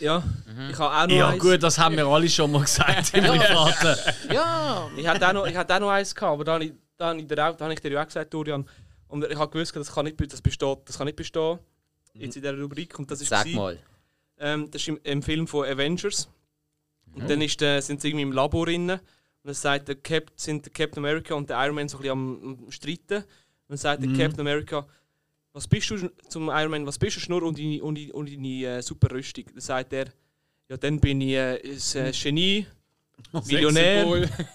S2: Ja,
S1: Mhm.
S2: ich habe auch noch
S1: Ja,
S2: eins.
S1: gut, das haben wir alle schon mal gesagt im Privaten.
S4: Ja,
S2: Ich hatte auch noch, ich hatte auch noch eins, gehabt, aber da habe ich, da habe ich, dir auch, da habe ich dir ja auch gesagt, Dorian. Und ich habe gewusst, das kann nicht, be- das besteht, das kann nicht bestehen. Jetzt in dieser Rubrik. Und das ist
S4: sag
S2: gewesen-
S4: mal.
S2: Ähm, das ist im, im Film von Avengers. Und dann ist der, sind sie irgendwie im Labor inne und dann sagt der Cap, sind der Captain America und der Iron Man so ein bisschen am, am streiten. Und dann sagt der Captain America, was bist du schn- zum Iron Man, was bist du Schnurr und deine, und, deine- und deine äh, super Rüstung? Dann sagt er, ja dann bin ich äh, ein äh, Genie, Millionär,
S5: Sexsymbol.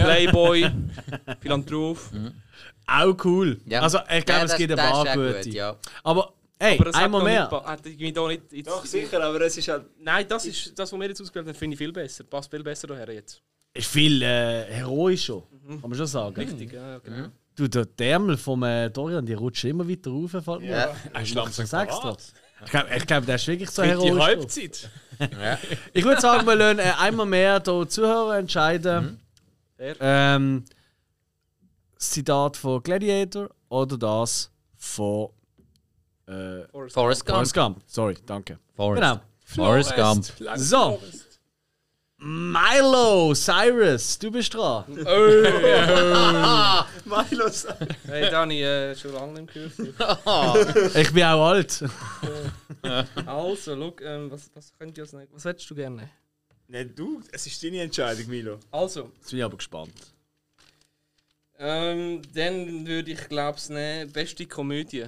S2: Playboy, Philanthrop.
S1: Auch cool.
S4: Ja.
S1: Also, ich glaube,
S4: Ja,
S1: es
S4: das-
S1: gibt ein
S4: das ist
S1: paar
S4: auch
S1: gute.
S4: gut, ja.
S1: Aber, hey,
S2: Aber das hat
S1: einmal
S2: noch nicht
S1: mehr.
S2: pa- Hat irgendwie da nicht, jetzt,
S3: Doch, sicher, aber es ist halt.
S2: Nein, das ist das, was wir jetzt ausgewählt haben, finde ich viel besser. Passt viel besser daher jetzt.
S1: Ist viel äh, heroischer, kann man schon sagen.
S2: Mhm. Richtig, ja, ja,
S4: Mhm.
S2: genau.
S1: Du, der Därmel vom äh, Dorian, die rutscht immer weiter rauf. Fällt mir.
S4: Ja.
S5: Ein Schlammsack.
S1: Sagst du? Ich glaube, ich glaub, der ist wirklich so
S5: Die
S1: heroisch.
S5: Halbzeit.
S1: Ich würde sagen, wir lassen äh, einmal mehr die Zuhörer entscheiden.
S4: Mhm.
S2: Fair.
S1: Ähm, das Zitat von Gladiator oder das von
S4: Forrest Gump.
S1: Forrest Gump. Sorry, danke.
S4: Forrest,
S1: Genau.
S4: Forrest Gump.
S1: So. Milo Cyrus, du bist dran.
S3: Milos.
S2: Hey, da habe ich äh, schon lange nicht mehr gehört.
S1: Ich bin auch alt.
S2: Also, schau, ähm, was, was könnt ihr als nächstes? Was hättest du gerne?
S3: Nein, du, es ist deine Entscheidung, Milo.
S2: Also,
S1: Jetzt bin ich aber gespannt.
S2: ähm, dann würde ich glaube ich nehmen, beste Komödie.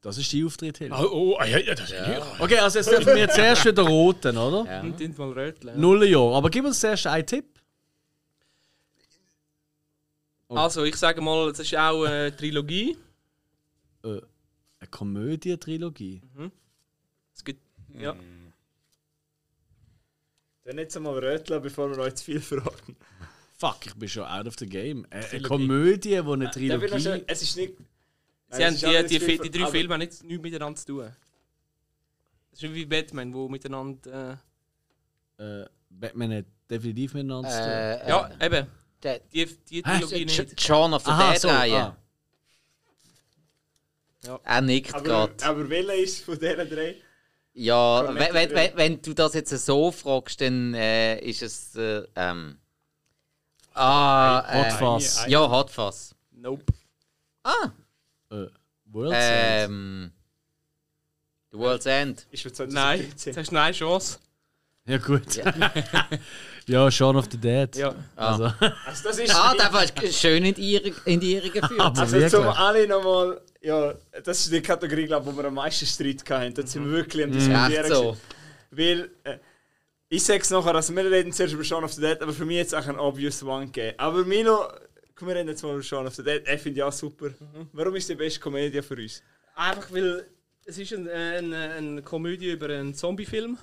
S1: Das ist die Auftritt Hill.
S5: Oh, oh, ja, ja, das ist ja.
S1: Okay, also jetzt dürfen wir zuerst wieder roten, oder?
S4: Ja.
S2: Und ja. mal röteln.
S1: Nullenjahr. Aber gib uns zuerst einen Tipp.
S2: Also, ich sage mal, es ist auch eine Trilogie.
S1: Eine Komödie-Trilogie.
S2: Es gibt, ja.
S3: Dann jetzt einmal röteln, bevor wir euch zu viel verraten.
S1: Fuck, ich bin schon out of the game. Eine, eine Komödie, die eine
S3: Ja, weil das-
S1: Trilogie.
S3: es ist nicht.
S2: Sie
S3: Nein, es ist
S2: haben
S3: auch nicht
S2: die, die, die,
S3: zu viel
S2: die
S3: ver-
S2: drei
S3: aber-
S2: Filme haben nichts, nichts miteinander zu tun. Es ist wie Batman, wo miteinander. Äh,
S1: Äh, Batman hat definitiv miteinander zu tun.
S4: Äh, äh,
S2: ja, eben.
S4: der-
S2: Die, die
S1: Hä?
S2: Trilogie
S4: J-
S2: nicht.
S4: John of the
S1: Aha,
S4: Dead
S1: so,
S4: Reihe.
S1: ah.
S4: Er nickt
S3: Aber,
S4: gerade.
S3: aber welcher ist von diesen drei?
S4: Ja, wenn,
S3: Prometheus.
S4: wenn, wenn, wenn du das jetzt so fragst, dann äh, ist es. Äh, ähm, ah,
S1: Hot
S4: äh,
S1: Fuzz.
S5: Ei.
S4: ja, Hot Fuzz.
S2: Nope.
S4: Ah,
S1: Äh, World's End.
S4: ähm. The World's End.
S3: Ist von
S2: Nein, jetzt
S3: 2013.
S2: hast du eine Chance.
S1: Ja, gut. Ja. Shaun of the Dead.
S2: Ja.
S1: Also,
S3: Also, das ist.
S4: Ah, der war schön in die Irre, in die Irre geführt.
S1: aber
S3: also,
S1: wirklich.
S3: zum alle nochmal. Ja, das ist die Kategorie, glaub, wo wir am meisten Streit hatten. Da
S2: Mhm.
S3: sind wir wirklich am
S4: Echt
S3: Diskutieren.
S4: so.
S3: gewesen. Weil. Äh, ich sag's nachher, also wir reden zuerst über Shaun of the Dead, aber für mich jetzt auch ein obvious one gegeben. Aber Milo, komm, wir reden jetzt mal über Shaun of the Dead. Er finde ich auch super.
S2: Mhm.
S3: Warum ist die beste Komödie für uns?
S2: Einfach weil es ist ein, äh, ein, eine Komödie über einen Zombiefilm.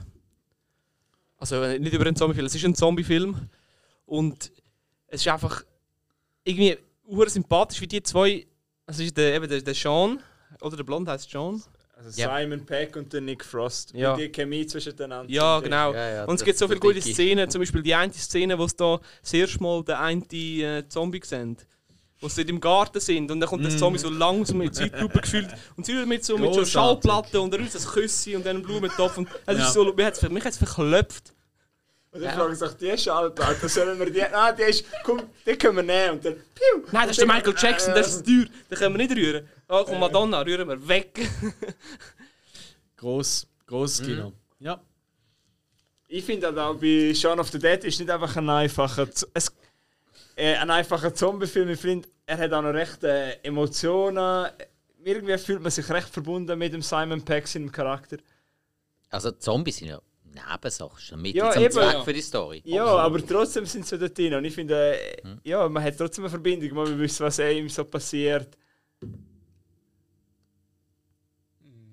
S2: Also äh, nicht über einen Zombiefilm, es ist ein Zombiefilm. Und es ist einfach irgendwie super sympathisch, wie die zwei. Also es ist der, eben der, der Sean, oder der Blond heißt Sean.
S3: Also
S4: Ja.
S3: Simon Peck und der Nick Frost.
S2: Ja.
S3: Und die Chemie zwischeneinander.
S2: Ja, genau.
S4: Ja, ja,
S2: und es
S4: das-
S2: gibt so
S4: der
S2: viele gute
S4: Dicke.
S2: Szenen, zum Beispiel die eine Szene, wo es da das erste Mal den einen äh, Zombie sehen. wo sie dort im Garten sind und dann kommt
S4: Mm.
S2: das Zombie so langsam mit Zeitlupe gefühlt und sie mit so mit so
S1: Grossartig.
S2: Schallplatten und raus das Küssi und dann einen Blumentopf und es
S1: Ja.
S2: ist so, mich hat es mich hat's verklopft.
S3: Und dann fragen sie sich, die ist alt, Alter, sollen wir die... Ah, die ist... Komm, die können wir nehmen. Und dann... Piu!
S2: Nein, das ist der Michael Jackson, das ist teuer, den können wir nicht rühren. Ah, komm Madonna, rühren wir weg.
S1: Gross, grosses Kino. Mhm. Ja.
S3: Ich finde halt auch, bei Shaun of the Dead ist nicht einfach ein einfacher... Z es, äh, ein einfacher Zombie-Film. Ich finde, er hat auch noch recht äh, Emotionen. Irgendwie fühlt man sich recht verbunden mit dem Simon Pegg, seinem Charakter.
S4: Also die Zombies sind ja Nebensache, schon mit
S3: Ja,
S4: zum
S3: eben,
S4: Zweck
S3: ja.
S4: für die Story.
S3: Ja, aber trotzdem sind sie dort drin. Und ich finde, äh, ja, man hat trotzdem eine Verbindung. Man weiß, was eh ihm so passiert.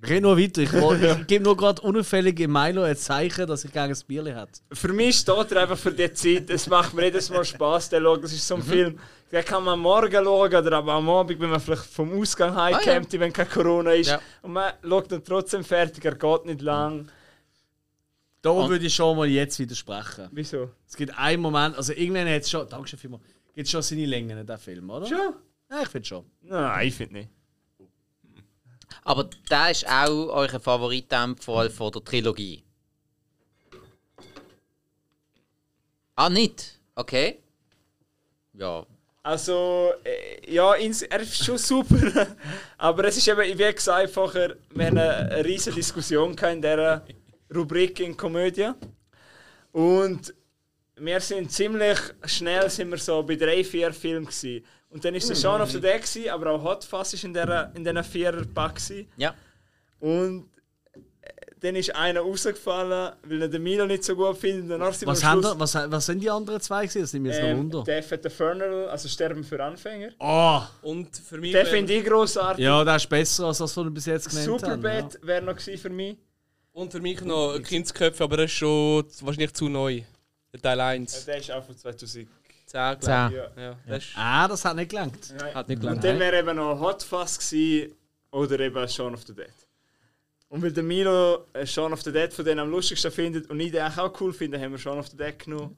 S1: Red nur weiter. Ich, wo- ich gebe nur gerade unauffällig in Milo ein Zeichen, dass ich gerne ein Bierli hat.
S3: Für mich steht er einfach für die Zeit. Es macht mir jedes Mal Spass, der schauen. Das ist so ein Film, den kann man am Morgen schauen oder aber am Abend, wenn man vielleicht vom Ausgang heimkommt, wenn kein Corona ist.
S4: Ja.
S3: Und man schaut dann trotzdem fertig, er geht nicht lang.
S1: Da würde ich schon mal jetzt widersprechen.
S3: Wieso?
S1: Es gibt einen Moment, also irgendwann hat es schon, Dankeschön vielmals, gibt schon seine Längen, der Film, oder?
S3: Schon?
S1: Ja, ich finde schon.
S3: Nein, ich finde nicht.
S4: Aber der ist auch euer Favorit in dem Fall von der Trilogie. Ah, nicht? Okay. Ja.
S3: Also, äh, ja, ins, er ist schon super. Aber es ist eben, wie gesagt, vorher, wir hatten eine riesige Diskussion gehabt in dieser Rubrik in Komödie. Und wir sind ziemlich schnell sind wir so bei drei, vier Filmen. Gewesen. Und dann ist der Shaun of the Dead, gewesen, aber auch Hot Fuzz war in, dieser- in diesen vier Pack. Gewesen.
S4: Ja.
S3: Und äh, dann ist einer rausgefallen, weil er den Milo nicht so gut findet. Und danach sind
S1: Was,
S3: wir am
S1: haben
S3: Schluss,
S1: da, was, was sind die anderen zwei gewesen? Das nimmt mir jetzt
S3: ähm,
S1: noch Wunder.
S3: Death at the Funeral, also Sterben für Anfänger.
S1: Oh,
S2: Und für mich...
S3: Den
S2: wär-
S3: finde ich grossartig.
S1: ja, der ist besser als das, was wir bis jetzt genannt haben.
S3: Superbad wäre noch gewesen für mich.
S2: Und für mich noch Kindsköpfe, aber das ist schon zu- wahrscheinlich zu neu. Der Teil 1.
S3: Der ist auch von 2000.
S2: 10,
S4: Zehn.
S2: glaube ich. Ja, das ist
S1: Ja. Ah, das hat nicht gelangt.
S2: hat nicht gelangt.
S3: Und dann wäre eben noch Hot Oh, Fuzz gewesen oder eben Shaun of the Dead. Und weil der Milo äh, Shaun of the Dead von denen am lustigsten findet und ich den eigentlich auch cool finde, haben wir Shaun of the Dead genommen.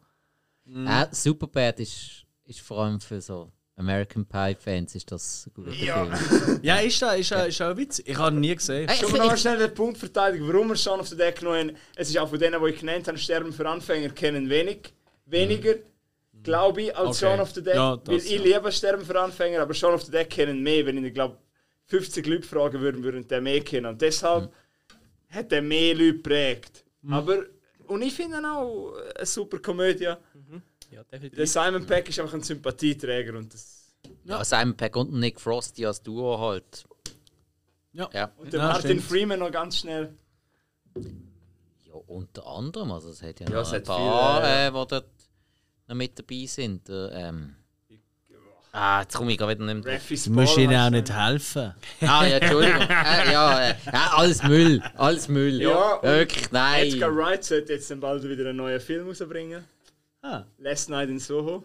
S4: Äh, Superbad ist, ist vor allem für so American Pie-Fans ist das ein guter Film.
S1: Ja, ist da, ist da, ist da ein Witz. Ich habe ihn nie gesehen.
S4: Hey, ich
S3: Schon
S4: fi-
S3: mal noch
S4: ich-
S3: schnell den Punkt verteidigen, warum wir Shaun of the Dead genommen haben. Es ist auch von denen, die ich genannt habe, Sterben für Anfänger kennen wenig. Weniger, glaube ich, als
S1: Mhm. Okay.
S3: Shaun of the Dead.
S1: Ja, das,
S3: weil ich
S1: ja.
S3: liebe Sterben für Anfänger, aber Shaun of the Dead kennen mehr. Wenn ich, glaube 50 Leute fragen würden, würden der mehr kennen. Und deshalb
S1: Mhm.
S3: hat er mehr Leute geprägt. Aber, und ich finde ihn auch eine super Komödie.
S2: Ja, definitiv.
S3: Der Simon Peck ist einfach ein Sympathieträger und das.
S4: Ja, Simon Pegg und Nick Frosty als Duo halt.
S1: Ja.
S4: ja.
S3: Und der
S1: Ja,
S3: Martin
S1: stimmt.
S3: Freeman noch ganz schnell.
S4: Ja, unter anderem. Also es hat ja,
S3: Ja,
S4: noch
S3: es
S4: ein
S3: hat
S4: paar,
S3: viele,
S4: äh, die dort noch mit dabei sind. Der, ähm, ah, jetzt komme ich gar wieder nicht mehr drauf.
S3: Raffi
S1: Du musst ihnen auch nicht helfen.
S4: Ah, ja, Entschuldigung. äh, ja, äh, ja, alles Müll. Alles Müll.
S3: Ja, und
S4: Wirklich,
S3: Edgar
S4: nein.
S3: Wright sollte jetzt dann bald wieder einen neuen Film rausbringen.
S1: Ah,
S3: Last Night in Soho.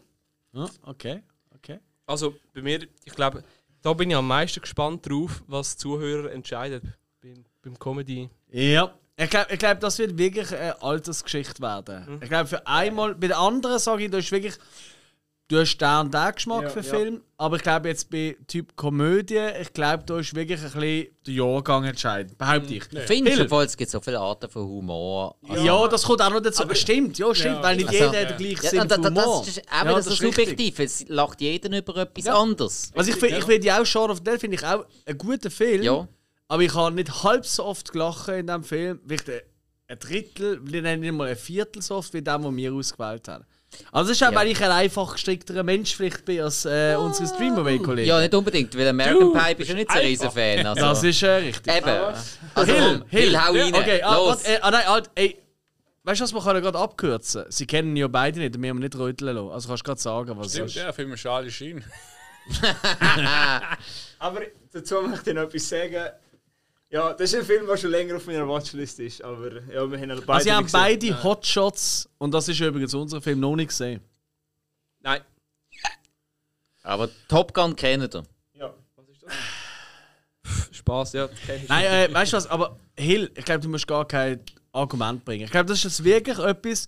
S1: ja, okay, okay.
S2: Also bei mir, ich glaube, da bin ich am meisten gespannt drauf, was die Zuhörer entscheiden beim, beim Comedy.
S1: Ja. Ich glaube, ich glaub, das wird wirklich eine Altersgeschichte werden.
S3: Mhm.
S1: Ich glaube, für einmal, bei den anderen sage ich, da ist wirklich, du hast den und den Geschmack
S3: Ja,
S1: für
S3: ja.
S1: Film, aber ich glaube jetzt bei Typ Komödie, ich glaube, da ist wirklich ein bisschen der Jahrgang entscheidend,
S3: Mhm.
S1: behaupte ich.
S4: Findest du, es gibt so viele Arten von Humor. Also,
S1: Ja, das kommt auch noch dazu. stimmt, ja, stimmt, weil nicht
S4: Also-
S1: jeder hat den gleichen
S4: ja,
S1: Sinn
S4: da,
S1: für
S4: da,
S1: Humor.
S4: das ist eben
S1: Ja,
S4: das ist
S1: richtig.
S4: subjektiv. Es lacht jeder über etwas anderes.
S1: Also ich finde ich find ja auch Shaun of the Dead finde ich auch einen guten Film.
S4: Ja.
S1: Aber ich habe nicht halb so oft gelachen in diesem Film, wie ich den- ein Drittel, wir nennen nicht mal ein Viertel so oft, wie dem, was wir ausgewählt haben. Also das ist auch, weil ich ein einfach gestrickterer Mensch vielleicht bin als äh, unsere Streamaway-Kollegen.
S4: Ah. Ja, nicht unbedingt, weil American Pie bist du nicht so ein Riesenfan. Also.
S1: Das ist äh, richtig.
S4: Eben. Also,
S1: Hill, Hill,
S4: Hill, hau rein.
S1: Okay, ah,
S4: Los.
S1: warte, äh, ah, nein, halt, ey. Weißt du was, wir können gerade abkürzen. Sie kennen ja beide nicht, und wir haben nicht röteln lassen. Also kannst du gerade sagen, was
S5: Stimmt,
S1: es ist.
S5: ja, für mich schade Schein.
S3: Aber dazu möchte ich noch etwas sagen. Ja, das ist ein Film, der schon länger auf meiner Watchlist ist, aber ja, wir haben ihn beide
S1: Also, sie haben
S3: nicht gesehen.
S1: beide Hotshots, und das ist übrigens unser Film, noch nicht gesehen.
S2: Nein,
S4: Aber Top Gun kennt ihr.
S3: Ja.
S2: pff, Spaß, ja. Okay.
S1: Nein, äh, weißt du was, aber Hill, ich glaube, du musst gar kein Argument bringen. Ich glaube, das ist jetzt wirklich etwas.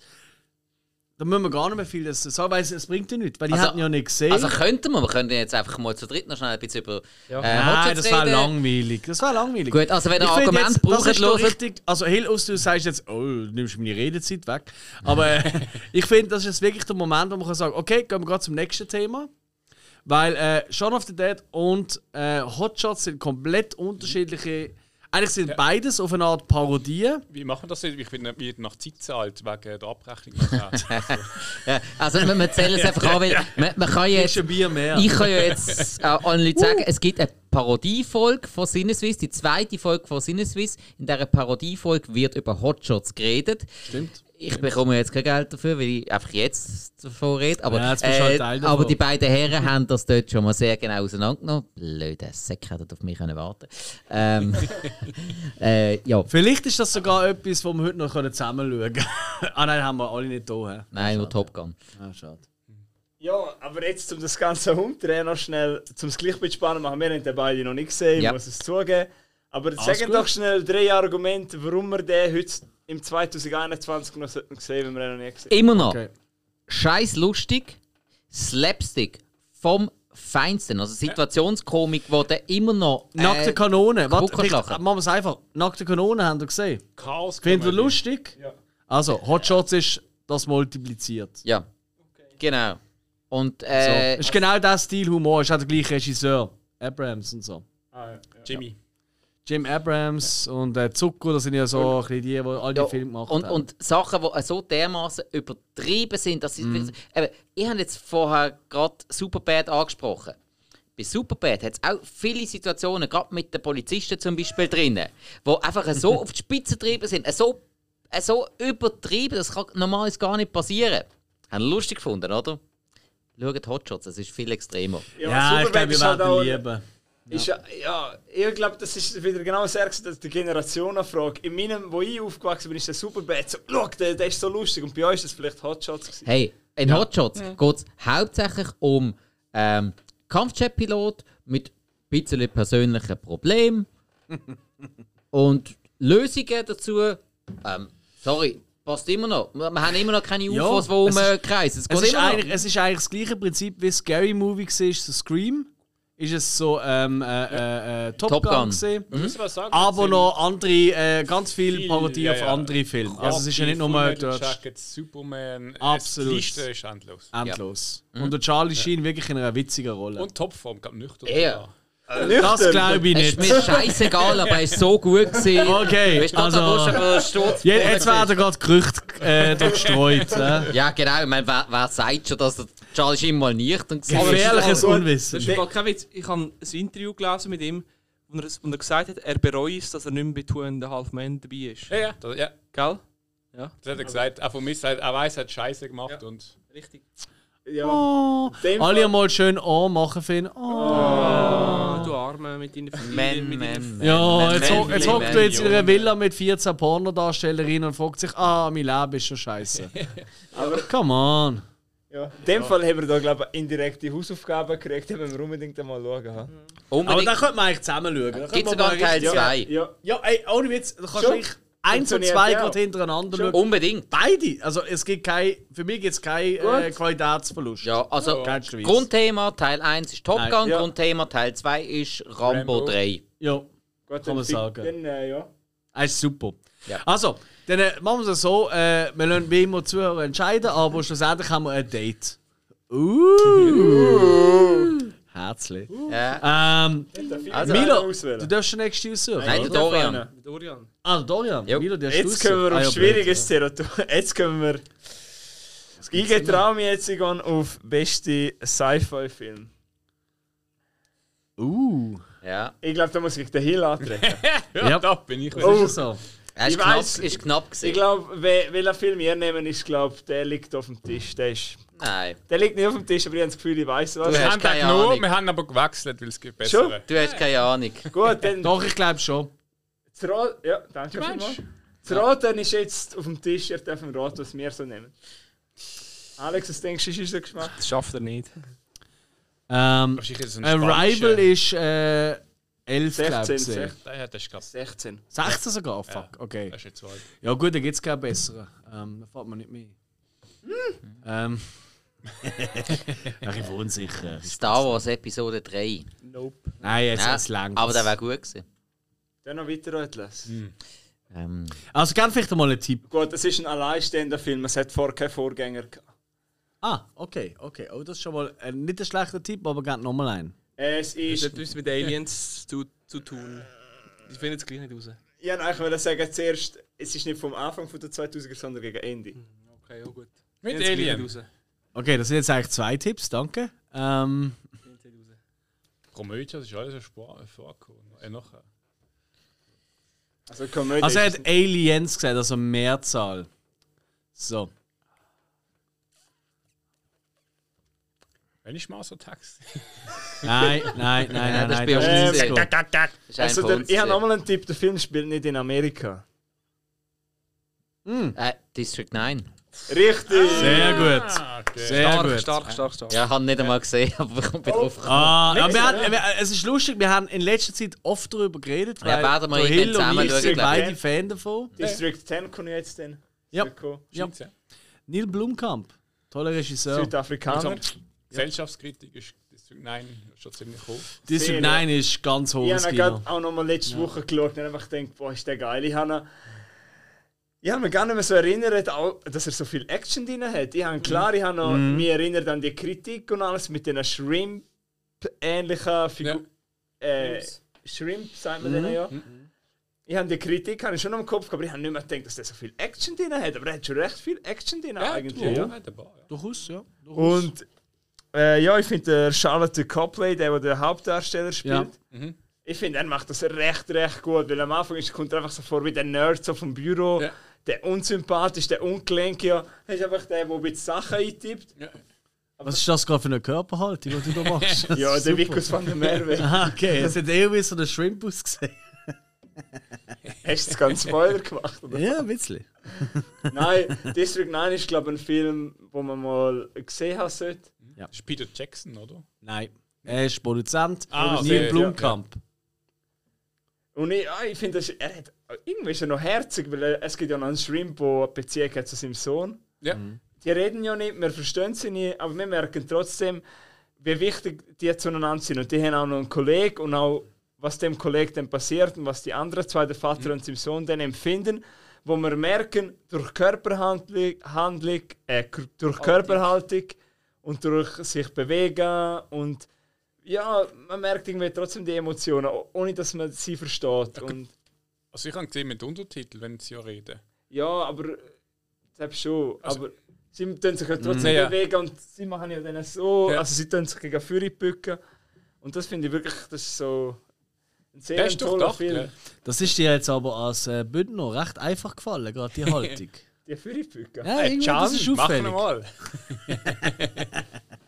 S1: Da müssen wir gar nicht mehr viel dazu sagen, weil es, es bringt ja nichts, weil die
S4: Also-
S1: hatten ja nicht gesehen.
S4: Also könnten wir, wir könnten jetzt einfach mal zu dritt noch schnell ein bisschen über äh,
S1: Nein,
S4: Hodges
S1: das war
S4: reden.
S1: langweilig. Das war langweilig.
S4: Gut, also wenn ihr
S1: Ich find
S4: Argumente
S1: jetzt, das
S4: braucht,
S1: ist doch
S4: hört-
S1: richtig. Also Hill, aus du sagst jetzt, oh, du nimmst meine Redezeit weg. Aber äh, ich finde, das ist jetzt wirklich der Moment, wo man kann sagen, okay, gehen wir gerade zum nächsten Thema. Weil äh, Shaun of the Dead und äh, Hot Shots sind komplett unterschiedliche. Eigentlich sind beides auf eine Art Parodie.
S5: Wie machen wir das jetzt? Ich bin nicht nach Zeit zahlt wegen der Abrechnung. Also,
S4: Ja, also wir, wir zählen es einfach an, weil man, man kann ja
S1: Ist Uh.
S4: jetzt,
S1: ein Bier mehr.
S4: ich kann ja jetzt äh, allen Leuten sagen, es gibt eine Parodiefolge von Sinneswiss, die zweite Folge von Sinneswiss. In dieser Parodiefolge wird über Hotshots geredet.
S1: Stimmt.
S4: Ich bekomme jetzt kein Geld dafür, weil ich einfach jetzt davon rede. Aber,
S1: Ja, jetzt bist du halt
S4: äh,
S1: Teil davon.
S4: aber die beiden Herren haben das dort schon mal sehr genau auseinandergenommen. Blöde Säcke hätten auf mich können warten ähm, äh, Ja,
S1: Vielleicht ist das sogar etwas, wo wir heute noch können zusammen schauen können. ah nein, haben wir alle nicht da. hä?
S4: nein, nur Top Gun.
S1: Ah, schade.
S3: Ja, aber jetzt, um das Ganze umzudrehen, noch schnell, um es gleich mitspannend machen, wir haben den beide noch nicht gesehen,
S4: Ja.
S3: ich muss es zugeben. Aber
S1: Alles
S3: sagen
S1: gut.
S3: doch schnell drei Argumente, warum wir den heute im 2021 noch sehen sollten, wenn wir ihn noch nicht gesehen
S4: Immer noch.
S1: Okay.
S4: scheiß lustig, Slapstick vom Feinsten. Also Situationskomik, wo der immer noch. äh,
S1: Nackte Kanone. Warte,
S4: Kuckuck
S1: vielleicht-
S4: lachen.
S1: machen wir es einfach. Nackte Kanone haben wir gesehen.
S5: Chaos.
S1: Findet ihr lustig? Also, Hot Shots ist das multipliziert.
S4: Ja. Genau. Und äh,
S1: so. Ist genau der Stil Humor, ist auch der gleiche Regisseur. Abrams und so.
S5: Jimmy.
S1: Jim Abrams und äh, Zucker, das sind ja so ein bisschen die, die all die
S4: ja,
S1: Filme gemacht
S4: und,
S1: haben.
S4: und Sachen, die äh, so dermaßen übertrieben sind, dass sie. Eben, ich habe jetzt vorher gerade Superbad angesprochen. Bei Superbad hat es auch viele Situationen, gerade mit den Polizisten zum Beispiel drinnen, wo einfach so auf die Spitze getrieben sind, äh, so, so übertrieben, das kann normalerweise gar nicht passieren. Haben ihr lustig gefunden, oder? Schaut Hotshots, es ist viel extremer.
S3: haben.
S1: ja, ich
S3: Superbad
S1: glaube, wir
S3: ist halt auch-
S1: werden lieben.
S3: Ist ja, ja, ich glaube, das ist wieder genau so, dass die Generationenfrage. In meinem, wo ich aufgewachsen bin, ist der Superbad so, schau, der, der ist so lustig. Und bei euch ist das vielleicht Hotshots gewesen.
S4: Hey, in Hotshots geht es hauptsächlich um ähm, Kampfjet-Pilot mit ein bisschen persönlichen Problemen und Lösungen dazu. Ähm, sorry, passt immer noch. Wir, wir haben immer noch keine
S1: Ja,
S4: UFOs, die
S1: es
S4: umkreisen. Es,
S1: Es
S4: geht
S1: ist,
S4: immer
S1: eigentlich,
S4: noch.
S1: es ist eigentlich das gleiche Prinzip wie Scary Movie war, so Scream. Ist es so ähm, äh, äh, äh, Top,
S4: Top
S1: Gun,
S4: Gun.
S1: gesehen.
S5: Muss ich was sagen?
S1: Aber noch andere, äh, ganz viele
S5: Viel-
S1: Parodien
S5: ja,
S1: auf
S5: ja.
S1: andere Filme. Also es ist ja nicht nur dort.
S5: Jacket, Superman,
S1: Absolut. Ah.
S5: Die Liste ist endlos.
S1: Endlos. Und der Charlie Sheen wirklich in einer witzigen Rolle.
S5: Und Topform, gerade nüchtern.
S4: Ja.
S1: das glaube ich
S4: Es ist
S1: nicht.
S4: mir scheißegal, aber er ist so gut gewesen.
S1: Okay,
S4: Weißt du, also,
S1: also-
S4: Sturz
S1: Je, jetzt werden gerade Gerüchte äh, durchstreut. ne?
S4: Ja, genau. Ich meine, wer, wer sagt schon, dass der Charlie Sheen mal nüchtern war?
S1: Gefährliches
S2: Aber- Das
S1: Unwissen.
S2: ist im Fall kein Witz. Ich habe ein Interview gelesen mit ihm, wo er, wo er gesagt hat, er bereue es, dass er nicht mehr bei Two and a Half Men dabei ist.
S5: Ja, ja, das, ja.
S2: Gell?
S5: das hat er gesagt. Auch von mir sagt, er weiß, er hat Scheiße gemacht und
S2: Richtig.
S3: Ja.
S1: Oh,
S3: Dem
S1: alle
S3: Fall-
S1: mal schön oh machen für ihn. Oh.
S2: Ah, du Arme mit deiner Familie,
S4: Man,
S2: mit deiner
S4: man,
S1: Ja,
S4: man,
S1: jetzt,
S4: man,
S1: ho- jetzt
S4: man,
S1: hockt
S4: man.
S1: du jetzt in einer Villa mit 14 Pornodarstellerinnen und fragt sich, ah, mein Leben ist schon scheiße. Aber come on.
S3: Ja. In dem Fall haben wir da, glaube ich, indirekte Hausaufgaben gekriegt, die müssen wir unbedingt einmal schauen. ha?
S1: Aber
S4: Unbedingt.
S1: da könnte man eigentlich zusammen schauen.
S4: Gibt sogar Teil 2.
S3: Ja.
S1: Ja, ey, ohne Witz, da kannst
S3: Schon.
S1: du wirklich eins und
S3: Funktioniert,
S1: zwei
S3: ja.
S1: gerade hintereinander schauen.
S4: Unbedingt.
S1: Beide. Also es gibt kein, für mich gibt es keinen äh,
S3: Gut.
S1: Qualitätsverlust.
S4: Ja, also
S1: Ganz schweiss.
S4: Grundthema Teil 1 ist Top
S1: Nein.
S4: Gun,
S3: Ja.
S4: Grundthema Teil 2 ist Rambo,
S5: Rambo.
S4: 3.
S1: ja.
S3: Gut,
S1: Kann man
S3: dann,
S1: sagen.
S3: Dann, äh, ja.
S1: Ah, ist super.
S4: Ja.
S1: Also, dann äh, machen wir es so, äh, wir lassen wie immer die Zuhörer entscheiden, aber schlussendlich haben wir ein Date. Uh. Herzlich.
S3: Uh.
S4: Ja.
S1: Ähm,
S4: Also,
S1: Milo,
S3: auswählen.
S1: du darfst den nächsten aussuchen.
S4: Nein, der
S1: oder?
S4: Dorian.
S2: Dorian.
S1: Ah, Dorian.
S4: Jo.
S1: Milo, der
S3: Jetzt kommen wir auf schwieriges Territorium. Jetzt kommen wir. Ich getraue mich jetzt ich gehe auf beste Sci-Fi-Film.
S1: Uh.
S4: Ja.
S3: Ich glaube, da muss ich den Hill antreten.
S1: Ja,
S5: da bin ich.
S1: das ist so.
S4: Er ist
S3: Ich
S4: knapp,
S3: weiss-
S4: ist knapp gewesen.
S3: ich glaube, we- welcher Film ihr nehmen, ist, glaube der liegt auf dem Tisch. Der, ist,
S4: Nein.
S3: der liegt nicht auf dem Tisch, aber ich habe das Gefühl, ich weiß was.
S4: Du
S5: Wir
S4: hast
S5: haben,
S4: keine
S5: den genommen,
S4: Ahnung.
S5: wir haben aber gewechselt, weil es gibt
S3: Schon?
S5: bessere.
S4: Du hast keine Ahnung.
S3: Gut, dann.
S1: Doch, ich glaube schon.
S3: Das Rad, ja, danke vielmals. Das Raten ist jetzt auf dem Tisch, ihr dürft im Rat, was wir so nehmen. Alex, was denkst du, ist unser Geschmack?
S2: Das schafft er nicht.
S1: Ähm,
S5: Wahrscheinlich ist es ein
S1: Arrival
S5: spanischer-
S1: ist äh, 11, glaube
S3: 16,
S1: ich.
S3: 16.
S5: Nein, ja, das ist krass.
S3: 16.
S1: 16 sogar? Fuck, okay.
S5: Das ist jetzt so alt.
S1: Ja gut, da gibt es keinen besseren. Ähm, da fällt mir nicht mehr. ein. Ähm. ich unsicher.
S4: Star Wars Episode 3.
S2: Nope.
S1: Nein, jetzt
S4: Nein,
S1: ist es lang.
S4: aber der wäre gut gewesen.
S3: Dann noch weiter Atlas.
S4: Ähm,
S1: Also gern vielleicht mal einen Tipp.
S3: Hm. Gut, es ist ein alleinstehender Film, es hat vorher keinen Vorgänger gehabt.
S1: Ah, okay, okay. Oh, das ist schon mal äh, nicht ein schlechter Tipp, aber gerne nochmal einen.
S3: Es
S2: Das
S3: ist.
S2: hat etwas mit Aliens zu, zu tun. Ich finde es gleich nicht raus.
S3: Ich wollte eigentlich sagen, zuerst, es ist nicht vom Anfang der 2000er, sondern gegen Ende.
S2: Okay, ja gut. Ich
S5: Mit
S2: find's gleich
S5: Alien.
S2: nicht raus.
S1: Okay, das sind jetzt eigentlich zwei Tipps, danke. Ähm,
S5: Komödie, das ist alles ein Sport. Vorgekommen. Äh, nachher.
S3: Also Komödie.
S1: also er hat Aliens gesagt, also Mehrzahl. So.
S5: Wenn ich mal so Tax.
S1: Nein, nein, nein, nein,
S4: das
S1: nein.
S4: Spiel
S1: das
S4: haben
S1: ist
S4: wir
S1: so.
S4: gesehen. ist ein
S3: also
S4: von
S3: der,
S4: uns
S3: ich habe
S4: gesehen.
S3: nochmal einen Tipp, der Film spielt nicht in Amerika.
S4: Äh, District 9.
S3: Richtig!
S1: Sehr gut.
S5: Ah, okay.
S1: Sehr
S2: Stark,
S1: gut.
S2: stark, stark, stark.
S4: Ja, ich habe ihn nicht einmal gesehen, aber ich bin drauf gekommen.
S1: Ah, ja, wir haben, wir, es ist lustig, wir haben in letzter Zeit oft darüber geredet, weil
S4: Ja, werden wir
S1: der
S4: irgendwann
S1: Hill und
S4: zusammen
S1: ich
S4: schauen,
S1: sind
S4: glaub
S3: ich.
S1: beide Fan davon.
S3: District 10 komme ich jetzt dann.
S1: Ja.
S3: Zurückkommen.
S1: Ja. Neil Blumkamp, toller Regisseur.
S3: Südafrikaner.
S5: Also, Gesellschaftskritik ist, ist nein, schon ziemlich hoch.
S1: District
S3: Serie.
S1: 9 ist ganz
S3: Ich
S1: hohes
S3: habe ihn
S1: Kino.
S3: gerade auch nochmal letzte Woche geschaut und einfach gedacht, boah, ist der geil. Ich habe ihn- ich habe mich gar nicht mehr so erinnert, auch, dass er so viel Action drin hat. Ich habe
S1: Mhm.
S3: ihn- klar, ich habe noch, mich erinnert an die Kritik und alles mit den Shrimp-ähnlichen Figuren. Äh, Shrimp, sagen wir denen ja. Ich habe die Kritik habe ich schon am Kopf, gehabt, aber ich habe nicht mehr gedacht, dass der so viel Action drin hat. Aber er hat schon recht viel Action drin eigentlich. Ja.
S5: Ja, der Bar, ja.
S1: Durchaus, ja. Durchaus.
S3: Und äh, ja, ich finde der Charlotte Copley, der, der den Hauptdarsteller spielt,
S1: Ja.
S3: ich finde, er macht das recht, recht gut, weil am Anfang ist, kommt er einfach so vor wie der Nerd so vom Büro,
S5: Ja.
S3: der unsympathisch, der ungelenk, ja, er ist einfach der, der ein bisschen Sachen eintippt.
S1: Was ist das gerade für eine Körperhaltung, die du da machst?
S3: Ja, der
S1: Super.
S3: Vikus van der Merwe.
S1: Ah, okay, es hat eher wie so ein Shrimp ausgesehen.
S3: Hast du das ganz Spoiler gemacht? Oder?
S1: Ja, ein bisschen.
S3: Nein, District 9 ist, glaube ich, ein Film, den man mal gesehen haben sollte.
S5: Das ist Peter Jackson, oder?
S1: Nein. Er ist Produzent,
S5: Ah,
S1: ah,
S5: sehr,
S1: Neil
S5: ja,
S1: Blumkamp.
S3: Und ich, ah, ich finde, das- er hat, irgendwie ist er noch herzig, weil er, es gibt ja noch einen Shrimp, der eine Beziehung hat zu seinem Sohn.
S5: Ja.
S3: Die reden ja nicht, wir verstehen sie nicht, aber wir merken trotzdem, wie wichtig die zueinander sind. Und die haben auch noch einen Kollegen und auch, was dem Kollegen dann passiert und was die anderen zwei, der Vater und sein Sohn, dann empfinden, wo wir merken, durch Körperhandlung, Handlung, äh, k- durch Körperhaltung und durch sich bewegen und ja, man merkt irgendwie trotzdem die Emotionen, o- ohne dass man sie versteht. Und
S5: Also ich habe gesehen mit Untertitel, wenn sie ja reden.
S3: ja, aber selbst schon.
S5: Also-
S3: aber sie tun sich ja
S1: Mhm.
S3: trotzdem
S5: Ja, ja.
S3: bewegen und sie machen ja dann so.
S5: Ja.
S3: Also sie tun sich gegen Führer bücken. Und das finde ich wirklich, das ist so ein sehr
S5: Der ist doch
S3: toller
S5: doch.
S3: Film.
S5: Ja.
S1: Das ist dir jetzt aber als äh, Bündner recht einfach gefallen, gerade die Haltung.
S3: Die Führerbücken.
S1: ja, irgendwie, Ah, das ist
S5: Äh, mach
S1: auffällig.
S5: nochmal.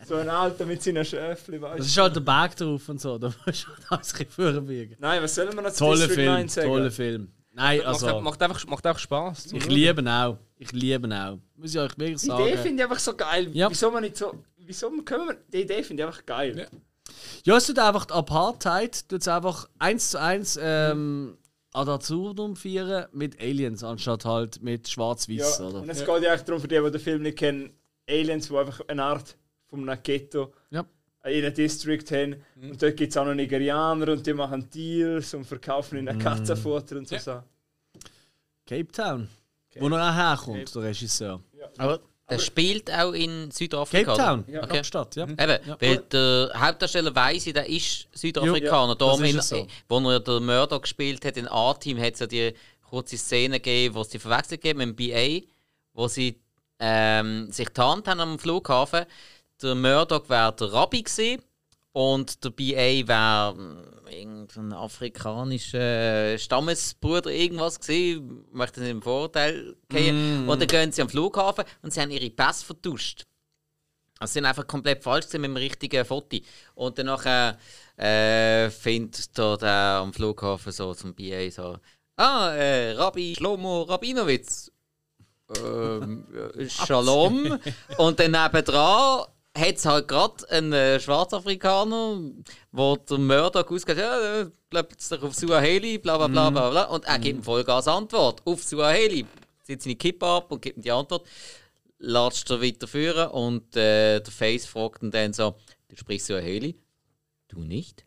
S3: So ein Alter mit seinen Schöfli,
S1: Das
S3: weißt du.
S1: ist halt der Berg drauf und so, da musst du halt alles ein bisschen vorbiegen.
S3: Nein, was sollen wir noch zu
S1: Toller
S3: District
S1: Film,
S3: 9 sagen?
S1: toller Film. Nein,
S2: macht,
S1: also,
S2: macht, einfach, macht einfach Spaß.
S1: ich liebe ihn auch. Ich liebe ihn auch. Muss ich euch wirklich
S3: Die Idee
S1: sagen.
S3: finde ich einfach so geil.
S1: Ja.
S3: Wieso man nicht so. Wieso können wir. Die Idee finde ich einfach geil.
S5: Ja.
S1: Ja, es tut einfach die Apartheid, tut einfach eins zu eins ähm, ad absurdum feiern mit Aliens, anstatt halt mit Schwarz-Weiß,
S3: Ja,
S1: oder?
S3: Und es geht ja eigentlich darum, für die, die den Film nicht kennen, Aliens, die einfach eine Art vom Ghetto
S1: Ja.
S3: in einem District haben. Und dort gibt es auch noch Nigerianer und die machen Deals und verkaufen
S1: Mhm.
S3: ihnen Katzenfutter und so. Sachen.
S1: Cape Town. Wo er auch herkommt, der Regisseur.
S4: Aber der spielt auch in Südafrika.
S1: Cape Town,
S4: oder? Okay.
S1: Kapstadt, ja.
S4: Eben, weil der Hauptdarsteller weiss ich, der ist Südafrikaner. Darum,
S1: das ist
S4: in,
S1: es so.
S4: wo er den Mörder gespielt hat, in A-Team, hat es ja die kurze Szene gegeben, wo sie verwechselt haben mit dem BA, wo sie ähm, sich getarnt haben am Flughafen. Der Mörder wäre der Rabbi gewesen und der BA wäre mm, irgendein afrikanischer Stammesbruder, irgendwas gewesen. Ich möchte nicht im Vorteil
S1: Hm.
S4: gehen. Und dann gehen sie am Flughafen und sie haben ihre Pässe vertuscht. Also sie sind einfach komplett falsch gewesen mit dem richtigen Foto. Und danach äh, findet da der am Flughafen so zum BA so Ah, äh, Rabbi Shlomo Rabinowitz. Ähm, äh, Shalom. Und dann nebendran hat es halt gerade einen äh, Schwarzafrikaner, wo der Mörder ausgeht, ja, äh, plötzlich auf Suaheli, bla bla bla bla bla. Und er gibt ihm Vollgas Antwort auf Suaheli. Zieht seine Kippe ab und gibt ihm die Antwort latscht er weiter führen und äh, der Face fragt ihn dann so: Du sprichst so eine Höhle? Du nicht?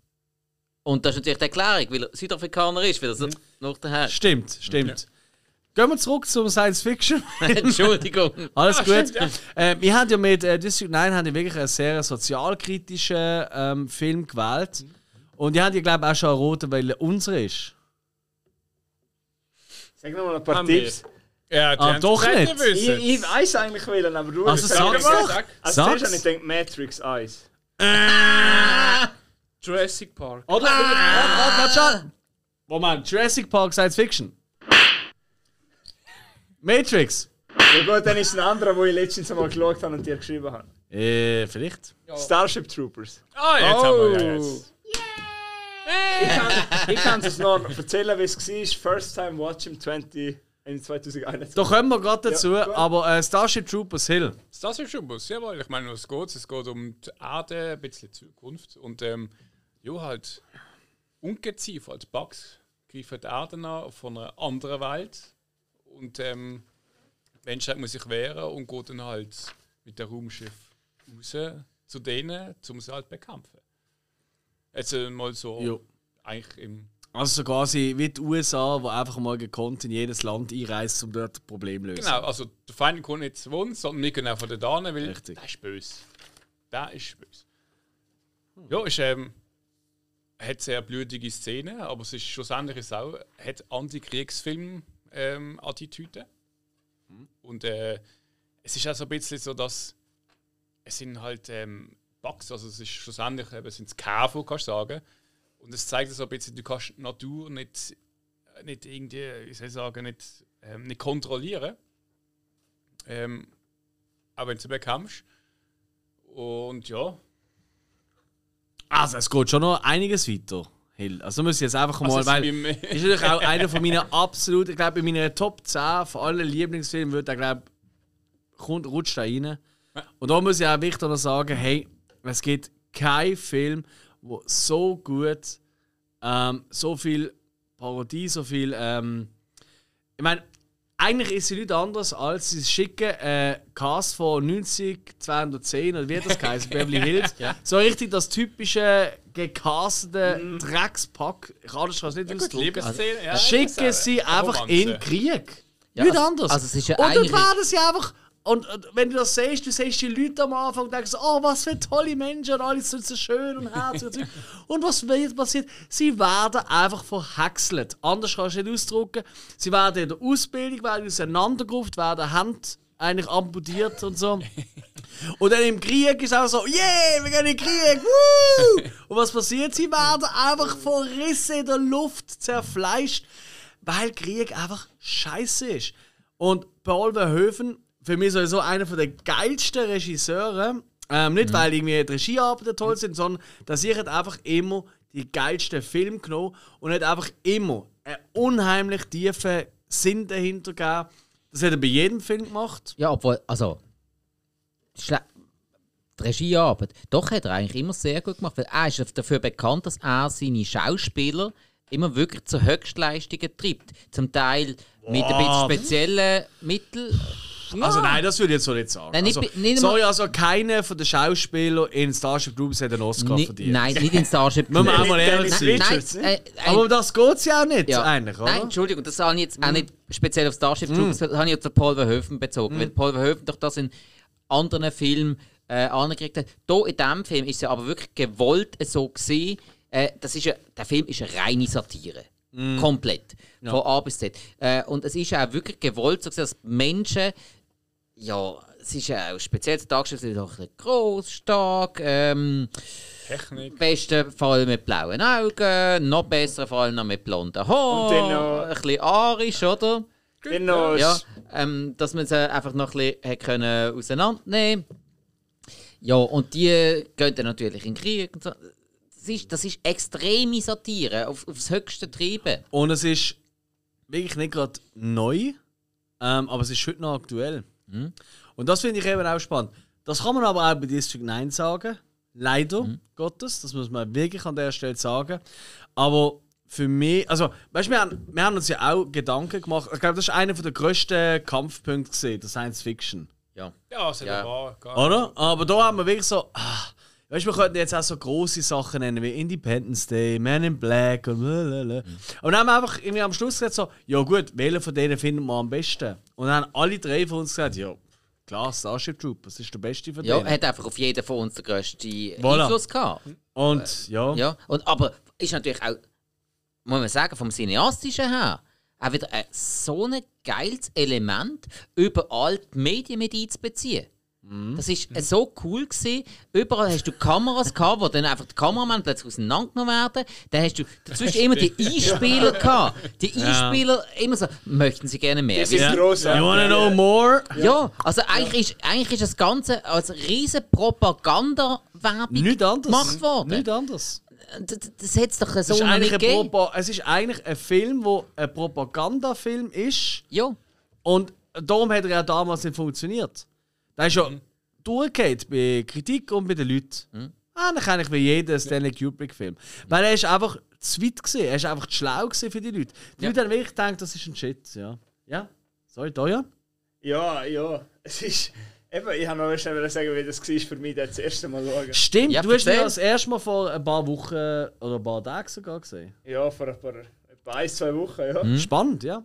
S4: Und das ist natürlich die Erklärung, weil er Südafrikaner ist, weil er so noch daher.
S1: Stimmt, stimmt. Gehen wir zurück zum Science Fiction.
S4: Entschuldigung.
S1: Alles gut. äh, wir haben ja mit äh, District 9 haben ja wirklich einen sehr sozialkritischen ähm, Film gewählt. Und ich habe ja, glaube ich, auch schon einen roten, weil er unser ist.
S3: Sag nochmal ein paar
S2: Haben
S3: Tipps.
S5: Ja, die
S1: Ah,
S5: haben's
S1: doch
S5: gesagt,
S1: nicht.
S5: wir
S3: Ich,
S5: wissen's.
S3: ich weiß eigentlich wählen, aber du
S1: Also sag's doch!
S3: Also zuerst
S1: Sag's.
S3: habe ich gedacht, Matrix 1.
S2: Jurassic Park.
S1: Oder? Ah! Warte, warte, warte. Moment, Jurassic Park Science Fiction. Matrix.
S3: Ja gut, dann ist ein anderer, den ich letztens mal geschaut habe und dir geschrieben habe.
S1: Äh, vielleicht.
S3: Starship Troopers.
S5: Ah, jetzt haben wir ja
S3: Oh.
S5: jetzt.
S3: Ich kann es noch erzählen, wie es war. First time watching 20 in 2021.
S1: Da kommen wir gerade dazu,
S3: Ja, gut.
S1: aber äh, Starship Troopers Hill.
S5: Das das ist schon was, jawohl. Ich meine, was geht es? geht um die Erde, ein bisschen Zukunft. Und ähm, ja, halt, ungeziefer als Bugs greifen die Erde an von einer anderen Welt. Und ähm, die Menschheit muss sich wehren und geht dann halt mit dem Raumschiff raus zu denen, um sie halt bekämpfen. Jetzt äh, mal so,
S1: Jo.
S5: eigentlich im.
S1: Also so quasi wie die USA, wo einfach mal gekonnt in jedes Land einreist, um dort ein Problem zu lösen.
S5: Genau, also der Feind kommt nicht zu uns, sondern wir gehen auch von da hin, weil
S1: Richtig.
S5: der ist böse. Der ist böse. Ja, ist, ähm, hat sehr blutige Szenen, aber es ist schlussendlich ist auch, hat Antikriegsfilm-Attitüde. Und äh, es ist auch so ein bisschen so, dass es sind halt ähm, Bugs, also es ist schlussendlich eben, es sind das KV, kannst du sagen. Und es zeigt so ein bisschen, du kannst die Natur nicht nicht irgendwie, ich soll ich sagen, nicht, ähm, nicht kontrollieren. Ähm, auch wenn du bekämpfst. Und ja,
S1: Also es geht schon noch einiges weiter. Hill. Also muss ich jetzt einfach mal,
S5: es
S1: weil
S5: ist beim-
S1: ist natürlich auch einer von meinen absoluten, ich glaube in meiner Top 10 von allen Lieblingsfilmen wird er glaube kommt rutscht da rein. Und da muss ich auch Victor noch sagen, hey, es gibt keinen Film, wo so gut, ähm, so viel Parodie, so viel, ähm, ich meine, eigentlich ist sie nichts anderes als sie schicken äh, Cast von 90, 210 oder wie hat das heißt, Beverly Hills. So richtig das typische gecastete Dreckspack. Ich kann das nicht
S5: gut,
S1: ausdrücken.
S5: Liebesszene. Ja,
S1: Schicken
S5: das
S1: sie
S5: auch eine
S1: einfach
S5: Romanze.
S1: in den Krieg.
S4: Ja,
S1: Nicht
S4: also-
S1: anders.
S4: also es ist ja
S1: und dann
S4: eigentlich-
S1: werden sie einfach. Und, und wenn du das siehst, du siehst die Leute am Anfang und denkst, oh, was für tolle Menschen und alle sind so schön und herzlich. und so. und was wird passiert? Sie werden einfach verhäckselt. Anders kannst du nicht ausdrücken. Sie werden in der Ausbildung, werden auseinandergerufen, werden Hand eigentlich amputiert und so. Und dann im Krieg ist auch so, yeah, wir gehen in den Krieg, woo! Und was passiert? Sie werden einfach von Rissen in der Luft zerfleischt, weil Krieg einfach scheiße ist. Und Paul Verhoeven, für mich sowieso einer von der geilsten Regisseure, ähm, nicht weil irgendwie die Regiearbeiten toll sind, sondern dass ich hat einfach immer die geilsten Filme genommen und hat einfach immer einen unheimlich tiefen Sinn dahinter gegeben. Das hat er bei jedem Film gemacht.
S4: Ja, obwohl, also. Schle die Regiearbeit. Doch hat er eigentlich immer sehr gut gemacht, weil er ist dafür bekannt, dass er seine Schauspieler immer wirklich zu Höchstleistungen treibt. Zum Teil mit ein bisschen speziellen Mitteln.
S1: Also nein, das würde ich jetzt so nicht sagen.
S4: Ah. Nein, nicht
S1: also,
S4: bei- nicht
S1: sorry,
S4: einmal-
S1: also keiner von den Schauspielern in Starship Troopers hat einen Oscar
S4: Ni-
S1: verdient.
S4: nein, nicht in Starship
S1: Muss man auch mal
S4: Nein,
S1: ehrlich sein.
S4: nein, äh, äh,
S1: Aber um das geht es ja auch nicht
S4: ja.
S1: eigentlich, oder?
S4: Nein, Entschuldigung, das habe ich jetzt auch nicht speziell auf Starship Troopers, das habe ich jetzt auf Paul Verhoeven bezogen, weil Paul Verhoeven doch das in anderen Filmen äh, angekriegt hat. Hier in diesem Film ist es ja aber wirklich gewollt so gewesen, äh, das ist ja, der Film ist eine reine Satire. Komplett. Von A bis Z. Äh, und es ist ja auch wirklich gewollt so gewesen, dass Menschen ja, es ist ja auch speziell dargestellt, sie ist auch ein bisschen gross, stark, ähm,
S5: Technik.
S4: besten Fall mit blauen Augen, noch besser Fall noch mit blonden Haaren,
S3: Und dann noch-
S4: ein bisschen arisch, oder?
S3: Dann noch
S4: Ja, ähm, dass man sie einfach noch ein bisschen hat können auseinandernehmen Ja, und die gehen dann natürlich in den Krieg. Und so. das, ist, das ist extreme Satire, auf, aufs höchste Treiben.
S1: Und es ist wirklich nicht gerade neu, ähm, aber es ist heute noch aktuell. Und das finde ich eben auch spannend. Das kann man aber auch bei District 9 sagen. Leider Gottes, das muss man wirklich an der Stelle sagen. Aber für mich, also, weißt du, wir haben, wir haben uns ja auch Gedanken gemacht. Ich glaube, das ist einer der grössten Kampfpunkte gesehen, der Science Fiction.
S4: Ja.
S5: Ja, es hat
S4: Ja.
S5: ja. war. gar-
S1: Oder? Aber da haben wir wirklich so. Ah, weißt du, wir könnten jetzt auch so große Sachen nennen wie Independence Day, Man in Black und blablabla. Aber dann haben wir einfach irgendwie am Schluss gesagt so: Ja, gut, welchen von denen finden wir am besten? Und dann haben alle drei von uns gesagt: Ja, klar, Starship Troopers ist der beste von
S4: Ja,
S1: denen.
S4: hat einfach auf jeden von uns den grössten
S1: Voilà.
S4: Einfluss gehabt.
S1: und ja.
S4: Ja, und, aber ist natürlich auch, muss man sagen, vom Cineastischen her, auch wieder ein, so ein geiles Element, überall die Medien mit einzubeziehen.
S1: Mhm.
S4: Das ist äh, so cool gewesen. Überall hast du Kameras gehabt, wo dann einfach die Kameramann plötzlich auseinandergenommen werden. Dann hast du dazwischen immer die Einspieler gehabt. Die Einspieler immer so, möchten sie gerne mehr.
S3: Das ist grossartig.
S1: You wanna know more?
S4: Ja, also eigentlich, Ist, eigentlich ist das Ganze als riesen Propaganda-Werbung
S1: Nicht anders.
S4: gemacht worden.
S1: Nicht anders.
S4: D- d- Das hätte es doch so
S1: Es ist,
S4: noch nicht
S1: eigentlich ein
S4: gegeben.
S1: Propa- es ist eigentlich ein Film, der ein Propagandafilm ist.
S4: Ja,
S1: Und darum hat er ja damals nicht funktioniert. Da ist ja
S4: Mhm.
S1: durchgehend bei Kritik und bei den Leuten. Ah, dann kann ich wie jeden Stanley
S4: Mhm.
S1: Kubrick-Film. Weil er ist einfach zu weit gesehen, er ist einfach zu schlau gewesen für die Leute. Die Leute haben wirklich gedacht, das ist ein Shit. Ja. Ja? Sorry, da ja?
S3: Ja, ja. Es ist. Eben, ich habe noch schnell sagen, wie das war für mich, das, das erste Mal schauen.
S1: Stimmt,
S4: Ja,
S1: du hast mir
S4: erzähl.
S1: das erste Mal vor ein paar Wochen oder ein paar Tagen sogar gesehen.
S3: Ja, vor ein paar, etwa ein, zwei Wochen, ja.
S1: Mhm.
S4: Mhm.
S1: Spannend, ja.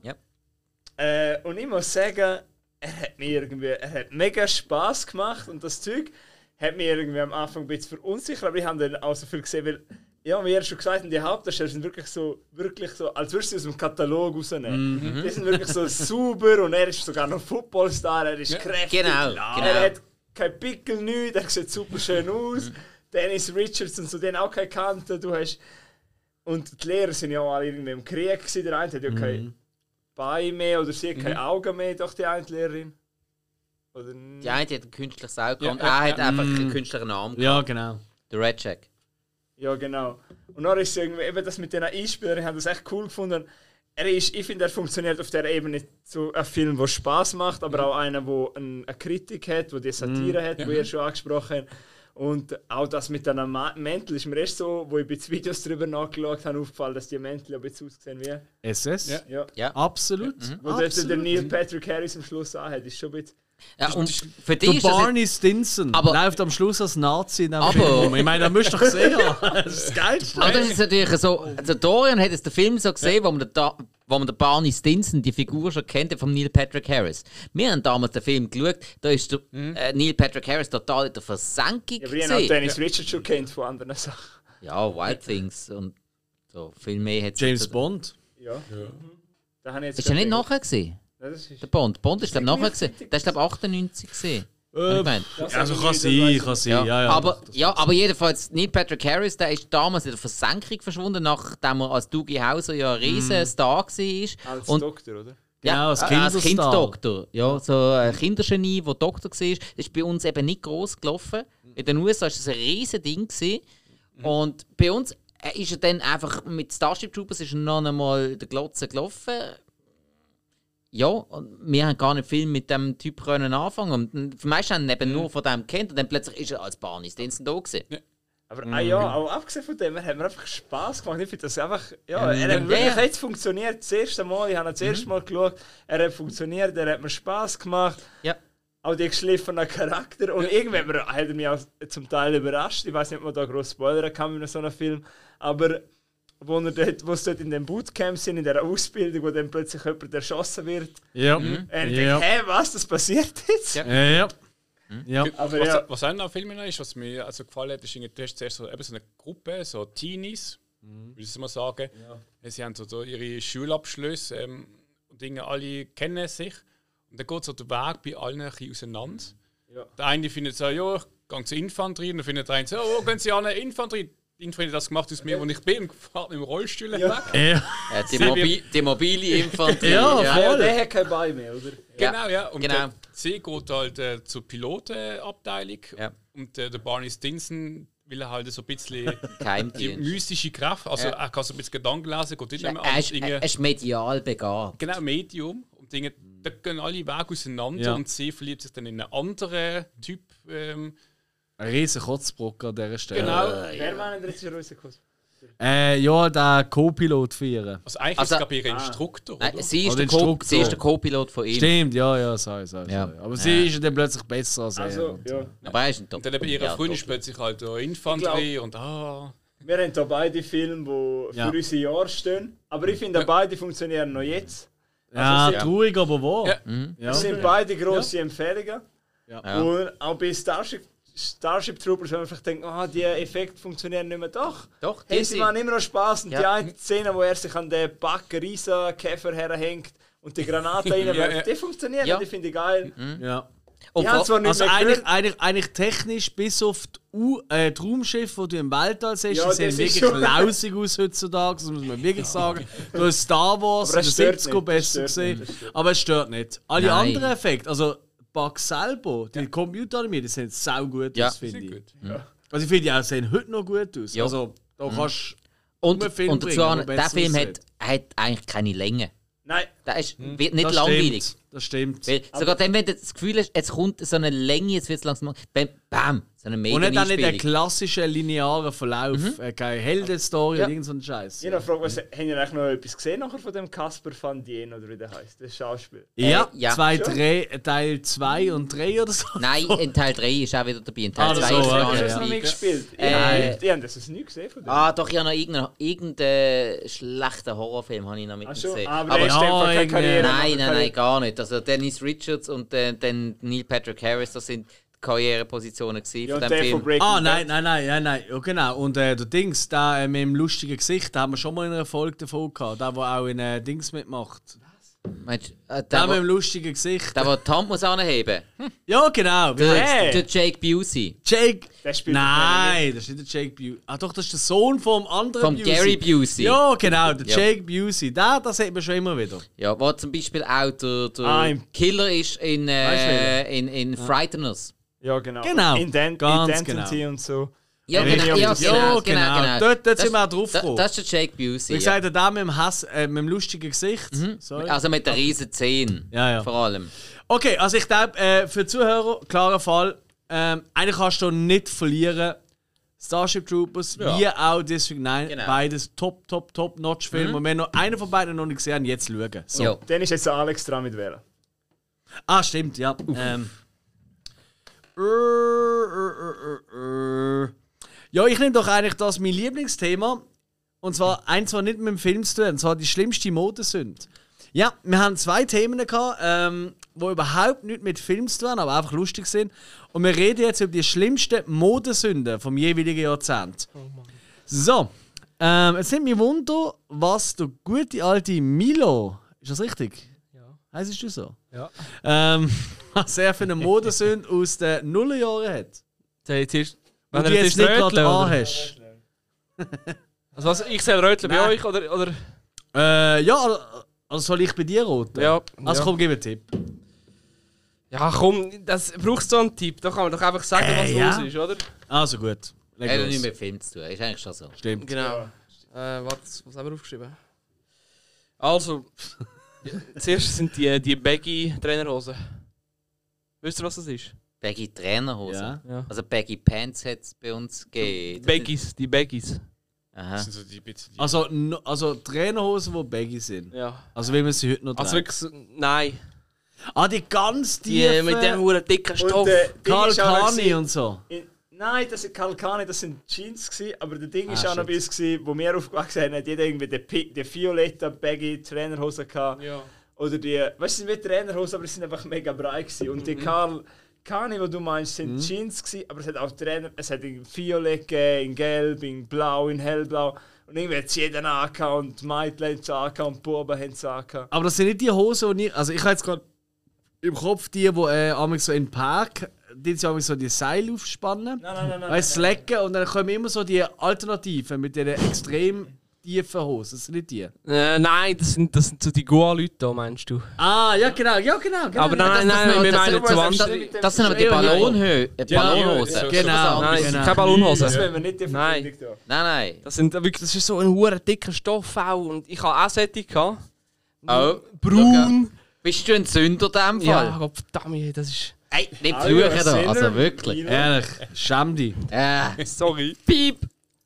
S3: Äh, und ich muss sagen, er hat mir irgendwie, er hat mega Spaß gemacht und das Zeug hat mir irgendwie am Anfang ein bisschen verunsichert, aber ich habe dann auch so viel gesehen, weil, ja, wie er schon gesagt hat, die Hauptdarsteller sind wirklich so, wirklich so, als würdest du sie aus dem Katalog rausnehmen.
S1: Mhm.
S3: Die sind wirklich so super und er ist sogar noch Footballstar, er ist kräftig.
S4: genau.
S3: Er
S4: genau. Mhm.
S3: hat kein Pickel, nichts, er sieht super schön aus. Dennis Richardson, zu denen auch keine Kante. Du hast und die Lehrer sind ja auch alle irgendwie im Krieg. Gewesen. Der eine hat ja
S4: Mhm.
S3: kein Bein mehr oder sie hat keine Augen mehr, doch die eine Lehrerin. Oder
S4: Die eine hat einen künstlichen Auge
S5: Ja,
S4: und
S5: ja,
S4: er hat
S5: ja.
S4: einfach einen künstlichen Arm. gehabt.
S1: Ja, genau.
S4: Der Red Jack.
S3: Ja, genau. Und dann ist irgendwie eben das mit den Einspielern, ich habe das echt cool gefunden. Er ist, ich finde, er funktioniert auf der Ebene zu einem Film, der Spaß macht, aber auch einer, der ein, eine Kritik hat, wo die Satire hat, wo ihr schon angesprochen habt. Und auch das mit einem Ma- Mäntel ist mir erst so, wo ich bei den Videos drüber nachgeschaut habe, aufgefallen, dass die Mäntel ein bisschen aussehen wie.
S1: SS?
S5: Ja.
S3: Ja.
S1: Absolut.
S4: mhm.
S3: Wo dort der Neil Patrick Harris am Schluss anhat, ist schon ein bisschen.
S4: Ja, und für
S1: Der
S4: dich ist das.
S1: Barney Stinson
S4: Aber-
S1: läuft am Schluss als Nazi in
S4: Aber-
S1: aber, Film. Ich meine, da müsst ihr doch sehen. Das ist geil.
S4: Aber Ah, das ist natürlich so. Also Dorian hat jetzt den Film so gesehen, wo man, den, Da- wo man den Barney Stinson, die Figur schon kennt, von Neil Patrick Harris. Wir haben damals den Film geschaut, da ist der, äh, Neil Patrick Harris total in der Versenkung.
S3: Ja, aber ich habe
S4: gesehen.
S3: Dennis Richard schon kennt von anderen Sachen.
S4: Ja, Wild Things und so. Viel mehr hat
S1: James Bond.
S3: Ja. Da habe ich jetzt
S4: Ist er nicht
S3: gerade-
S4: nachher gesehen?
S3: Ja, das ist-
S4: Der Bond. Bond ist, glaube ich, nachher
S3: nicht
S4: gesehen.
S3: richtig
S4: Der ist, glaube ich, 98 gesehen.
S1: Äh,
S4: Hab ich gemeint.
S1: Also kann sein, kann sein. Ja, ja.
S4: aber, ja, aber jedenfalls, Neil Patrick Harris, der ist damals in der Versenkung verschwunden, nachdem er als Dougie Hauser ja ein riesen Star war.
S3: Als
S4: Und
S3: Doktor, oder?
S1: Genau, als
S4: äh,
S1: Kinderstar.
S4: Kinddoktor. Ja, so ein Kindergenie, der Doktor war. Das ist bei uns eben nicht groß gelaufen. In den USA war das ein riesen Ding. Gewesen.
S1: Mhm.
S4: Und bei uns äh, ist er dann einfach mit Starship Troopers ist er noch einmal der Glotze gelaufen. Ja, und wir haben gar nicht viel mit dem Typ können anfangen. Und äh, die meisten haben ihn
S1: Mhm.
S4: eben nur von dem kennt und dann plötzlich ist er als Barney Stinson da gewesen.
S3: Aber ah, ja, auch abgesehen von dem, er hat mir einfach Spass gemacht. Ich finde das einfach. Ja, er
S4: Ja.
S3: hat wirklich jetzt funktioniert. Das erste Mal, ich habe ihn das erste Mal geschaut, er hat funktioniert, er hat mir Spass gemacht.
S4: Ja.
S3: Auch die geschliffenen Charakter. Und irgendwie hat mir- hat er mich auch zum Teil überrascht. Ich weiß nicht, ob man da groß spoilern kann mit so einem Film. Aber wo, er dort, wo sie dort in dem Bootcamp sind, in dieser Ausbildung, wo dann plötzlich jemand erschossen wird.
S1: Ja.
S3: Er
S1: Ja.
S3: denkt, hä, was, das passiert jetzt?
S5: Ja.
S1: Äh, ja. Ja.
S3: Aber
S5: was,
S3: ja.
S5: was auch noch viel mehr ist, was mir also gefallen hat, ist, irgendwie, du hast zuerst so, eben so eine Gruppe, so Teenies, würde ich mal sagen. Sie haben so, so ihre Schulabschlüsse ähm, und Dinge, alle kennen sich. Und dann geht so der Weg bei allen ein bisschen auseinander.
S3: Ja.
S5: Der eine findet so, ja, ich gehe zur Infanterie. Und dann findet der eine so, oh, gehen Sie an eine Infanterie. Die Infanterie hat das gemacht aus mir, wo ich bin, und fährt mit dem Rollstuhl weg.
S1: Ja.
S4: Äh, die, Mobi die mobile Infanterie.
S1: Ja,
S3: Ah, ja, der hat kein Bein mehr, oder?
S5: Genau, ja. Und
S4: genau.
S5: Der, sie geht halt äh, zur Pilotenabteilung.
S4: Ja.
S5: Und äh, der Barney Stinson will halt so ein bisschen die
S4: Geheimdienst.
S5: mystische Kraft. Also
S4: Ja.
S5: er kann so ein bisschen Gedanken lesen, geht nicht mehr
S4: Er
S5: an.
S4: ist, er ist medial begabt.
S5: Genau, Medium. Und Dinge, da gehen alle Wege auseinander
S1: Ja.
S5: und sie verliebt sich dann in einen anderen Typ. Ähm,
S1: Ein riesen Kotzbrock an dieser Stelle.
S5: genau.
S3: Äh, Wer meint, jetzt ist er rausgekommen?
S1: Äh, ja, der Co-Pilot für ihre.
S5: Also eigentlich
S4: Also-
S5: ist es glaube ich
S1: Ah.
S5: ihr Instruktor, oder?
S4: Nein, sie, ist
S1: Oder
S4: der Co
S1: Instruktor.
S4: sie ist der Co-Pilot von ihm.
S1: Stimmt, ja, ja, sorry, sorry.
S4: Ja.
S1: sorry. Aber sie ist ja dann plötzlich besser als er.
S3: Also, ja.
S4: Aber er ist ein Top.
S5: Und dann eben ihre
S4: Ja,
S5: Freundin
S4: Top.
S5: spielt sich halt auch Infanterie und ah.
S3: Wir haben hier beide Filme, die
S1: Ja.
S3: für unsere Jahre stehen. Aber ich finde, beide funktionieren noch jetzt.
S1: Ja,
S3: Also, sie- Also,
S1: traurig, aber wahr.
S5: Ja.
S1: Ja.
S3: Das sind beide grosse Empfehlungen.
S4: Ja.
S3: Und auch bei Starship, Starship Troopers, wenn man vielleicht denkt, ah, die Effekte funktionieren nicht mehr. Doch,
S4: Doch,
S3: hey,
S4: die
S3: sie
S4: sind-
S3: machen immer noch Spaß. Und die
S4: Ja.
S3: eine Szene, wo er sich an den Backen riesen Käfer herhängt und die Granate
S5: Ja, ja.
S3: reinwerft, die funktionieren,
S4: Ja. Mhm.
S3: die finde ich geil.
S1: Ja.
S4: Und
S3: Die haben
S4: vor-
S3: zwar nicht
S1: Also
S3: mehr
S1: eigentlich,
S3: gehört,
S1: eigentlich, eigentlich technisch bis auf die U äh, die Raumschiffe, die du im Weltall siehst,
S3: Ja,
S1: die sehen
S3: das ist
S1: wirklich
S3: schon-
S1: lausig aus heutzutage, das muss man wirklich sagen. Du hast Star Wars
S3: Aber
S1: in
S3: es
S1: den
S3: stört
S1: 70
S3: nicht, es
S1: besser
S3: stört
S1: gesehen, aber es stört nicht. Alle
S4: Nein.
S1: anderen Effekte, also Bug selber, die Computeranimier, die sehen sau gut
S4: Ja.
S1: aus, finde
S5: Sehr
S1: ich.
S5: gut.
S1: Also ich finde, die auch sehen heute noch gut aus.
S4: Ja. Mhm.
S1: Also da kannst
S4: und,
S1: einen Film
S4: und dazu,
S1: bringen,
S4: an,
S1: wo
S4: der
S1: besser
S4: Film hat,
S1: aussieht.
S4: hat eigentlich keine Länge.
S3: Nein,
S4: Der ist, wird
S1: du...
S4: nicht
S1: Hm. Das
S4: langweilig.
S1: stimmt, das stimmt.
S4: Weil sogar dann, wenn du das Gefühl hast, jetzt kommt so eine Länge, jetzt wird es langsam. Bam, bam, so eine mega
S1: Und nicht auch nicht der
S4: Einspielung.
S1: klassische lineare Verlauf, äh, keine Heldenstory
S4: Mhm. Ja.
S1: oder irgend so ein Scheiß.
S3: ich habe noch gefragt, was, habt ihr eigentlich noch etwas gesehen nachher von dem Casper van Dien oder wie der heißt, das Schauspiel?
S1: Ja,
S4: Äh, ja.
S1: Zwei, drei, Teil 2 und 3 oder so.
S4: Nein, äh, in Teil 3 ist auch wieder dabei. In Teil
S1: Ah,
S4: 2
S1: so,
S4: ist
S1: okay,
S4: gar
S3: Hast du
S4: nicht
S3: das noch
S4: dabei.
S3: nie gespielt? Ich,
S4: Äh.
S3: ich, ich habe das nie gesehen von dem.
S4: Ah, doch, ich habe noch irgendeinen irgendeinen schlechten Horrorfilm habe ich noch
S3: Ach
S4: mitgesehen.
S3: so,
S4: aber
S3: aber,
S1: Aber
S3: der ist in dem Fall keine
S1: nein,
S3: Karriere.
S4: nein, nein,
S3: Karriere.
S4: nein, gar nicht. Also Dennis Richards und äh, dann Neil Patrick Harris, das sind die Karrierepositionen gewesen
S3: Ja,
S4: von dem
S3: und der von
S4: Film.
S3: Breaking
S1: Ah,
S3: Bad.
S1: nein, nein, nein, nein, nein. Ja, genau. Und äh, der Dings, der äh, mit dem lustigen Gesicht, da haben wir schon mal in einer Folge davon gehabt. Der, der auch in äh, Dings mitmacht.
S4: Meinst, du, äh,
S1: Der,
S4: der,
S1: mit
S4: der,
S1: dem lustigen Gesicht.
S4: der, der die Hand muss anheben muss.
S1: ja, genau. Wie heißt-
S3: Hey.
S4: Der Jake Busey.
S1: Jake.
S3: Der spielt ne?
S1: Nein, das ist nicht der Jake Busey. Ah, doch, das ist der Sohn vom anderen
S4: Vom Gary Busey.
S1: Ja, genau, der
S4: Ja.
S1: Jake Busey. Der, das sieht man schon immer wieder.
S4: Ja, wo zum Beispiel auch der, der
S3: Ah, im-
S4: Killer ist in,
S1: Weißt
S4: äh, in, in Frighteners.
S3: Ja, genau.
S1: Genau,
S3: In Dan
S1: ganz
S3: Identity
S1: genau.
S3: und so.
S4: Ja,
S1: Ja,
S4: genau, ja,
S1: ja,
S4: genau, genau,
S1: genau.
S4: genau.
S1: Dort- dort
S4: Das-
S1: sind wir auch drauf
S4: da-
S1: gekommen.
S4: Das ist der Jake Busey.
S1: Wie gesagt, der, der mit dem, Hass, äh, mit dem lustigen Gesicht. Sorry.
S4: ja. Also mit der riesen Zehen.
S1: Ja, ja.
S4: Vor allem.
S1: Okay, also ich glaube, äh, für die Zuhörer, klarer Fall, ähm, einen kannst du nicht verlieren. Starship Troopers, wie auch District 9,
S4: Genau.
S1: beides top, top, top notch Filme. Und wenn noch einer von beiden noch nicht gesehen haben, jetzt schauen. So.
S4: Ja.
S3: Dann ist jetzt Alex dran mit wählen.
S1: Ah, stimmt, ja. Ähm. Äh, äh, äh, äh. Ja, ich nehme doch eigentlich das mein Lieblingsthema. Und zwar eins, was nicht mit dem Film zu tun hat, und zwar die schlimmste Modesünde. Ja, wir haben zwei Themen gehabt, ähm, die überhaupt nicht mit Film zu tun haben, aber einfach lustig sind. Und wir reden jetzt über die schlimmsten Modesünden vom jeweiligen Jahrzehnt. so, ähm, jetzt nimmt mich Wunder, was der gute alte Milo, ist das richtig?
S2: Ja.
S1: Heißt du so?
S2: Ja.
S1: Ähm, was er für eine Modesünde aus den Nullerjahren hat.
S2: Der jetzt ist,
S1: Wenn du jetzt nicht gerade anhast.
S2: Also, was, ich soll Rötchen bei
S1: Nein.
S2: euch oder. oder
S1: Äh, ja, also- also soll ich bei dir roten?
S2: ja.
S1: Also
S2: ja.
S1: komm, gib einen Tipp.
S2: ja, komm, das braucht so einen Tipp. Da kann man doch einfach sagen, was
S1: Äh, ja.
S2: los ist, oder?
S1: Also gut. Leg
S4: Er hat
S1: los.
S4: nichts mit Film zu tun. Ist eigentlich schon so.
S1: Stimmt.
S2: Genau. Äh, warte, was haben wir aufgeschrieben? Also, zuerst sind die, die baggy Trainerhosen. Wisst ihr, was das ist?
S4: Baggy Trainerhose.
S1: Ja.
S2: Ja.
S4: Also Baggy Pants hat es bei uns gegeben.
S2: Baggies, die Baggies.
S5: Das
S4: Aha.
S5: sind so die bisschen die
S1: Also, no- also Trainerhosen, die baggy sind.
S2: Ja.
S1: Also wie man sie heute noch
S2: Also
S1: trägt.
S2: wirklich, so- nein.
S1: Ah, die ganz
S2: Die äh,
S1: tiefen
S2: mit dem hohen dicken Stoff.
S3: äh,
S1: Karl Kani
S3: Kani
S1: und so.
S3: Nein, das sind Kalkani, das sind Jeans gewesen, aber der Ding
S1: Ah,
S3: ist auch noch bei uns gewesen, wo wir aufgewachsen haben, hat jeder irgendwie den, Pi- den violette Baggy Trainerhosen gehabt.
S2: ja.
S3: Oder die, weißt du, sind wie Trainerhosen, aber sie sind einfach mega breit gewesen. Und
S2: Mhm.
S3: die Karl Kani, die du meinst, sind Jeans gewesen, aber es hat auch Trainer, es hat in violett gegeben, in gelb, in blau, in hellblau. Und irgendwie hat es jeder angehabt und die Mädchen haben es angehabt und die Buben haben es angehabt.
S1: Aber das sind nicht die Hosen, die ich. Also ich habe jetzt gerade im Kopf die, die äh, manchmal so in den Park, die sie manchmal so die Seile aufspannen.
S3: Nein, nein, nein, nein.
S1: Weißt du, lecken und dann kommen immer so die Alternativen mit diesen extrem tiefen Hosen. Das sind nicht die.
S2: Äh, nein, das sind, das sind so die Goa-Leute da, meinst du?
S1: Ah, ja, genau, ja, genau. genau.
S2: Aber nein, nein, nein, wir meinen zu
S4: das,
S2: Wand.
S4: das, das sind aber die Ballonhö äh, Ballonhosen.
S5: ja, ja.
S4: Das ist was
S1: Genau.
S4: anderes.
S2: Nein,
S1: Genau.
S2: keine Ballonhose.
S3: Das wollen wir nicht die
S2: Nein.
S3: Verbindung da.
S4: Nein, nein.
S2: Das, sind wirklich, das ist so ein hoher dicker Stoff auch. Und ich habe auch solche gehabt.
S4: Oh,
S2: Braun.
S4: bist du ein Sünder in dem Fall?
S2: Ja, Gott verdammt, das ist...
S4: Ey, nicht fluchen
S3: Alle
S4: da. Also
S1: Genau.
S3: Sinner,
S4: wirklich.
S1: Ehrlich, schäm dich.
S4: Äh,
S2: Sorry. Mhm.
S4: piep.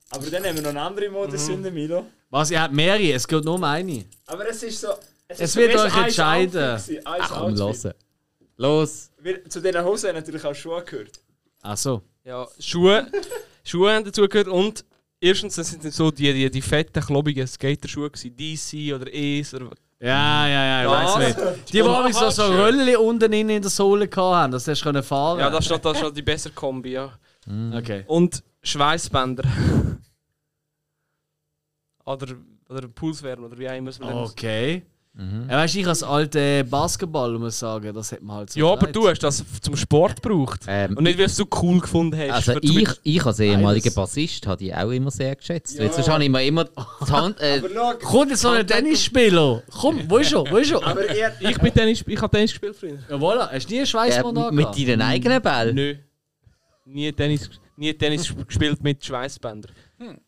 S3: Aber dann haben wir noch eine andere Modesünde, Milo.
S1: Was, ihr habt mehrere, es geht nur um eine.
S3: Aber es ist so. Es,
S1: Es
S3: ist
S1: wird
S3: so
S1: euch
S3: ein
S1: entscheiden.
S3: Outfit gewesen, ein
S4: Komm,
S3: Outfit.
S4: hören. Los!
S3: Wir, zu diesen Hosen haben natürlich auch Schuhe gehört.
S1: Ach so.
S2: Ja, Schuhe, Schuhe haben dazugehört und erstens, das sind nicht so die, die, die fetten, klobigen Skaterschuhe gewesen, DC oder ES oder
S1: Ja, ja, ja, ich weiß
S2: Was?
S1: nicht. Die, die übrigens noch so Röllchen unten innen in der Sohle hatten, dass du das können fahren
S2: Ja, das ist schon, das ist schon die bessere Kombi, ja.
S1: Okay.
S2: Und Schweißbänder. oder, oder Pulswärme, oder wie auch immer es man nennt.
S1: Okay. Ja, weißt du, ich als alter Basketballer muss sagen, das hat man halt so.
S2: Ja, aber
S1: getragen.
S2: du hast das f- zum Sport gebraucht.
S4: Ähm,
S2: und nicht, weil du es so cool gefunden hast.
S4: Also
S2: Für-
S4: ich,
S2: mit-
S4: ich als ehemaliger
S1: Beides.
S4: Bassist habe die auch immer sehr geschätzt. Jetzt habe ich mir immer die Hand... Äh,
S3: Aber schau,
S1: Kommt jetzt noch ein Tennisspieler! Komm, wo ist er? Wo ist er?
S3: aber ihr,
S2: ich, bin Tennis, ich habe Tennis gespielt früher.
S1: Ja, voilà. Hast du nie einen
S4: äh,
S1: Schweißmann äh,
S4: mit deinen eigenen Bällen?
S2: Nö. Nie Tennis, nie Tennis gesp- gespielt mit Schweißbändern.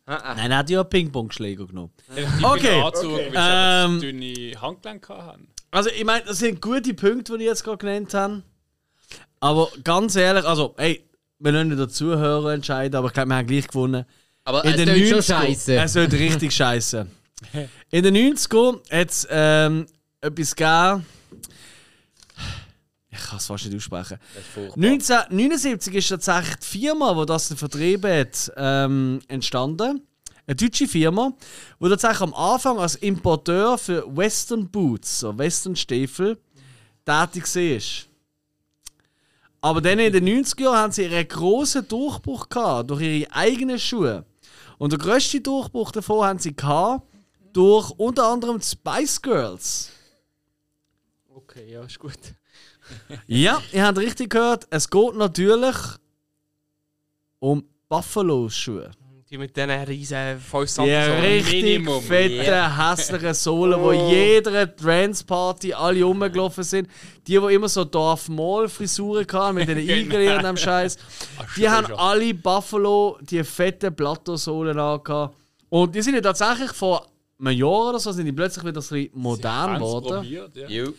S2: Ah, ah.
S1: Nein, er hat ja einen Ping-Pong-Schläger genommen.
S5: Ich
S1: Okay.
S5: bin Anzug, weil
S1: Ähm.
S5: sie einfach zu dünne Handgelenke haben.
S1: Also, ich meine, das sind gute Punkte, die ich jetzt gerade genannt habe. Aber ganz ehrlich, also, ey, wir lassen den Zuhörer entscheiden, aber ich glaube, wir haben gleich gewonnen.
S4: Aber
S1: In
S4: es
S1: den
S4: klingt schon
S1: 90
S4: scheiße.
S1: Es wird richtig scheiße. In den 90ern hat es ähm, etwas gegeben. Ich kann es fast nicht aussprechen. 1979 ist tatsächlich die Firma, die das dann vertrieben hat, ähm, entstanden. Eine deutsche Firma, die tatsächlich am Anfang als Importeur für Western Boots, so Western Stiefel, tätig war. Aber dann in den 90er Jahren haben sie ihren grossen Durchbruch gehabt, durch ihre eigenen Schuhe. Und den grössten Durchbruch davon haben sie gehabt, durch unter anderem die Spice Girls.
S2: Okay, ja, ist gut.
S1: Ja, ihr habt richtig gehört, es geht natürlich um Buffalo-Schuhe.
S2: Die mit diesen riesen 5
S1: Die richtig
S5: Minimum.
S1: fetten, hässlichen Sohlen, wo jeder Trance-Party alle rumgelaufen sind. Die, die immer so Dorf Mall Frisuren hatten, mit den Igeln und dem Scheiß. Die haben alle Buffalo, die fetten Plateausohlen angehabt. Und die sind ja tatsächlich vor einem Jahr oder so, sind die plötzlich wieder ein bisschen modern
S5: Haben's
S1: geworden.
S5: probiert, ja.
S4: Jo.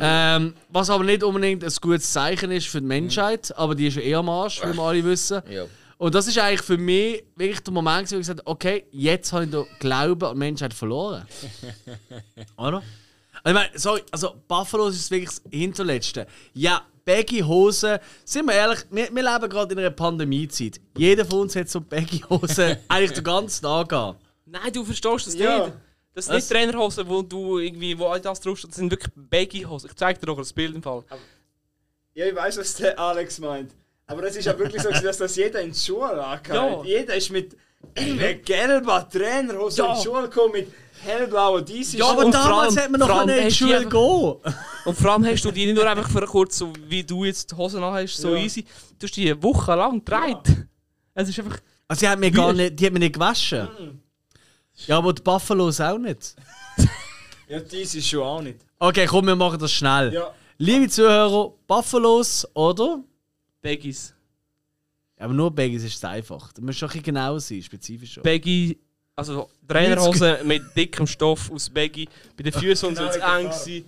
S1: Ähm, was aber nicht unbedingt ein gutes Zeichen ist für die Menschheit, aber die ist ja eher am Arsch, wie wir alle wissen.
S4: Ja.
S1: Und das ist eigentlich für mich wirklich der Moment, gewesen, wo ich gesagt habe, okay, jetzt habe ich den Glauben an die Menschheit verloren. Oder? Also, ich meine, sorry, also Buffalo ist wirklich das Hinterletzte. Ja, Baggy-Hosen, sind wir ehrlich, wir, wir leben gerade in einer Pandemiezeit. Jeder von uns hat so Baggy-Hosen eigentlich den ganzen Tag an.
S2: Nein, du verstehst das
S3: Ja.
S2: nicht. Das sind nicht Trainerhosen, wo du irgendwie, wo all das draufsteht. Das sind wirklich Baggy-Hosen. Ich zeig dir doch das Bild im Fall.
S3: Ah. ja, ich weiß, was der Alex meint. Aber es ist ja wirklich so, gewesen, dass das jeder in die Schule
S2: Ja.
S3: angehört. Jeder ist mit irgendeiner gelben Trainerhose
S2: Ja.
S3: in die Schule gekommen, mit hellblauen DC.
S1: Ja, aber
S2: und
S1: damals
S2: vor allem-
S1: hat man noch
S2: vor allem
S1: können in die
S2: hast du
S1: Schule
S2: einfach-
S1: gehen.
S2: Und vor allem hast du die nicht nur einfach für kurz, so wie du jetzt die Hosen anhast, so
S3: Ja.
S2: easy. Du hast die wochenlang getragen. Es ist einfach...
S1: Also die hat mir gar nicht, die hat mir nicht gewaschen. Ja, aber die Buffalos auch nicht.
S3: Ja, DC schon auch nicht.
S1: Okay, komm, wir machen das schnell.
S3: Ja.
S1: Liebe Zuhörer, Buffalos oder?
S2: Baggies.
S1: Aber nur Baggies ist es einfach. Du musst schon ein bisschen genau sein, spezifischer.
S2: Baggy... Also eh, Trainerhosen mit dickem Stoff aus Baggy. Bei den Füßen und so
S3: Genau,
S2: eng
S3: genau.
S2: sein.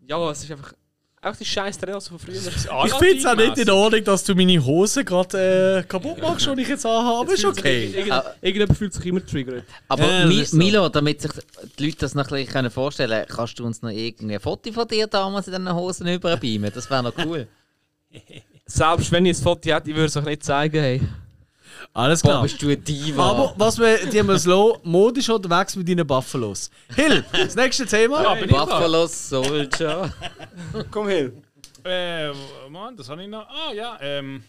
S2: Ja, es ist einfach... Auch die scheiß Trainerhosen von früher.
S1: ich finde es auch nicht in Ordnung, dass du meine Hose gerade äh, kaputt machst, die ich jetzt anhabe. Aber ist okay.
S2: Irgend- Irgendjemand fühlt sich immer getriggert.
S4: Aber
S1: Ja, das
S4: Mi
S1: ist so.
S4: Milo, damit sich die Leute das noch ein bisschen vorstellen können, kannst du uns noch irgendein Foto von dir damals in diesen Hosen überbeamen? Das wäre noch cool.
S2: Selbst wenn ich ein Foto hätte, ich würde es euch nicht zeigen. Hey.
S1: Alles
S4: Boah,
S1: klar.
S4: bist du ein Diva.
S1: Aber was wir dir müssen lassen, modisch unterwegs mit deinen Buffalos. Hill, das nächste Thema.
S5: bin ich dran?
S4: Buffalo Soldier.
S3: Komm Hill.
S5: Äh, Mann, das habe ich noch. Ah ja, ähm.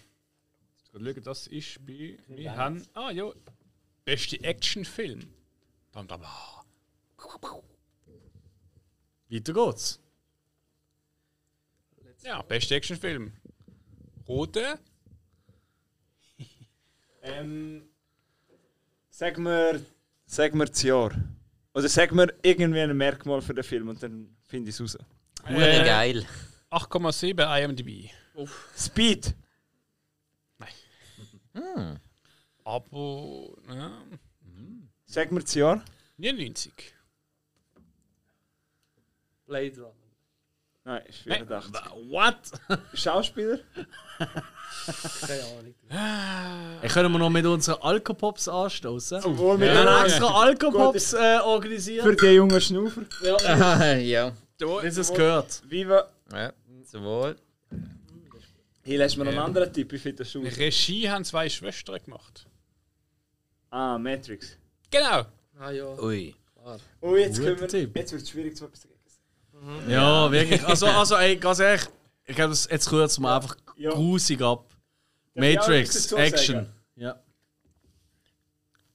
S5: jetzt grad Schauen, das ist bei. Wir haben. Ah ja. Beste Actionfilm. Bam, bam, bam.
S1: Weiter geht's.
S5: Ja, beste Actionfilm. Rote.
S3: Ähm, sag mir, sag mir das Jahr. Oder sag mir irgendwie ein Merkmal für den Film und dann finde ich es raus.
S4: Hure
S5: Äh,
S4: geil.
S5: 8,7 IMDb.
S3: Speed.
S5: Aber. Ja,
S3: Sag mir das Jahr.
S5: 99.
S2: Blade Runner.
S3: Nein, ist 84.
S1: What?
S3: Schauspieler?
S2: Keine Ahnung.
S1: Hey, können wir noch mit unseren Alkopops anstoßen?
S3: Wohl mit
S1: Wir haben
S3: einer
S1: extra Alkopops äh, organisiert.
S3: für die jungen Schnufer.
S4: ja.
S1: Bis es gehört.
S3: Viva.
S4: ja. Zum Wohl.
S3: Hier lässt mir noch einen anderen Typ, ich finde das schon.
S5: Äh, Regie haben zwei Schwestern gemacht.
S3: Ah, Matrix.
S5: Genau.
S2: Ah ja.
S4: Ui.
S3: Oh, jetzt
S1: Guter
S3: können wir.
S1: Typ.
S3: Jetzt wird es schwierig zu etwas zu sagen.
S1: Ja, wirklich. Also, also ey, ganz ehrlich, ich glaube, das- jetzt kürzen wir einfach
S3: Ja.
S1: grusig ab.
S3: ich auch
S1: Matrix,
S3: etwas dazu
S1: Action.
S3: sagen?
S1: Ja.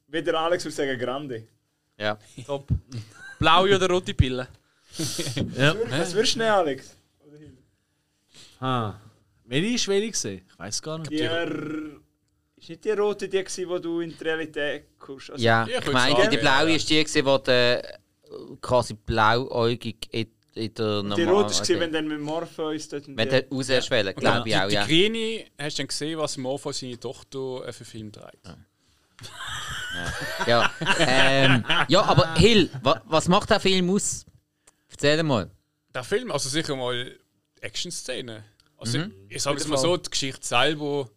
S3: Wie der Alex würde sagen, Grande.
S4: Ja.
S2: Top. Blaue oder rote Pille?
S1: ja.
S3: Was würdest du nehmen, Alex?
S1: Ha. Welche ist welche gesehen? Ich weiß gar nicht.
S3: Die. r- Ist nicht die rote, die, gewesen, die du in die Realität kommst? Also,
S4: Ja,
S5: ich
S4: ich
S5: würd
S4: meine,
S5: sagen,
S4: die blaue
S5: ja.
S4: ist die, gewesen, die der, äh, quasi blauäugig in, in der normalen.
S3: Die rote war, wenn dann mit Morpheus dort.
S4: Wenn der rausschwellen, glaube ich auch,
S5: Die
S4: ja.
S5: Grüne, hast du dann gesehen, was Morpheus seine Tochter äh, für Film trägt?
S4: Ja, ähm, ja aber Hill, wa, was macht der Film aus? Erzähl mal.
S5: Der Film, also sicher mal Action-Szenen. Also ich, ich sage jetzt mal so, die Geschichte selber,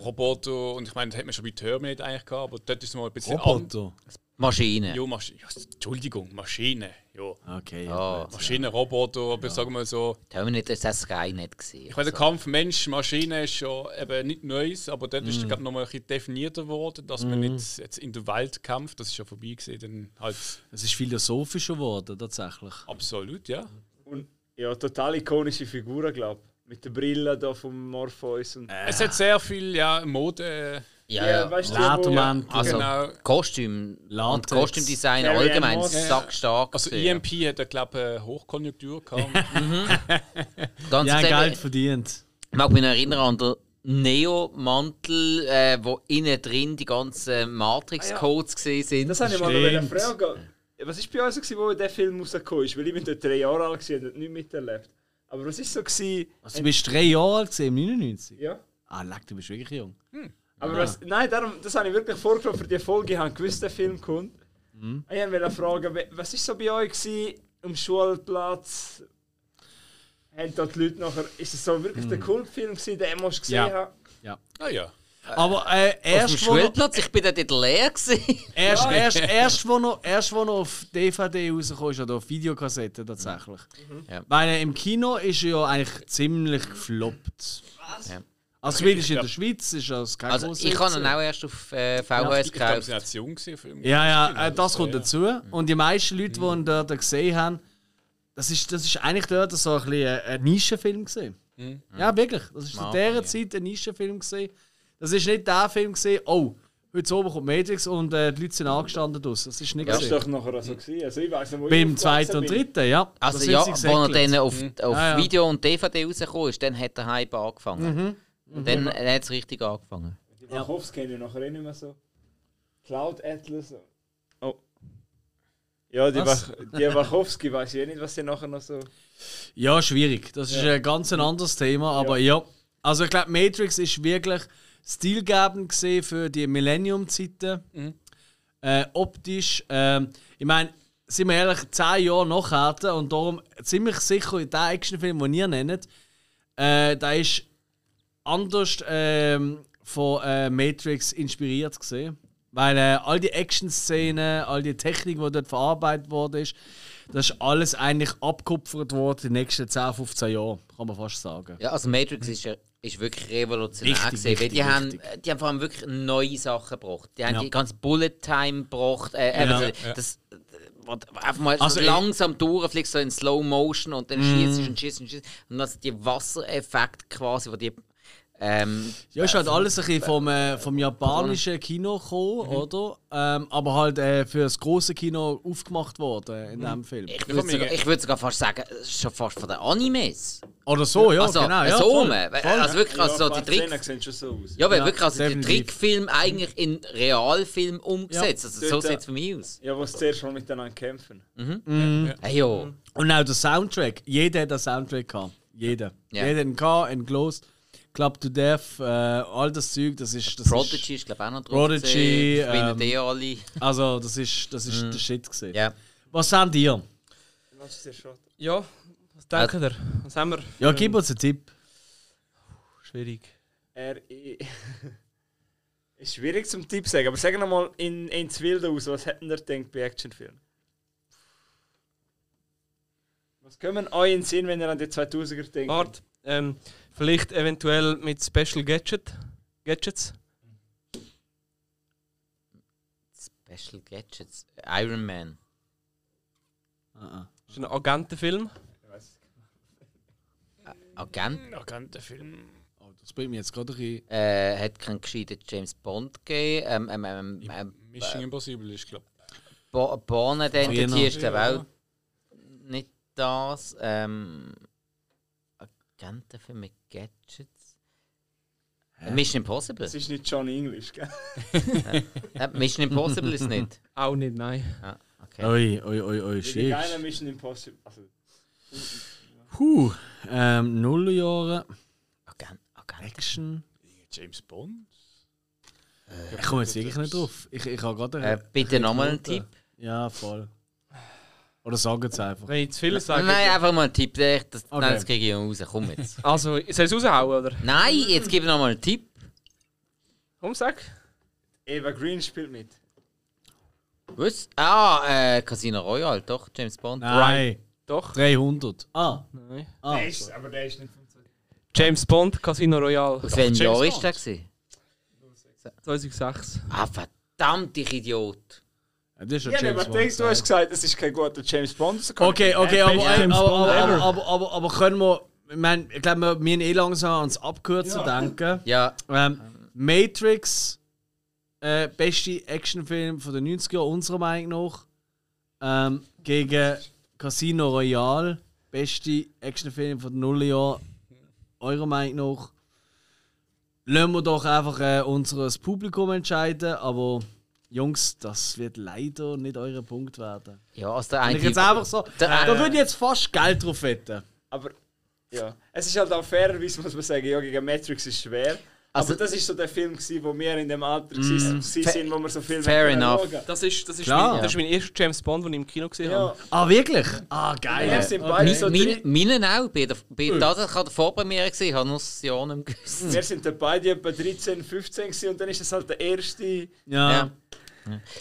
S5: Roboter und ich meine, das hat man schon bei Terminator eigentlich gehabt, aber dort ist es mal ein bisschen anders.
S1: Roboter.
S4: Maschine.
S5: Ja, Masch ja, Entschuldigung, Maschine. Ja.
S1: Okay.
S4: Ah, Ja,
S5: Maschine, Roboter, aber sagen wir so.
S4: Terminator ist das rein nicht Also, gesehen.
S5: Ich meine, der Kampf Mensch-Maschine ist schon eben nicht Neues, aber dort ist glaube nochmal ein bisschen definierter worden, dass man nicht jetzt in der Welt kämpft, das ist schon vorbei gewesen, dann halt
S1: Es ist philosophischer geworden, tatsächlich.
S5: absolut, ja.
S3: Und, ja, total ikonische Figuren, glaube ich. Mit der Brille da vom Morpheus. Und,
S5: Es hat sehr viel ja, Mode,
S4: ja, ja.
S3: weißt du, die, wo-
S1: Ledermantel.
S4: Also
S5: Genau.
S4: Kostüm und
S1: Latex.
S4: Kostümdesign
S3: Carrie Ann
S4: allgemein
S3: Moss.
S4: sackstark.
S5: also
S4: gewesen.
S5: EMP hat da glaube ich Hochkonjunktur gehabt.
S4: Ganz
S1: Ja,
S4: ehrlich,
S1: Geld verdient.
S4: Ich mag mich noch erinnern an den Neo-Mantel, äh, wo innen drin die ganzen Matrix-Codes gesehen sind.
S3: Das habe ich mal noch eine
S1: Stimmt.
S3: Frage. Was war bei uns, gewesen, wo der Film rausgekommen ist? Weil ich bin dort drei Jahre alt gewesen, und nichts miterlebt. Aber was war so? Gewesen,
S1: Also, du bist drei Jahre alt, gewesen, im 99.
S3: ja.
S1: Ah, leck, du bist wirklich jung.
S3: Aber was,
S1: Ah.
S3: nein, darum, das habe ich wirklich vorgenommen für die Folge. Ich habe gewusst, der Film kommt.
S1: Mhm.
S3: Ich wollte eine Frage. we- Was war so bei euch gewesen, am Schulplatz? Haben da die Leute nachher... Ist es so wirklich der Kultfilm gewesen, den musst du gesehen
S1: Mhm. Ja.
S3: haben?
S5: ah ja.
S1: Aber äh,
S4: Auf dem
S1: erst, wo er,
S4: Schulplatz, ich bin dort leer gewesen.
S1: erst, erst, erst, wo er, erst wo er auf DVD rausgekommen ist, oder auf Videokassette tatsächlich.
S4: Ja.
S1: Weil äh, im Kino ist er ja eigentlich ziemlich gefloppt. Was?
S4: Ja.
S1: Also, zumindest in der Schweiz ist das kein
S4: Also
S1: großer
S4: ich habe ihn
S1: Hit.
S4: auch erst auf äh, VHS
S5: Ich glaube,
S4: gekauft.
S5: sie waren jung gewesen für ihn.
S1: Ja, ja, äh, das kommt dazu. Und die meisten Leute, die ihn dort gesehen haben, das ist, das ist eigentlich dort so ein, bisschen ein ein Nischenfilm gesehen. Ja, wirklich. Das ist zu dieser Zeit ein Nischenfilm gesehen. Das ist nicht der Film gesehen. Oh, heute oben kommt Matrix und äh, die Leute sind angestanden draus. Das ist nicht
S3: Das war
S1: gesehen.
S3: doch nachher auch so. Gewesen. Also ich weiß nicht, wo
S1: Beim
S3: ich
S1: zweiten und
S3: aufgewachsen
S1: dritten, ja.
S4: Also
S1: Das
S4: ja,
S1: wird sich
S4: als er
S1: gesäckelt.
S4: dann auf, auf
S1: Ja, ja.
S4: Video und DVD rausgekommen ist, dann hat der Hype angefangen. Und dann hat es richtig angefangen.
S3: bin. Die Wachowski kenne ich nachher eh nicht mehr so. Cloud Atlas. Oh. Ja, die,
S1: Was?
S3: Wach, die Wachowski weiß ich eh nicht, was sie nachher noch so...
S1: Ja, schwierig. Das ist ein ganz ein anderes Thema, aber ja. Also ich glaube, Matrix ist wirklich stilgebend gesehen für die Millennium-Zeiten. Äh, optisch. ähm, ich meine, sind wir ehrlich, zehn Jahre nachher und darum ziemlich sicher, der Actionfilm, den ihr nennt, äh, der ist anders ähm, von äh, Matrix inspiriert gesehen. Weil äh, all die Action-Szenen, all die Technik, die dort verarbeitet worden ist, das ist alles eigentlich abgekupfert worden in den nächsten 10, 15 Jahren, kann man fast sagen.
S4: Ja, also Matrix ist, ja- ist wirklich revolutionär
S1: Richtig,
S4: gewesen, weil die,
S1: richtig,
S4: haben,
S1: richtig.
S4: die haben vor allem wirklich neue Sachen gebracht. Die haben
S1: Ja.
S4: die ganze Bullet Time gebracht. Äh,
S1: Ja.
S4: eben, das, wo du einfach mal
S1: Also
S4: also
S1: ich- Mm.
S4: langsam durchfliegst, so in Slow Motion und dann schießt und schießt und schießt. Und dann sind die Wassereffekte quasi, wo die ähm,
S1: Ja, ist halt alles ein bisschen vom, äh, vom japanischen Kino gekommen,
S4: Mhm.
S1: oder? Ähm, aber halt äh, für das große Kino aufgemacht worden in diesem Film.
S4: Mhm. ich würde sogar, ich würd sogar fast sagen, es ist schon fast von den Animes.
S1: Oder so, ja,
S4: also,
S1: genau. Ja,
S4: so
S1: voll,
S4: rum. also wirklich, also so die Trick,
S3: Szenen sehen schon so aus.
S4: ja, weil
S1: Ja,
S4: wirklich, also die
S1: definitiv.
S4: Trickfilm eigentlich in Realfilm umgesetzt. also so
S3: Dort,
S4: sieht es
S3: äh,
S4: für mich aus.
S3: Ja, wo sie zuerst mal miteinander kämpfen.
S4: Hey, jo.
S3: Mhm.
S1: Und auch der Soundtrack. Jeder hat einen Soundtrack gehabt. Jeder.
S4: Ja.
S1: Jeder hat einen gehabt, einen Gloss, Club to Death, äh, all das Zeug, das ist. Das
S4: Prodigy ist, glaube ich, auch noch drauf.
S1: Prodigy,
S4: gewesen. Spinnen
S1: ähm,
S4: die eh alle.
S1: Ist, also, das ist, das ist der Shit gesehen.
S4: Ja.
S1: Was sind ihr?
S3: Was ist der Shot?
S2: Ja, was Was denkt ihr? Was haben wir? für
S1: Ja,
S2: einen-
S1: gib uns einen Tipp.
S2: Schwierig.
S3: Er i- E. ist schwierig zum Tipp sagen, aber sag nochmal in, ins Wilde aus, was hätten ihr denkt bei Actionfilmen? Was kommen euch in den Sinn, wenn ihr an die 2000er denkt?
S2: Bart, ähm, vielleicht eventuell mit Special Gadget. Gadgets.
S4: Special Gadgets. Iron Man.
S2: Das ist ein Agentenfilm.
S4: Agent.
S5: Ja, kennt den Film.
S1: Oh, das bringt mich jetzt gerade ein bisschen.
S4: Äh, hat keinen gescheiten James Bond gegeben. Ähm, ähm, ähm, ähm,
S5: Mission Impossible ist, glaube
S4: Bo Born Identity
S1: Genau.
S4: ist glaube auch nicht das. Ähm, Agenten für mit Gadgets. Mission Impossible.
S3: Das ist nicht John English, gell?
S4: Äh, Mission Impossible ist nicht.
S2: Auch nicht, nein.
S4: Ah, okay.
S1: Oi, oi, oi, oi,
S3: Die geile
S1: schief.
S3: Mission Impossible. Also,
S1: Huh. Ähm, Nullerjahre,
S4: Agent, Agent.
S1: Action.
S5: ich. James Bond?
S1: Ich komme jetzt wirklich nicht drauf. Ich, ich habe gerade.
S4: Äh, bitte nochmal einen
S1: Minuten.
S4: Tipp.
S1: Ja, voll. Oder sagen es einfach.
S2: Wenn ich zu viel sage.
S4: Nein, nein, einfach mal einen Tipp. Ich- Das,
S1: Okay.
S4: Nein, das kriege ich raus. Komm jetzt.
S2: Also, soll ich es raushauen, oder?
S4: Nein, jetzt gib nochmal einen Tipp.
S2: Komm, sag.
S3: Eva Green spielt mit.
S4: Was? Ah, äh, Casino Royale, doch, James Bond.
S1: Nein.
S2: Doch.
S1: 300. Ah.
S2: Nein.
S1: ah.
S3: Der ist, aber der ist nicht vom Zweiten.
S2: James Bond, Casino Royale.
S4: Aus welchem
S5: James
S4: Jahr
S5: Bond.
S4: ist der? Gewesen?
S2: 2006.
S4: Ah, verdammt, ich Idiot.
S1: Ja, Das ist ja
S3: Ja,
S1: James
S3: aber
S1: Bond.
S3: denkst du, hast gesagt, es ist kein guter James Bond. also kann
S1: Okay, okay,
S3: Der
S1: aber, äh,
S3: beste James
S1: aber,
S3: Bond
S1: aber, aber,
S3: ever.
S1: aber, aber, aber können wir. Ich meine, ich glaube, wir müssen eh langsam ans Abkürzen denken.
S4: Ja,
S1: Ähm, Matrix, äh, beste Actionfilm von den 90er, unserer Meinung nach. Ähm, gegen Casino Royale, beste Actionfilm von den Nullerjahren, eurer Meinung nach. Lassen wir doch einfach äh, unseres Publikum entscheiden, aber Jungs, das wird leider nicht euer Punkt werden.
S4: ja, aus der
S1: Wenn ich
S4: einen.
S1: jetzt einfach so,
S4: Der-
S1: da würde ich jetzt fast Geld drauf wetten.
S3: Aber ja, es ist halt auch fairerweise, muss man sagen, ja, gegen Matrix ist schwer.
S4: Also-
S3: aber das ist so der Film, gewesen, wo wir in dem Alter mm, sind, wo wir so viel
S4: fair
S3: haben
S4: enough.
S3: schauen.
S2: Das ist, das ist,
S1: Klar.
S2: mein, das ist mein erster James Bond, den ich im Kino gesehen
S3: Ja,
S2: habe.
S1: Ah, wirklich? Ah, geil.
S3: wir sind beide so
S4: Meine,
S3: drei,
S4: meine auch. Bei der, bei, das war gerade Vorpremiere, gewesen, ich habe nur das Jahr nicht mehr gewusst.
S3: wir sind dann beide etwa 13, 15 gewesen, und dann ist das halt der erste.
S1: Ja.
S4: Ja.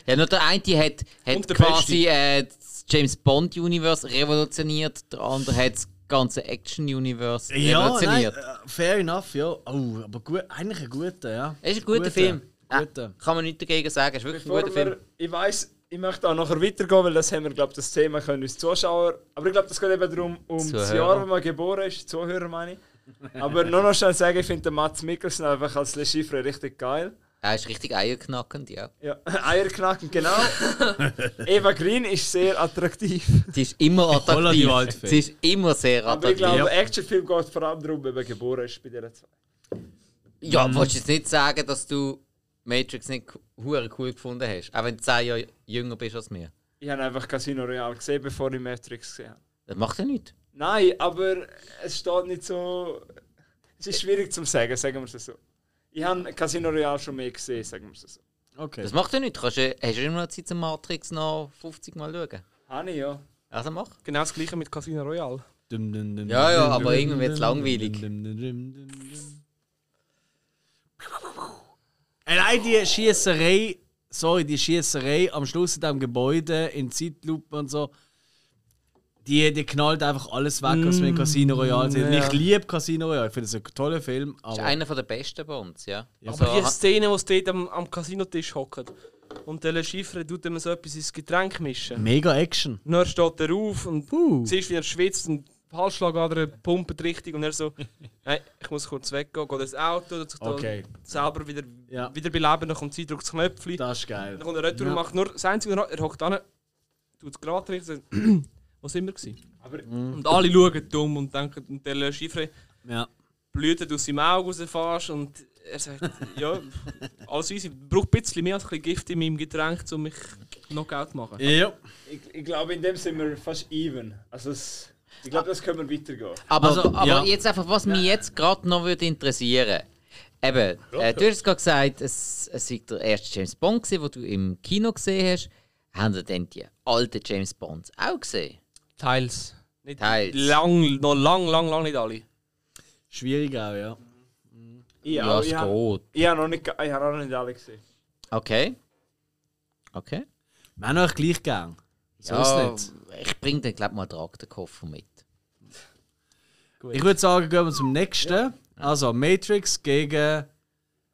S4: Ja, nur der eine hat, hat
S2: Und der
S4: quasi äh, das James Bond Universe revolutioniert, der andere hat das ganze Action Universe
S1: Ja, nein,
S4: revolutioniert.
S1: äh, fair enough, ja. Oh, aber gut, eigentlich ein guter, ja.
S4: Es ist ein guter Film.
S1: Guter.
S4: Ah, kann man nichts dagegen sagen, ist wirklich ein
S3: Bevor
S4: guter Film.
S3: wir, ich weiß, ich möchte auch nachher weitergehen, weil das haben wir, glaube das Thema können uns Zuschauer. Aber ich glaube, das geht eben darum, um das
S4: Zuhörer.
S3: Jahr, wo man geboren ist, Zuhörer meine ich. Aber nur noch schnell sagen, ich finde den Mats Mikkelsen einfach als Le Chiffre richtig geil.
S4: Er ist richtig eierknackend, ja.
S3: Ja, Eierknacken, genau. Eva Green ist sehr attraktiv.
S4: Sie ist immer
S1: Holla die
S4: attraktiv.
S1: Waldfee.
S4: Sie ist immer sehr
S3: Aber ich
S4: attraktiv.
S3: glaube, Actionfilm geht vor allem darum, wenn man geboren ist bei dieser zwei.
S4: Ja,
S1: Mhm.
S4: willst du jetzt nicht sagen, dass du Matrix nicht hure cool gefunden hast? Auch wenn du 10 Jahre jünger bist als mir.
S3: Ich habe einfach Casino Royale gesehen, bevor ich Matrix gesehen habe.
S4: Das macht ja nichts.
S3: Nein, aber es steht nicht so. Es ist schwierig zu sagen, sagen wir es so. Ich habe Casino Royale schon mehr gesehen, sagen wir es so.
S1: Okay.
S4: Das macht ja nichts. Kannst du- Hast du immer noch Zeit, zum Matrix noch 50 Mal schauen?
S3: Habe ich ja.
S4: Also mach.
S2: Genau das gleiche mit Casino Royale.
S1: Dum, dum, dum,
S4: Ja, ja,
S1: dum,
S4: aber
S1: dum,
S4: irgendwann wird's
S1: dum,
S4: langweilig.
S1: dum, dum, dum, dum, dum. Allein die Schießerei, sorry, die Schießerei am Schluss in diesem Gebäude, in Zeitlupe und so, die, die knallt einfach alles weg, was wir in Casino Royale sehen.
S2: ja.
S1: Ich liebe Casino Royale, ich finde es ein toller Film,
S4: Das ist
S1: aber
S4: einer der besten bei uns, ja. Also,
S2: Aber die
S4: ha-
S2: Szene, wo sie dort am, am Casinotisch hocken und der Le Chiffre tut ihm so etwas ins Getränk mischen.
S1: mega Action.
S2: Und dann steht er auf und
S1: Uh.
S2: siehst, wie er schwitzt und die Halsschlagader pumpt richtig und er so, nein, ich muss kurz weggehen, geht ins Auto, dann sich
S1: Okay.
S2: da selber wieder,
S1: Ja.
S2: wieder beleben, dann kommt Zeitdruck das Knöpfchen.
S1: Das ist geil.
S2: Dann kommt er retour
S1: Ja.
S2: und macht nur das Einzige, was er er hockt an, tut es gerade richtig, sagt, wo sind wir gewesen? Und alle schauen dumm und denken, und der Le Chiffre
S1: Ja.
S2: Blüten aus seinem Auge rausfährst und er sagt, ja, alles easy, braucht ein bisschen mehr als ein bisschen Gift in meinem Getränk, um mich Knockout zu machen.
S1: Ja.
S3: Ich, ich glaube, in dem sind wir fast even. Also, es, ich glaube, das können wir weitergehen.
S4: aber,
S1: Also,
S4: aber
S1: ja.
S4: jetzt einfach, was mich jetzt gerade noch würde interessieren. Eben, äh, du hast es gerade gesagt, es, es sei der erste James Bond, gewesen, den du im Kino gesehen hast. Haben denn die alten James Bonds auch gesehen?
S2: Teils. Nicht
S4: Teils.
S2: lang, noch lang, lang, lang nicht alle.
S1: Schwierig auch, ja.
S3: Ich,
S4: Ja,
S3: auch,
S4: es
S3: ich, hab-
S4: geht.
S3: ich habe noch nicht, ge- ich habe auch noch nicht alle gesehen.
S4: Okay. Okay.
S1: Wir haben euch gleich gern. So
S4: Ja,
S1: ist nicht.
S4: ich bringe dann, glaube ich, mal einen Traktorkoffer mit.
S1: Ich würde sagen, gehen wir zum nächsten. Also Matrix gegen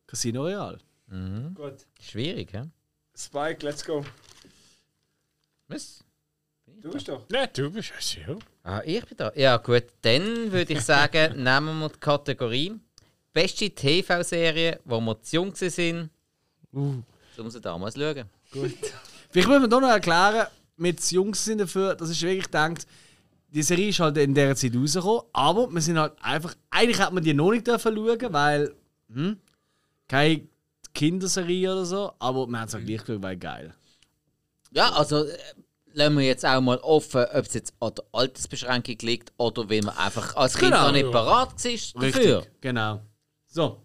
S1: Casino Royale.
S3: Hm? Gut.
S4: Schwierig, hä?
S3: Spike, let's go.
S4: Was?
S3: Du bist doch.
S5: Nein, du bist es ja.
S4: Ah, ich bin da. Ja, gut, dann würde ich sagen, nehmen wir die Kategorie Beste TV-Serie, wo wir zu jung waren, uh. um sie damals zu schauen.
S1: Vielleicht müssen wir doch noch erklären, mit den Jungs sind dafür, dass ich wirklich denke, die Serie ist halt in dieser Zeit rausgekommen, aber wir sind halt einfach, eigentlich hätte man die noch nicht dürfen schauen, weil, hm, keine Kinderserie oder so, aber wir haben es halt gleich geschaut, weil geil.
S4: Ja, also äh, lassen wir jetzt auch mal offen, ob es jetzt an der Altersbeschränkung liegt oder weil man einfach als Kind
S1: Genau,
S4: noch nicht
S1: ja.
S4: parat war dafür.
S1: Genau. So,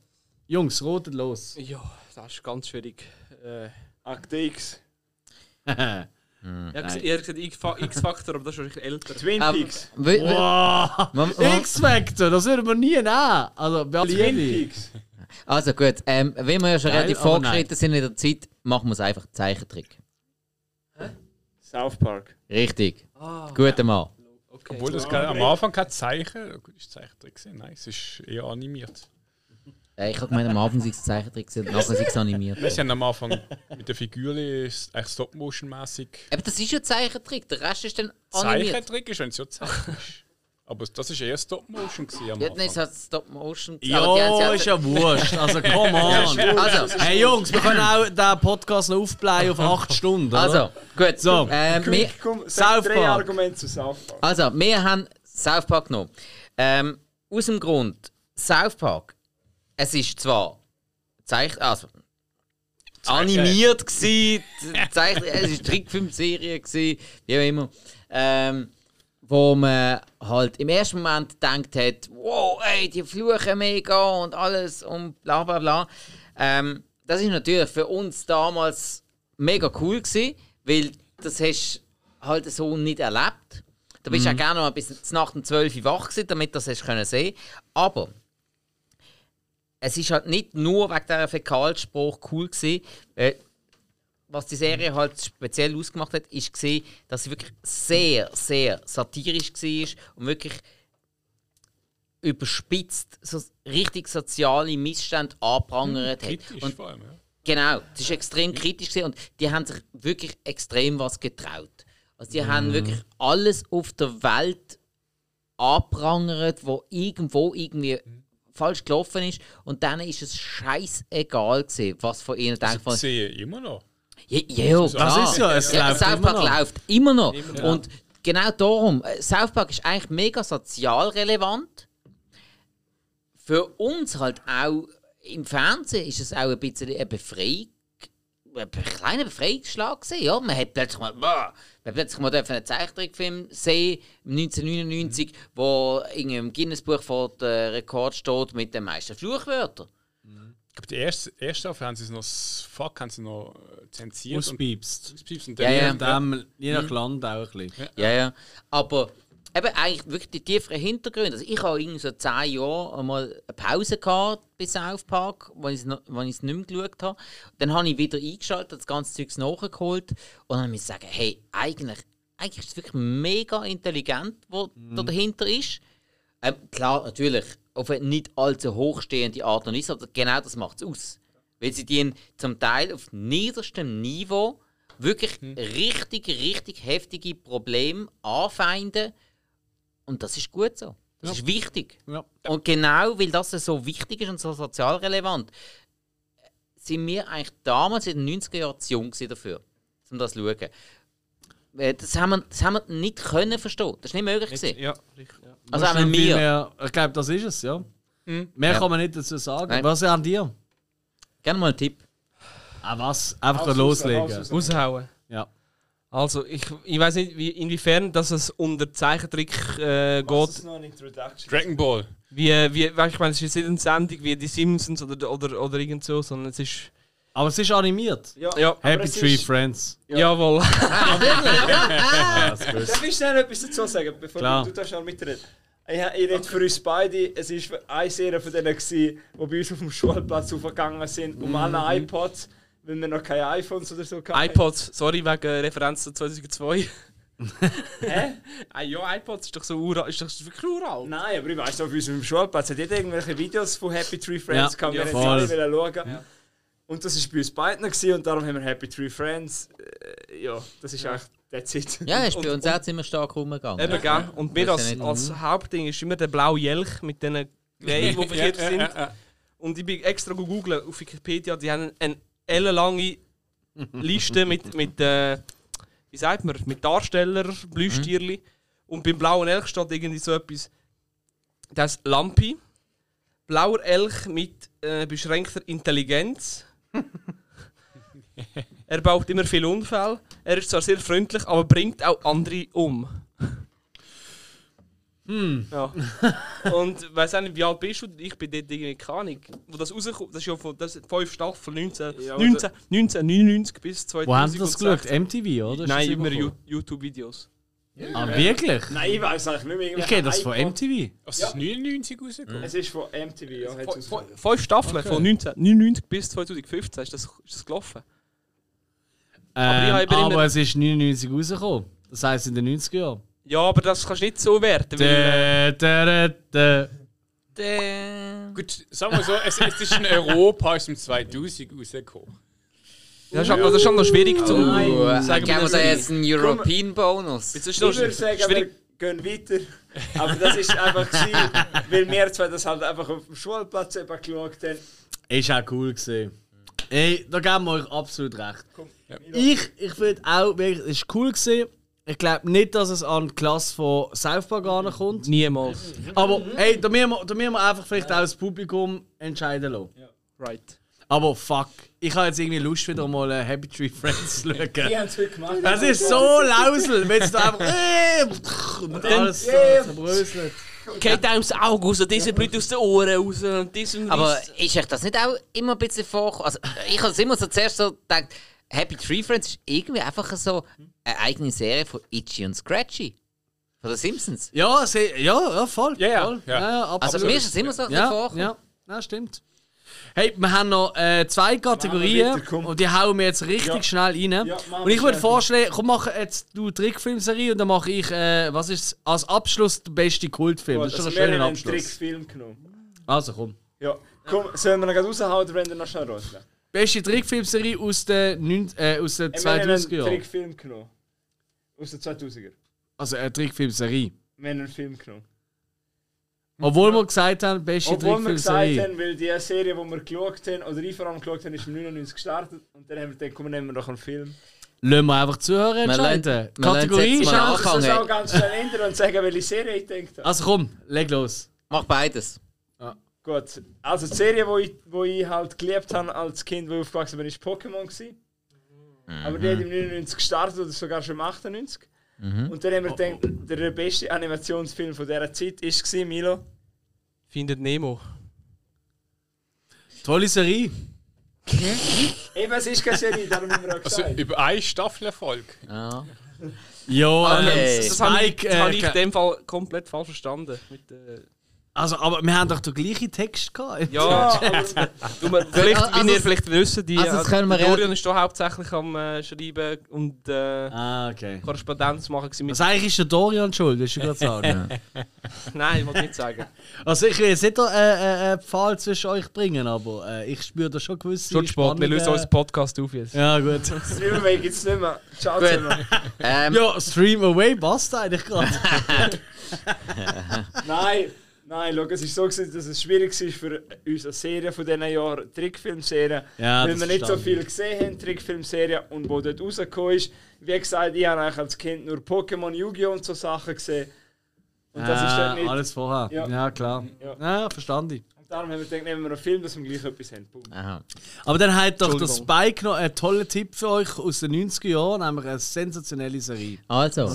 S1: Jungs, rotet los.
S2: Ja, das ist ganz schwierig. Äh,
S3: Akte X.
S2: ich habe gesagt X-Fa- X-Faktor, aber das ist schon richtig älter.
S3: Twin
S4: Ähm,
S3: Peaks.
S4: Weil- weil-
S1: Boah,
S4: man- man-
S1: X-Factor, das würden wir nie nehmen. Also, wer
S3: Twin
S1: liebe
S3: Peaks.
S4: Also gut, ähm, wenn wir ja schon
S1: Geil,
S4: relativ
S1: aber nein.
S4: vorgeschritten sind in der Zeit, machen wir es einfach Zeichentrick.
S3: South Park.
S4: Richtig.
S2: Ah,
S4: Guter Mann.
S2: okay.
S5: Obwohl das kein- am Anfang kein Zeichen gut, ist. Zeichentrick gewesen. Nein, es ist eher animiert.
S4: Äh, ich habe gemeint, am Anfang sei es Zeichentrick, gewesen, nachher sei es animiert.
S5: Sie haben am Anfang mit der Figur ist eigentlich Stop-Motion-mäßig.
S4: Aber das ist ja Zeichentrick, der Rest ist dann animiert.
S5: Zeichentrick ist, wenn es ja Zeichen ist. Aber das war eher Stop-Motion gewesen am
S4: Ja, nein, es
S5: Anfang.
S4: hat Stop-Motion. aber die haben's
S1: Ja, ist ja wurscht. Also, come on.
S4: Also,
S1: Hey Jungs, wir können auch den Podcast noch aufbleiben auf 8 Stunden. oder?
S4: also, gut.
S1: So.
S4: ähm, wir,
S3: Quick, komm,
S1: South
S3: sag drei
S1: Park.
S3: Argumente zu South Park.
S4: Also, wir haben South Park genommen. Ähm, aus dem Grund, South Park, es ist zwar Zeich also, animiert gsi, Zeich es ist Trickfilmserie gsi, wie auch immer, ähm, wo man halt im ersten Moment gedacht hat, wow, ey, die fluchen mega und alles und bla bla bla. Ähm, das ist natürlich für uns damals mega cool gsi, weil das hast halt so nicht erlebt. Da bist du ja gerne noch bis zur Nacht um 12 Uhr wach gewesen, damit du das hast können sehen. Aber es ist halt nicht nur wegen dieser Fäkalspruch cool gewesen. Äh, was die Serie halt speziell ausgemacht hat, ist gesehen, dass sie wirklich sehr, sehr satirisch war und wirklich überspitzt so richtig soziale Missstände anprangert hat.
S5: Kritisch
S4: Und
S5: vor allem, ja.
S4: Genau, das war extrem kritisch gewesen und die haben sich wirklich extrem was getraut. Also die haben wirklich alles auf der Welt anprangert, wo irgendwo irgendwie falsch gelaufen ist und denen ist es scheißegal gewesen, was von ihnen denkt.
S5: Ich
S4: Von,
S5: sehe immer noch.
S4: ja, ja,
S1: Das
S4: klar.
S1: ist ja, es
S4: Ja,
S1: läuft
S4: South
S1: immer
S4: Park
S1: noch.
S4: läuft immer noch. Und genau darum, äh, South Park ist eigentlich mega sozial relevant. Für uns halt auch im Fernsehen ist es auch ein bisschen eine Befreiung. Ein kleiner Befreiungsschlag gesehen, ja. Man hat plötzlich mal, boah, man hat plötzlich mal dürfen einen Zeichentrickfilm sehen, 1999, wo irgendwie im Guinness-Buch vor der Rekord steht mit den meisten Fluchwörtern.
S5: Ich glaube, die erste, erste Staffel haben sie es noch, s- fuck, haben sie noch äh, zensiert.
S1: Auspiepst.
S5: und, ausgepiepst und
S4: Ja, ja.
S5: dann-
S1: Und dann, ähm, je nach Land auch ein bisschen.
S4: Ja, ja. Aber eben eigentlich wirklich die tieferen Hintergründe. Also ich habe irgendwie so zehn Jahre einmal eine Pause gehabt bei South Park, wo ich es noch- wo ich es nicht mehr geschaut habe. Dann habe ich wieder eingeschaltet, das ganze Zeug nachgeholt und dann muss ich sagen, hey, eigentlich, eigentlich ist es wirklich mega intelligent, was da dahinter ist. Ähm, klar, natürlich, auf eine nicht allzu hochstehende Art und Weise, aber genau das macht es aus. Weil sie die zum Teil auf niederstem Niveau wirklich richtig, richtig heftige Probleme anfeinden. Und das ist gut so. Das ist wichtig.
S1: Ja.
S4: Und genau weil das so wichtig ist und so sozial relevant, sind wir eigentlich damals in den 90er Jahren zu jung gewesen dafür, um das zu schauen. Äh, Das haben, wir, das haben wir nicht können verstehen. Das ist nicht möglich. gewesen.
S2: Ja, richtig. Ja.
S4: Also
S1: Das ist
S4: haben
S1: nicht viel
S4: wir. Hm.
S1: Mehr, ich glaube, das ist es, ja. Mehr
S4: Ja.
S1: kann man nicht dazu sagen.
S4: Nein.
S1: Was ist an dir?
S4: Gerne mal einen Tipp.
S1: Ah, was? Einfach
S3: Haus
S1: loslegen.
S3: raus, Haus raus.
S2: Raushauen.
S1: Ja.
S2: Also, ich, ich weiß nicht, wie, inwiefern dass es unter Zeichentrick äh,
S3: Was
S2: geht.
S3: ist noch eine Introduction?
S5: Dragon Ball.
S2: Wie, wie, weißt, du, ich meine, es ist jetzt nicht eine Sendung wie die Simpsons oder, oder, oder irgend so, sondern es ist
S1: Aber es ist animiert.
S3: Ja,
S2: Ja.
S3: aber
S1: Happy
S3: es
S1: Tree
S3: ist-
S1: Friends.
S2: Jawohl.
S1: Ah, das ist gut.
S3: Darf ich schnell etwas dazu sagen, bevor
S1: Klar.
S3: du da schon mitreden? Ich, ich rede für uns beide, es war eine Serie von denen, gewesen, die bei uns auf dem Schulplatz aufgegangen sind, um alle
S1: Mhm.
S3: iPods, weil wir noch keine iPhones oder so hatten.
S2: iPods, sorry, wegen Referenz zu 2002.
S3: Hä?
S2: Ah, ja, iPods ist doch so ural, ist doch wirklich ural.
S3: Nein, aber ich weiss auf unserem Schulplatz hat jeder irgendwelche Videos von Happy Tree Friends
S1: Ja,
S3: gehabt, wir
S1: ja,
S3: haben alle
S1: voll.
S3: wollen schauen. Und das war bei uns beiden gewesen, und darum haben wir Happy Tree Friends. Äh, ja, das ist eigentlich that's it.
S4: Ja, ist bei
S3: Und-
S4: uns auch ziemlich stark rumgegangen.
S2: Eben, gell? Und mir
S4: Das
S2: als,
S4: ist ja
S2: als Hauptding ist immer der blaue Jelch mit diesen Gräben, die verkehrt sind. Und ich bin extra googeln auf Wikipedia, die haben eine ellenlange Liste mit, mit äh, wie sagt man, mit Darsteller, Blüstierli.
S1: Mhm.
S2: Und beim blauen Elch steht irgendwie so etwas, das heisst Lampi. Blauer Elch mit äh, beschränkter Intelligenz. er baut immer viel Unfälle. Er ist zwar sehr freundlich, aber bringt auch andere um.
S1: Hm.
S2: Ja. Und weiß auch nicht, wie alt bist du? Ich bin dort irgendwie keine Ahnung. Wo das rauskommt, das ist ja von das ist fünf Staffeln 19,
S3: Ja, oder-
S2: 19, 1999 bis
S1: also Wo haben Sie das
S2: 2006.
S1: geschaut? MTV, oder? Ist
S2: Nein,
S1: das
S2: immer
S1: überkommen?
S2: Ju- YouTube-Videos.
S1: Ah, wirklich?
S3: Nein, ich weiss eigentlich nicht mehr.
S1: Ich
S3: irgendwelche
S1: kenne das von
S3: iPods.
S1: MTV.
S5: Was ist 99 rausgekommen?
S3: Es ist von MTV, ja. hat's
S2: Fün-
S3: rausgekommen.
S2: fün- Fünf Staffeln von 1999 bis 2015 ist das, ist das gelaufen. ich
S1: Ähm,
S2: habe
S1: aber
S2: eben immer-
S1: es ist 99 rausgekommen. Das heisst in den 90er Jahren.
S2: Ja, aber das kannst du nicht so werten. Weil, äh,
S1: Dä, dä, dä, dä.
S5: Gut, sagen wir so, es, es ist in Europa aus dem 2000 rausgekommen.
S2: das, ist, aber- das ist schon noch schwierig zu
S4: Dann
S2: sagen.
S4: geben wir da jetzt einen
S2: Das
S4: European Bonus.
S2: ist noch
S3: Ich würde sagen, wir
S2: schwierig.
S3: gehen weiter. Aber das ist einfach, gewesen, weil wir zwei das halt einfach auf dem Schulplatz eben geschaut haben.
S1: Ist auch cool gesehen. Ey, da geben wir euch absolut recht. Ich, ich finde auch, wirklich, es ist cool gesehen. Ich glaube nicht, dass es an die Klasse von South Park ankommt.
S2: Niemals.
S1: Aber hey, da müssen, wir, da müssen wir einfach vielleicht auch das Publikum entscheiden lassen.
S2: Right.
S1: Aber fuck, ich habe jetzt irgendwie Lust, wieder mal äh, Happy Tree Friends zu schauen.
S3: haben es heute gemacht.
S1: Das ist so lausel, wenn es da einfach. Äh, und alles
S3: Yeah.
S1: zerbröselt.
S2: Geht einem das Auge raus, diese Brüte aus den Ohren raus und diesem
S4: Aber ist euch das nicht auch immer ein bisschen vor? Also, ich habe es immer so zuerst so gedacht, Happy Tree Friends ist irgendwie einfach so eine eigene Serie von Itchy und Scratchy. Von den Simpsons.
S1: Ja, se, ja, ja, voll.
S5: Ja, ja,
S1: voll.
S5: ja.
S1: absolut.
S4: Also, mir ist es immer so ein bisschen
S1: Ja,
S4: vorgekommen.
S1: ja, ja, stimmt. Hey, wir haben noch äh, zwei Kategorien
S3: weiter, komm.
S1: und die hauen wir jetzt richtig
S3: Ja.
S1: schnell rein.
S3: Ja, machen
S1: und ich
S3: wir
S1: würde
S3: schnell.
S1: vorschlagen, komm, mach jetzt du Trickfilmserie und dann mache ich, äh, was ist als Abschluss der beste Kultfilm?
S3: Gut,
S1: das ist schon
S3: also
S1: ein
S3: wir haben
S1: schöner
S3: einen
S1: Abschluss.
S3: Trickfilm genommen.
S1: Also komm.
S3: Ja. Komm, sollen wir ihn gerade raushauen oder wollen wir noch schnell raus?
S1: Beste Trickfilmserie aus den, 9, äh, aus den
S3: Wir haben einen
S1: 2000er Jahren.
S3: Trickfilm genommen. Aus den 2000er.
S1: Also eine Trickfilmserie.
S3: Wir haben einen Film genommen.
S1: Obwohl wir gesagt haben, beste
S3: Obwohl wir gesagt
S1: Trickfilmserie.
S3: haben, weil die Serie, die wir geschaut haben, oder ich vor allem geschaut habe, ist im 99 gestartet. Und dann haben wir gedacht, komm, nehmen wir noch einen Film.
S1: Lassen wir einfach zuhören entscheiden.
S4: lernt- man lernt
S1: Kategorie
S4: jetzt
S1: ist
S4: mal
S1: auch.
S4: anfangen.
S3: Ich muss
S4: Fangen.
S3: auch Also ganz schnell ändern und sagen, welche Serie ich gedacht habe.
S1: Also komm, leg los.
S4: Mach beides.
S3: Gut, also die Serie, die ich, wo ich halt geliebt habe als Kind, wo ich aufgewachsen bin, ist Pokémon. gsi. Aber die hat im 99 gestartet oder sogar schon im 98. Und dann haben wir gedacht, der beste Animationsfilm von dieser Zeit ist gsi, Milo.
S2: Findet Nemo.
S1: Tolle Serie.
S3: Eben, es ist keine Serie, darum haben wir auch
S5: Also
S3: gesagt.
S5: über eine Staffel Erfolg.
S4: Ja.
S1: Jo,
S4: Okay.
S1: ähm,
S2: Das habe ich,
S1: Spike,
S2: das habe ich
S1: äh,
S2: in dem Fall komplett falsch verstanden. Mit, äh,
S1: also, aber wir haben doch den gleichen Text gehabt.
S2: ja,
S3: aber,
S2: du, man, vielleicht,
S4: Also-
S2: wie ihr vielleicht wisst, die,
S4: also das können wir
S2: äh, Dorian ist da hauptsächlich am äh, Schreiben und äh,
S1: Ah, okay.
S2: Korrespondenz machen. gewesen Mit,
S1: Also eigentlich ist der Dorian schuld, willst du gerade sagen.
S2: nein, ich wollte nicht sagen.
S1: also ich will jetzt nicht äh, äh, äh, Pfahl zwischen euch bringen, aber äh, ich spüre da schon gewisse Spannungen.
S2: äh, Podcast auf jetzt.
S1: Ja, gut.
S3: Streamerway gibt es nicht mehr. Ciao
S4: Gut.
S3: zusammen.
S4: Ähm,
S1: Ja, Stream Away passt eigentlich gerade.
S3: Nein, nein, schau, es ist so, gewesen, dass es schwierig war für uns als Serie von diesen Jahren, Trickfilmserien,
S1: Ja,
S3: weil
S1: das
S3: wir nicht so
S1: verstand
S3: viel gesehen haben, Trickfilmserien, und wo dort rausgekommen ist. Wie gesagt, ich habe eigentlich als Kind nur Pokémon, Yu-Gi-Oh! und so Sachen gesehen. Und das ist dann
S1: äh,
S3: nicht.
S1: alles vorher. Ja,
S3: Ja.
S1: klar. Ja,
S3: Ja.
S1: verstanden.
S3: Und darum haben wir gedacht, nehmen wir einen Film, dass wir gleich etwas haben. Boom.
S4: aha.
S1: Aber dann hat doch der Spike noch einen tollen Tipp für euch aus den 90er Jahren, nämlich eine sensationelle Serie.
S4: Also,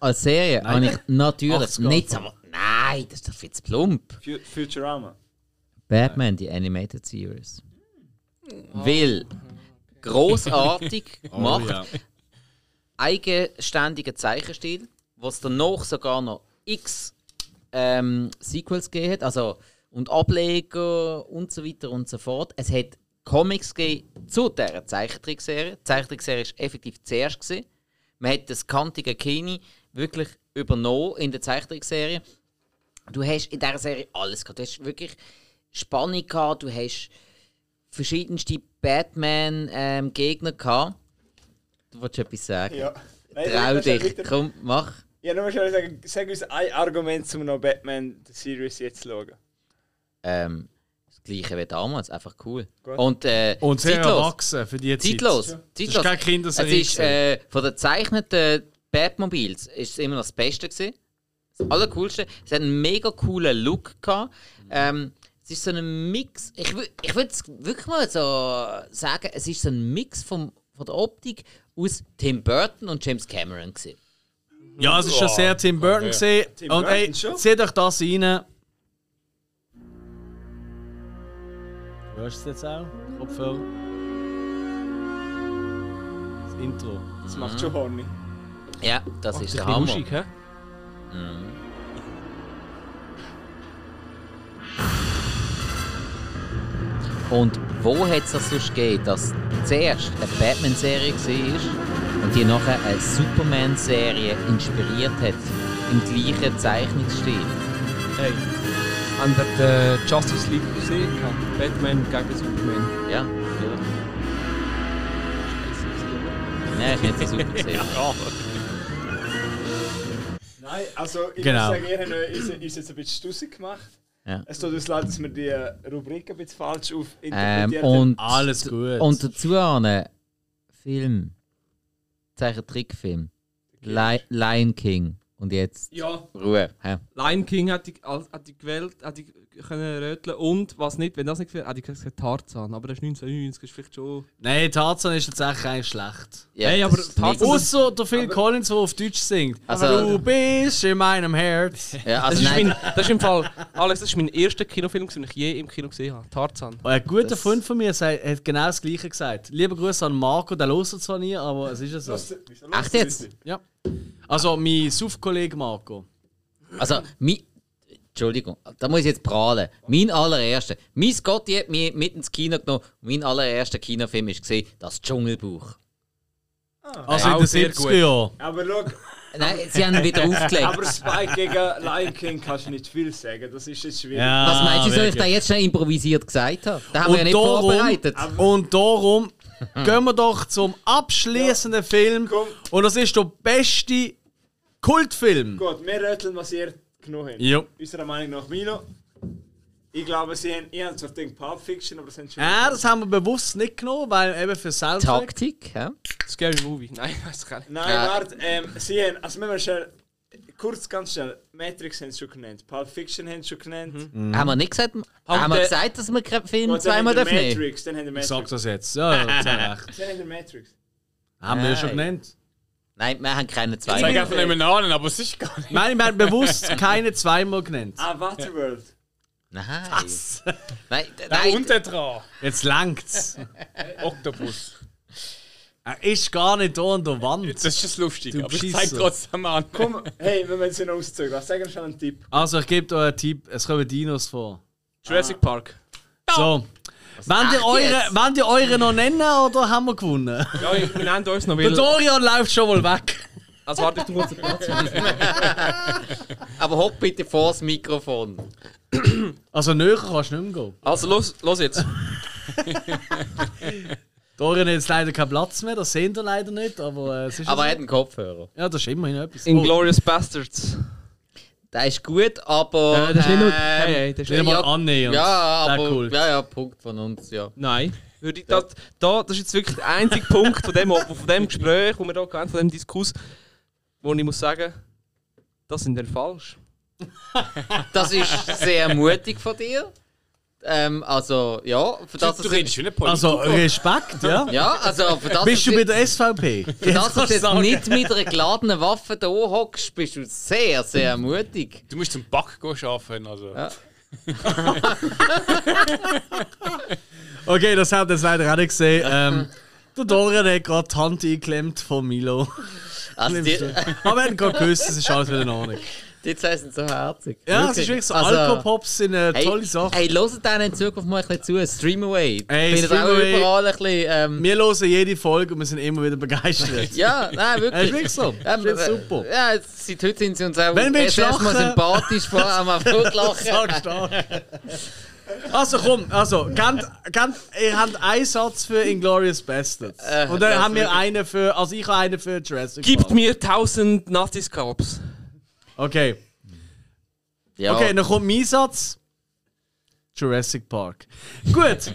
S4: als Serie habe ich natürlich
S1: 80er
S4: nichts, aber nein, das ist doch viel zu plump.
S3: Fu- Futurama.
S4: Batman, die Animated Series. Weil großartig gemacht.
S1: ja.
S4: eigenständigen Zeichenstil, was danach sogar noch x ähm, Sequels gegeben hat, also und Ableger und so weiter und so fort. Es hat Comics gegeben zu dieser Zeichentrickserie. Die Zeichentrickserie war effektiv zuerst. Gewesen. Man hat das kantige Kini wirklich übernommen in der Zeichentrickserie. Du hast in dieser Serie alles gehabt. Du hast wirklich Spannung gehabt, du hast verschiedenste Batman-Gegner gehabt. Du wolltest etwas sagen?
S3: Ja. Nein,
S4: Trau
S3: das ist ja
S4: dich,
S3: weiter-
S4: komm, mach.
S3: Ja, nur mal schnell sagen, sag uns ein Argument, um noch Batman die Series jetzt zu schauen.
S4: Ähm, das gleiche wie damals, einfach cool.
S3: Gut.
S4: Und, äh,
S1: Und sehr
S4: zeitlos.
S1: erwachsen für die Zeit.
S4: Zeitlos.
S1: Das
S4: Zeitlos.
S1: ist keine Kinderserie.
S4: Es ist äh, von den zeichneten Batmobiles ist es immer noch das Beste gewesen. Das allercoolste. Es hat einen mega coolen Look gehabt. Ähm, es ist so ein Mix. Ich, wü- ich würde es wirklich mal so sagen, es ist so ein Mix vom, von der Optik aus Tim Burton und James Cameron gewesen.
S1: ja, es ist
S5: Oh.
S1: schon sehr Tim Burton gesehen.
S3: Tim
S1: Und
S3: Burton
S1: ey,
S3: schon?
S1: seht euch das rein. Hörst du es jetzt auch? Kopfhörer. Das Intro.
S3: Das macht schon horny.
S4: Ja, das
S2: Ein
S4: ist der
S2: bisschen
S4: Hammer.
S2: Muschig, hä?
S4: Und wo hat es das sonst gegeben, dass zuerst eine Batman-Serie war und die nachher eine Superman-Serie inspiriert hat? Im gleichen Zeichnungsstil.
S2: Hey. Habt ihr die äh, Justice League gesehen? gehabt? Batman gegen Superman.
S4: Ja, nein, ist nicht so super gesehen.
S3: Nein, also ich
S1: Genau.
S3: muss sagen, ihr habt uns, uns jetzt ein bisschen stussig gemacht.
S4: Ja.
S3: Es tut uns leid, dass wir die Rubrik ein bisschen falsch
S4: Ähm,
S3: aufinterpretiert haben.
S4: und,
S1: Alles gut.
S4: und dazu an Film. Zeichentrickfilm. Li Lion King. Und jetzt
S2: Ja.
S4: Ruhe. hä?
S2: Lion King hat ich, hat ich gewählt, hat ich können röteln und was nicht, wenn das nicht gefällt, hat ich gesagt Tarzan. Aber das ist 1999, das ist vielleicht schon...
S1: Nein, Tarzan ist tatsächlich eigentlich schlecht.
S4: Ja,
S2: Hey,
S4: das
S2: aber
S4: ist
S2: Tatsache-
S4: nichts.
S1: Außer der Phil Collins, der auf Deutsch singt.
S4: Also-
S1: du bist in meinem Herz.
S4: Ja,
S2: Das,
S4: also
S2: ist mein,
S4: nein,
S2: das ist im Fall, Alex, das ist mein erster Kinofilm, den ich je im Kino gesehen habe. Tarzan.
S1: Ein guter
S4: Das-
S1: Freund von mir sei- hat genau das Gleiche gesagt. Lieber Grüße an Marco, der hört es zwar nie, aber es ist ja so.
S4: Echt jetzt?
S1: Ja. Also, mein Suff-Kollege Marco.
S4: Also, mein. Entschuldigung, da muss ich jetzt prahlen. Mein allererster. Mein Scotty hat mich mit ins Kino genommen. Mein allererster Kinofilm war das Dschungelbuch.
S1: Also in den 70er Jahren.
S3: Aber schau,
S4: Nein, sie haben ihn wieder aufgelegt.
S3: aber Spike gegen Lion King kannst du nicht viel sagen. Das ist jetzt schwierig.
S1: Ja,
S4: Was meinst du, soll ich
S1: Ah, wirklich.
S4: da jetzt schon improvisiert gesagt haben? Da haben wir ja nicht
S1: darum- Ah,
S4: vorbereitet.
S1: Und darum gehen wir doch zum abschließenden Film.
S3: Komm.
S1: Und das ist der beste Kultfilm.
S3: Gut, wir röteln, was ihr genommen habt.
S1: Jo.
S3: Unserer Meinung nach Milo. Ich glaube, sie haben, ich habe zwar gedacht Pulp Fiction, aber das haben sie schon...
S1: Ja, Ah, das haben wir bewusst nicht genommen, weil eben für Soundtrack.
S4: Taktik, hä?
S2: Scary Movie. Nein, weiß ich gar nicht.
S3: Nein,
S4: Ja.
S3: warte, ähm, sie haben, also müssen wir schnell, kurz, ganz schnell, Matrix haben sie schon genannt, Pulp Fiction haben sie schon genannt.
S1: Mhm.
S4: Haben wir nicht gesagt, haben wir
S2: der-
S4: gesagt, dass wir keinen Film
S3: Und dann
S4: zweimal
S3: haben
S4: dürfen?
S3: wir
S4: nehmen?
S3: Matrix, dann haben wir
S1: Ich
S3: Matrix.
S1: sag das jetzt. Ja, ja, zu recht.
S3: Dann haben wir Matrix.
S1: Haben wir ja schon
S4: Nein.
S1: genannt.
S4: Nein, wir haben keine
S5: Ich
S4: zwei.
S5: sage einfach nicht mehr Namen, aber es ist gar nicht.
S1: Ich meine, wir haben bewusst keine zweimal genannt.
S3: Ah, Waterworld.
S4: Nein. Nein,
S5: Nein.
S4: nein.
S5: Und der dran.
S1: Jetzt langt's.
S5: Oktopus.
S1: Er ist gar nicht da an der Wand.
S5: Das ist das lustig,
S1: Du
S5: aber ich
S1: Bescheisser.
S5: zeige trotzdem an.
S3: Komm, hey, wir müssen sie noch auszogen. lassen. Sag uns schon einen Tipp.
S1: Also, ich gebe dir einen Tipp. Es kommen Dinos vor.
S2: Jurassic Park.
S1: So. Wollt ihr,
S4: macht
S1: eure,
S4: jetzt?
S1: wollt ihr eure noch nennen oder haben wir gewonnen?
S2: Ja, ich benenne uns noch
S1: Der
S2: wieder.
S1: Dorian läuft schon mal weg.
S2: Also warte, ich tu kurz den Platz.
S4: Aber hock bitte vor das Mikrofon.
S1: Also näher kannst du nicht mehr gehen.
S2: Also los, los jetzt.
S1: Dorian hat jetzt leider keinen Platz mehr, das sehen wir leider nicht, aber äh, es ist...
S4: Aber er
S1: ja
S4: hat einen Kopfhörer.
S1: so. ja, das ist immerhin etwas. Oh.
S2: Inglorious Bastards.
S4: Der ist gut, aber.
S2: Äh, das ist nicht nur. Hey,
S4: ähm,
S2: hey, das ist
S1: Nicht
S2: nicht
S1: mal
S4: Ja.
S1: annähernd.
S4: Ja,
S1: Der
S4: aber
S1: Kult.
S4: ja, ja, Punkt von uns, ja.
S2: Nein. Würde ich, das, da, das ist jetzt wirklich der einzige Punkt von dem, von dem Gespräch, wo wir hier hatten, von dem Diskurs, wo ich muss sagen, das sind dann falsch.
S4: Das ist sehr mutig von dir. Ähm, also, ja, für das
S5: Du redest wie ein Politiker.
S1: Also Respekt, ja.
S4: Ja, also für das
S1: Bist du
S4: dass
S1: bei der SVP?
S4: für das, dass du jetzt nicht mit einer geladenen Waffe da hockst, bist du sehr, sehr mutig.
S1: äh,
S5: du musst zum Back gehen arbeiten. Also.
S4: Ja.
S1: Okay, das habt ihr jetzt leider auch nicht gesehen. Ähm, Der Dorian hat gerade die Hand eingeklemmt von Milo.
S4: Also, die,
S1: Aber wir haben gerade gewusst, es ist alles wieder in Ordnung.
S4: die zwei sind so herzig.
S1: Ja, es ist wirklich so.
S4: Also,
S1: Alkopops sind eine
S4: hey,
S1: tolle Sache.
S4: Hey, hört denen in Zukunft mal ein bisschen zu. Stream away.
S1: Hey,
S4: Findet
S1: Stream
S4: auch
S1: Away.
S4: überall ein bisschen. Ähm,
S1: Wir hören jede Folge und wir sind immer wieder begeistert.
S4: ja, nein,
S1: Das ist
S4: wirklich.
S1: wirklich so. Das
S4: Ähm,
S1: ist
S4: äh,
S1: super.
S4: Ja, jetzt- seit heute sind sie uns auch
S1: Wenn wir
S4: erst erstmal
S1: lachen-
S4: sympathisch, vor allem auf Totlachen.
S1: Sagst du. Also komm, also, ganz, ganz, ihr habt einen Satz für Inglourious Bastards.
S4: Äh,
S1: und dann
S4: das
S1: haben wir
S4: wirklich.
S1: einen für, also ich habe einen für Jurassic
S2: Gibt
S1: Park.
S2: mir 1000 Nazi-Scalps.
S1: Okay,
S4: Ja.
S1: okay, dann kommt mein Satz. Jurassic Park. Gut,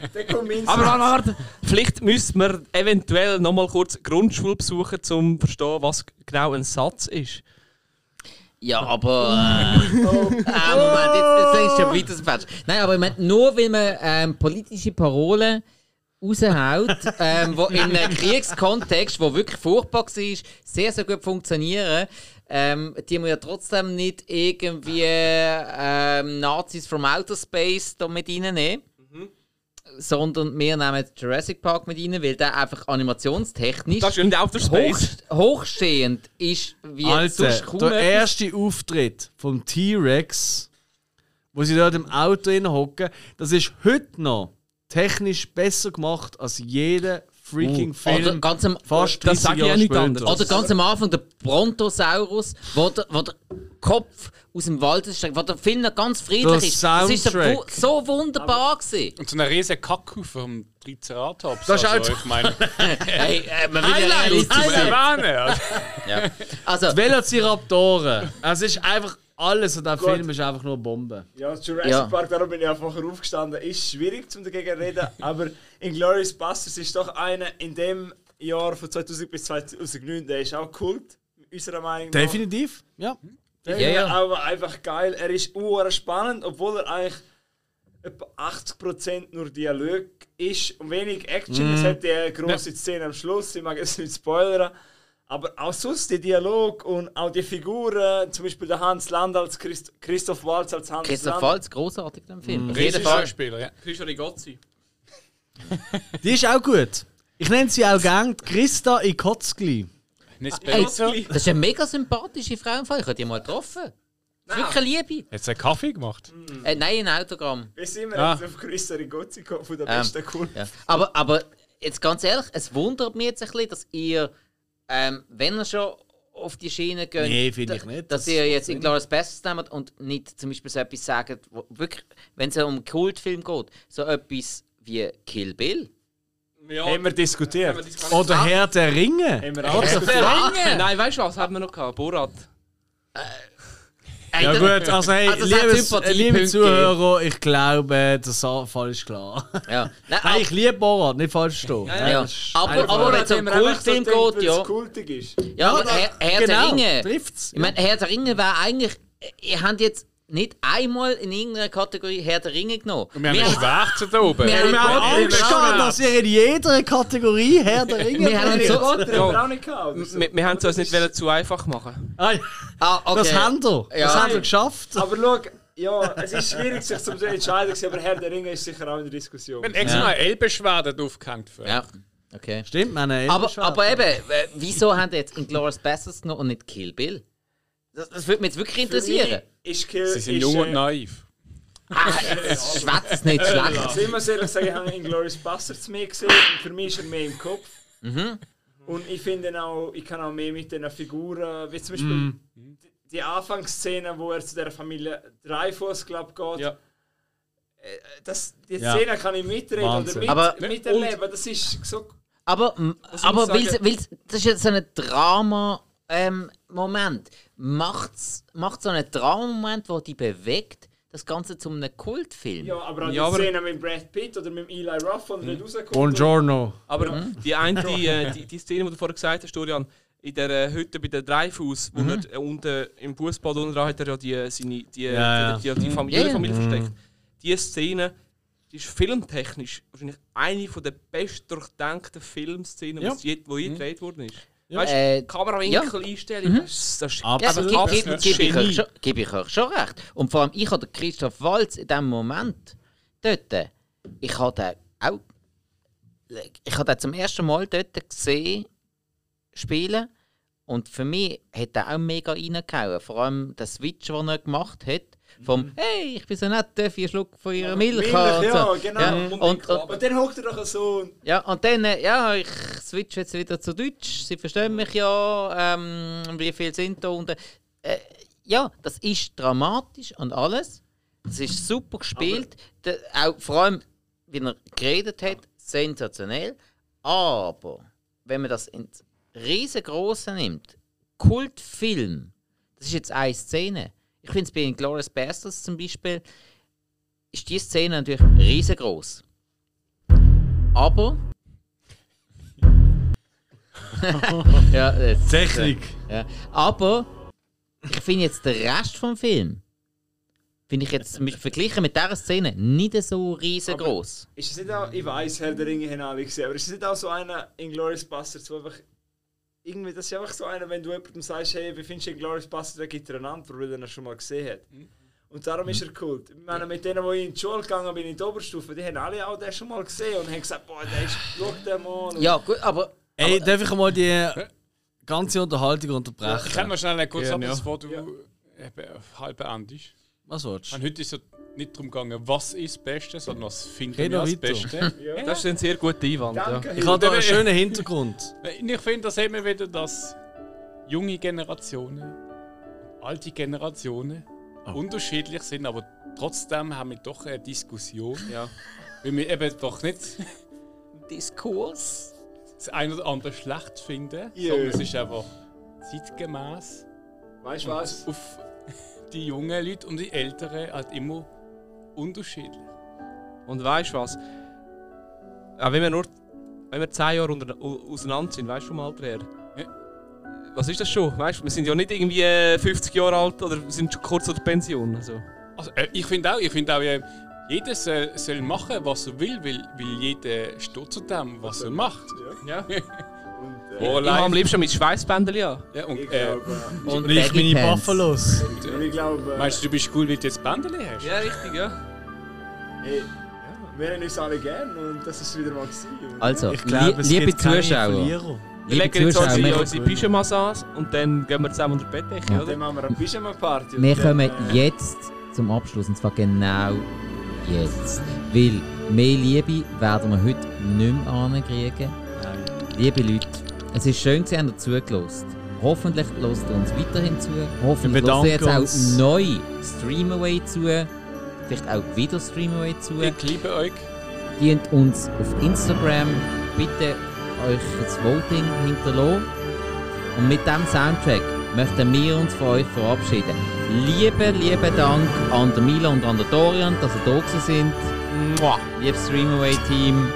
S2: Aber Leonard, vielleicht müssen wir eventuell nochmal kurz Grundschule besuchen, um zu verstehen, was genau ein Satz ist. Oh.
S4: Ja, aber. Äh, ah, Moment, jetzt, jetzt ist schon wieder das Falsch. Nein, aber ich meine, nur weil man ähm, politische Parolen raushaut, ähm, wo in einem Kriegskontext, wo wirklich furchtbar war, sehr, sehr gut funktionieren, ähm, die muss ja trotzdem nicht irgendwie ähm, Nazis from Outer Space da mit reinnehmen.
S2: Mhm.
S4: Sondern wir nehmen Jurassic Park mit rein, weil der einfach animationstechnisch
S2: Das ist ja nicht Outer
S4: hoch,
S2: Space.
S4: hochstehend ist, wie sonst
S1: Alter,
S4: kaum
S1: der
S4: etwas.
S1: erste Auftritt vom T-Rex, wo sie dort im Auto drin hocken, das ist heute noch technisch besser gemacht als jeder freaking Film.
S4: Oder ganz am,
S1: Fast
S2: Das
S1: 30
S2: sag ich ja
S1: Jahre
S2: nicht
S1: später.
S2: anders.
S4: oder ganz am Anfang der Brontosaurus, wo der, wo der Kopf aus dem Wald streckt, wo der Film noch ganz friedlich
S1: Der
S4: ist. Das ist so
S1: Soundtrack.
S4: wu- so wunderbar gewesen.
S5: Und so eine riesen Kackhaufen vom Triceratops.
S1: Das ist
S5: also,
S1: auch-
S5: ich meine,
S4: Hey, äh, man will ja
S1: Highlight,
S4: realistisch
S5: zu
S4: sein.
S5: erwähnen. Also,
S4: Also,
S1: Velociraptoren. Es ist einfach alles und der Film ist einfach nur Bombe.
S3: Ja, Jurassic
S4: Ja.
S3: Park, darum bin ich auch vorher aufgestanden. Ist schwierig zum dagegen reden, aber Inglourious Basterds ist doch einer in dem Jahr von 2000 bis 2009, der ist auch Kult, unserer Meinung nach.
S1: Definitiv. Ja.
S3: Der
S4: Ja,
S3: ist
S4: ja.
S3: Aber einfach geil. Er ist uhr spannend, obwohl er eigentlich etwa 80% nur Dialog ist und wenig Action.
S4: Mhm.
S3: Es hat die große Szene am Schluss, ich mag jetzt nicht spoilern. Aber auch sonst der Dialog und auch die Figuren, zum Beispiel der Hans Land als Christ Christoph Walz als Hans
S4: Christoph
S3: Land.
S4: Waltz, großartig dem Film.
S1: Mhm.
S4: Auf jeden Fall.
S5: Regisseur-Spieler, ja.
S2: Christian Rigozzi.
S1: Die ist auch gut. Ich nenne sie auch gern Christa Ikotzgli.
S5: Nicht
S4: Hey,
S5: Space.
S4: das ist eine mega sympathische Frau. im Fall. Ich habe die mal getroffen. Das ist wirklich eine Liebe.
S5: Jetzt einen Kaffee gemacht.
S4: Äh, nein, ein Autogramm.
S3: Wie sind wir
S5: Ah.
S3: jetzt auf Chris Rigozzi gekommen, von der
S4: Ähm,
S3: besten Kuh?
S4: Ja. Aber, aber jetzt ganz ehrlich, es wundert mich jetzt ein bisschen, dass ihr, ähm, wenn ihr schon auf die Schiene geht,
S1: Nee, finde ich nicht.
S4: dass
S1: Das
S4: ihr jetzt in klares Bestes nehmt und nicht zum Beispiel so etwas sagt, wo wirklich, wenn es ja um einen Kultfilm geht, so etwas wie Kill Bill.
S2: Ja,
S3: Haben wir diskutiert?
S1: Oder
S4: Ah.
S1: Herr der Ringe.
S3: Haben wir auch diskutiert?
S2: Ah, Nein, weißt du was, haben wir noch gehabt? Borat.
S4: Ey,
S1: Ja
S4: das-
S1: gut, also hey,
S4: Also, es hat
S1: liebes,
S4: Sympathiepunkte
S1: liebe
S4: gegeben.
S1: Zuhörer, ich glaube, der Sa- Fall ist klar.
S4: Ja. Nein,
S1: Nein,
S4: aber,
S1: ich liebe Borat, nicht falsch verstehen.
S4: ja. aber, aber wenn es um einen Kultfilm geht, ja.
S3: kultig ist.
S4: Ja, aber Herr, Herr
S1: genau,
S4: der Ringe.
S1: trifft's.
S4: Ich meine, Herr der Ringe wäre eigentlich, ihr habt jetzt nicht einmal in irgendeiner Kategorie Herr der Ringe genommen.
S5: Und wir haben einen Schwert da oben.
S4: wir haben-
S1: Wir haben Angst gehabt, dass ihr in jeder Kategorie Herr der Ringe
S4: Wir haben
S1: bringt.
S4: so-
S3: Oder haben wir
S2: Ja.
S3: auch nicht gehabt? oder so?
S2: Wir, wir haben es uns nicht wollen zu einfach machen.
S1: Ah,
S4: Ah, okay.
S1: Das haben wir. Das
S4: Ja.
S1: haben wir geschafft.
S3: Aber schau, ja, es ist schwierig, sich zu entscheiden, aber Herr der Ringe ist sicher auch in der Diskussion.
S5: Wir haben extra noch eine Elbeschwerde draufgehängt. Für.
S4: Ja, okay.
S1: Stimmt, meine
S4: Aber, aber eben, äh, wieso haben die jetzt Inglourious Basterds genommen und nicht Kill Bill? Das, das würde mich jetzt wirklich interessieren.
S3: Ist Kill,
S5: Sie sind
S3: ist,
S5: jung
S3: äh,
S5: und naiv.
S4: Schwätzt es nicht schlecht.
S3: Sind wir ehrlich sagen, ich habe Inglourious Bastards mehr gesehen und für mich ist er mehr im Kopf. Und ich finde ihn auch, ich kann auch mehr mit den Figuren, wie zum Beispiel die- die Anfangsszene, wo er zu der Familie Dreifuß, glaube geht.
S2: Ja.
S3: Äh, Das, die
S1: Ja.
S3: Szene kann ich mitreden
S1: Wahnsinn.
S4: Aber-
S3: oder mit, miterleben. Das ist so
S4: Aber, m-
S3: muss
S4: aber
S3: ich sagen-
S4: weil's, weil's, das ist jetzt so ein Drama-Moment. macht's macht so einen Drama-Moment, der dich bewegt, das Ganze zu einem Kultfilm?
S3: Ja, aber auch
S2: Ja,
S3: die
S2: aber-
S3: Szene mit Brad Pitt oder mit Eli Roth, der nicht rauskommt.
S1: Buongiorno.
S2: Aber die eine, die, äh, die, die Szene, die du vorher gesagt hast, Dorian, in der äh, Hütte bei der Dreifuss, wo er äh, unten im Fußball unten dran hat er ja die, äh, seine, die, äh,
S1: Ja,
S2: die, die, die Familie,
S4: Ja, ja.
S2: Familie versteckt. Die Szene die ist filmtechnisch wahrscheinlich eine von der best durchdenkten Filmszenen,
S1: Ja.
S2: die je, wo je gedreht worden ist. Weißt du,
S4: Äh,
S2: Kamerawinkel einstellen, das ist, das ist
S1: Absolut.
S4: Ja, aber
S1: Absolut.
S4: gebe
S2: Absolut.
S4: geb, geb ich, euch
S2: Genie.
S4: schon- geb ich euch schon recht. Und vor allem, ich habe den Christoph Walz in diesem Moment dort, ich habe den auch ich habe den zum ersten Mal dort gesehen spielen und für mich hat er auch mega reingehauen. Vor allem der Switch, den er gemacht hat, vom «Hey, ich bin so nett, darf ich einen Schluck von ihrer Milch haben?»
S3: ja,
S4: und so.
S3: genau.
S4: Ja,
S3: Und,
S4: und, und,
S3: und dann hockt er doch so und
S4: ja, und dann, äh, ja, ich switch jetzt wieder zu Deutsch, sie verstehen mich ja, ähm, wie viel sind da und, äh, ja, das ist dramatisch und alles. Das ist super gespielt, Der- auch vor allem, wie er geredet hat, sensationell. Aber wenn man das ins riesengroße nimmt, Kultfilm, das ist jetzt eine Szene. Ich finde es bei Glorious Bastards zum Beispiel, ist die Szene natürlich riesengroß. Aber. ja, jetzt,
S1: Technik.
S4: ja. Aber ich finde jetzt den Rest vom Film finde ich jetzt zum Beispiel verglichen mit dieser Szene nicht so riesengroß.
S3: Ist es nicht auch, ich weiß, Herr der Ringe haben alle gesehen, aber ist es nicht auch so einer Inglourious Bastards, wo einfach. Irgendwie, das ist einfach so einer, wenn du jemandem sagst, hey, wie findest du Inglourious Bastards, dann gibt er eine Antwort, weil er ihn schon mal gesehen hat. Und darum ist er cool. Ich meine, mit denen, die in die Schule gegangen bin, in die Oberstufe, die haben alle auch den schon mal gesehen und haben gesagt, boah, der ist, schau den mal. an. Und
S4: Ja, gut, aber
S1: Ey, darf ich mal die ganze Unterhaltung unterbrechen?
S5: Ich kann mal schnell einen kurz
S2: Gerne,
S5: ab,
S2: ja.
S5: bevor du äh, eben halb beendest.
S1: Was willst
S5: Und
S1: du?
S5: heute ist es ja nicht darum gegangen, was ist das Beste, sondern was finden
S1: Red
S5: wir
S1: noch
S5: als
S1: weiter.
S5: Beste.
S2: Das ist ein sehr guter Einwand. Ja.
S3: Danke,
S1: Ich habe da einen schönen Hintergrund.
S5: Und Ich finde, das sehen wir wieder, dass junge Generationen, alte Generationen unterschiedlich sind, aber trotzdem haben wir doch eine Diskussion.
S2: Ja.
S5: Weil wir eben doch nicht
S4: Diskurs.
S5: das eine oder andere schlecht finden,
S3: Ja.
S5: sondern es ist einfach zeitgemäß
S3: Weißt du was?
S5: auf die jungen Leute und die Älteren halt immer unterschiedlich.
S2: Und weißt du was? Auch wenn wir nur wenn wir zehn Jahre unter, au- auseinander sind, weißt du vom Alter her?
S5: Ja.
S2: Was ist das schon? Weißt du, wir sind ja nicht irgendwie äh, 50 Jahre alt oder sind schon kurz vor der Pension. Also.
S5: Also, äh, ich finde auch, ich finde auch, äh, jeder soll, soll machen, was er will, weil, weil jeder steht zu dem, was er macht. äh,
S2: Ja.
S3: Und,
S5: Oh,
S2: Ich habe am
S5: live.
S2: liebsten mit Schweißbändern an.
S5: Ja,
S3: ich
S5: und, äh,
S3: glaube,
S4: Und
S1: Ich
S4: Baggy
S1: meine
S4: Pants.
S1: Buffalos.
S3: äh, ich glaube, äh,
S5: meinst du, du bist cool, weil du jetzt Bändchen hast?
S2: Ja, richtig, ja.
S3: hey, wir haben uns alle gern und das ist wieder mal gewesen.
S4: Also,
S1: Ich glaube, es
S4: lie liebe
S1: gibt keine
S4: Zuschauer,
S1: Verlierer.
S2: Wir
S4: liebe
S2: legen jetzt
S4: Zuschauer,
S2: unsere,
S4: wir,
S2: unsere Pyjamas an und dann gehen wir zusammen unter die Bettdecke,
S3: Dann
S2: oder?
S3: machen wir eine Pyjama-Party. und
S4: wir
S3: dann,
S4: kommen
S3: äh,
S4: jetzt zum Abschluss und zwar genau jetzt. Weil mehr Liebe werden wir heute nicht mehr ankriegen. Liebe Leute, es ist schön, dass ihr habt zugelassen Hoffentlich lasst ihr uns weiterhin zu. Hoffentlich
S1: Wir
S4: lasst ihr jetzt
S1: bedanken
S4: auch
S1: uns.
S4: neu Streamaway zu. Vielleicht auch wieder Streamaway zu.
S5: Ich liebe euch.
S4: Dient uns auf Instagram. Bitte euch das Voting hinterlassen. Und mit diesem Soundtrack möchten wir uns von euch verabschieden. Lieben, lieben Dank an den Milo und an den Dorian, dass ihr da gewesen sind. Liebes Streamaway-Team.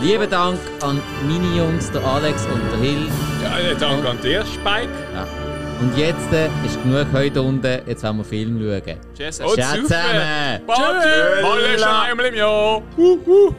S4: Lieben Dank an meine Jungs, der Alex und der Hill.
S5: Ja, äh, danke an dir, Spike.
S4: Ja. Und jetzt äh, ist genug heute unten, jetzt wollen wir Film schauen.
S2: Tschüss.
S5: Und
S4: Ciao
S5: saufen.
S4: zusammen!
S5: Bald, bald ist noch einmal im Jahr. Huh, huh.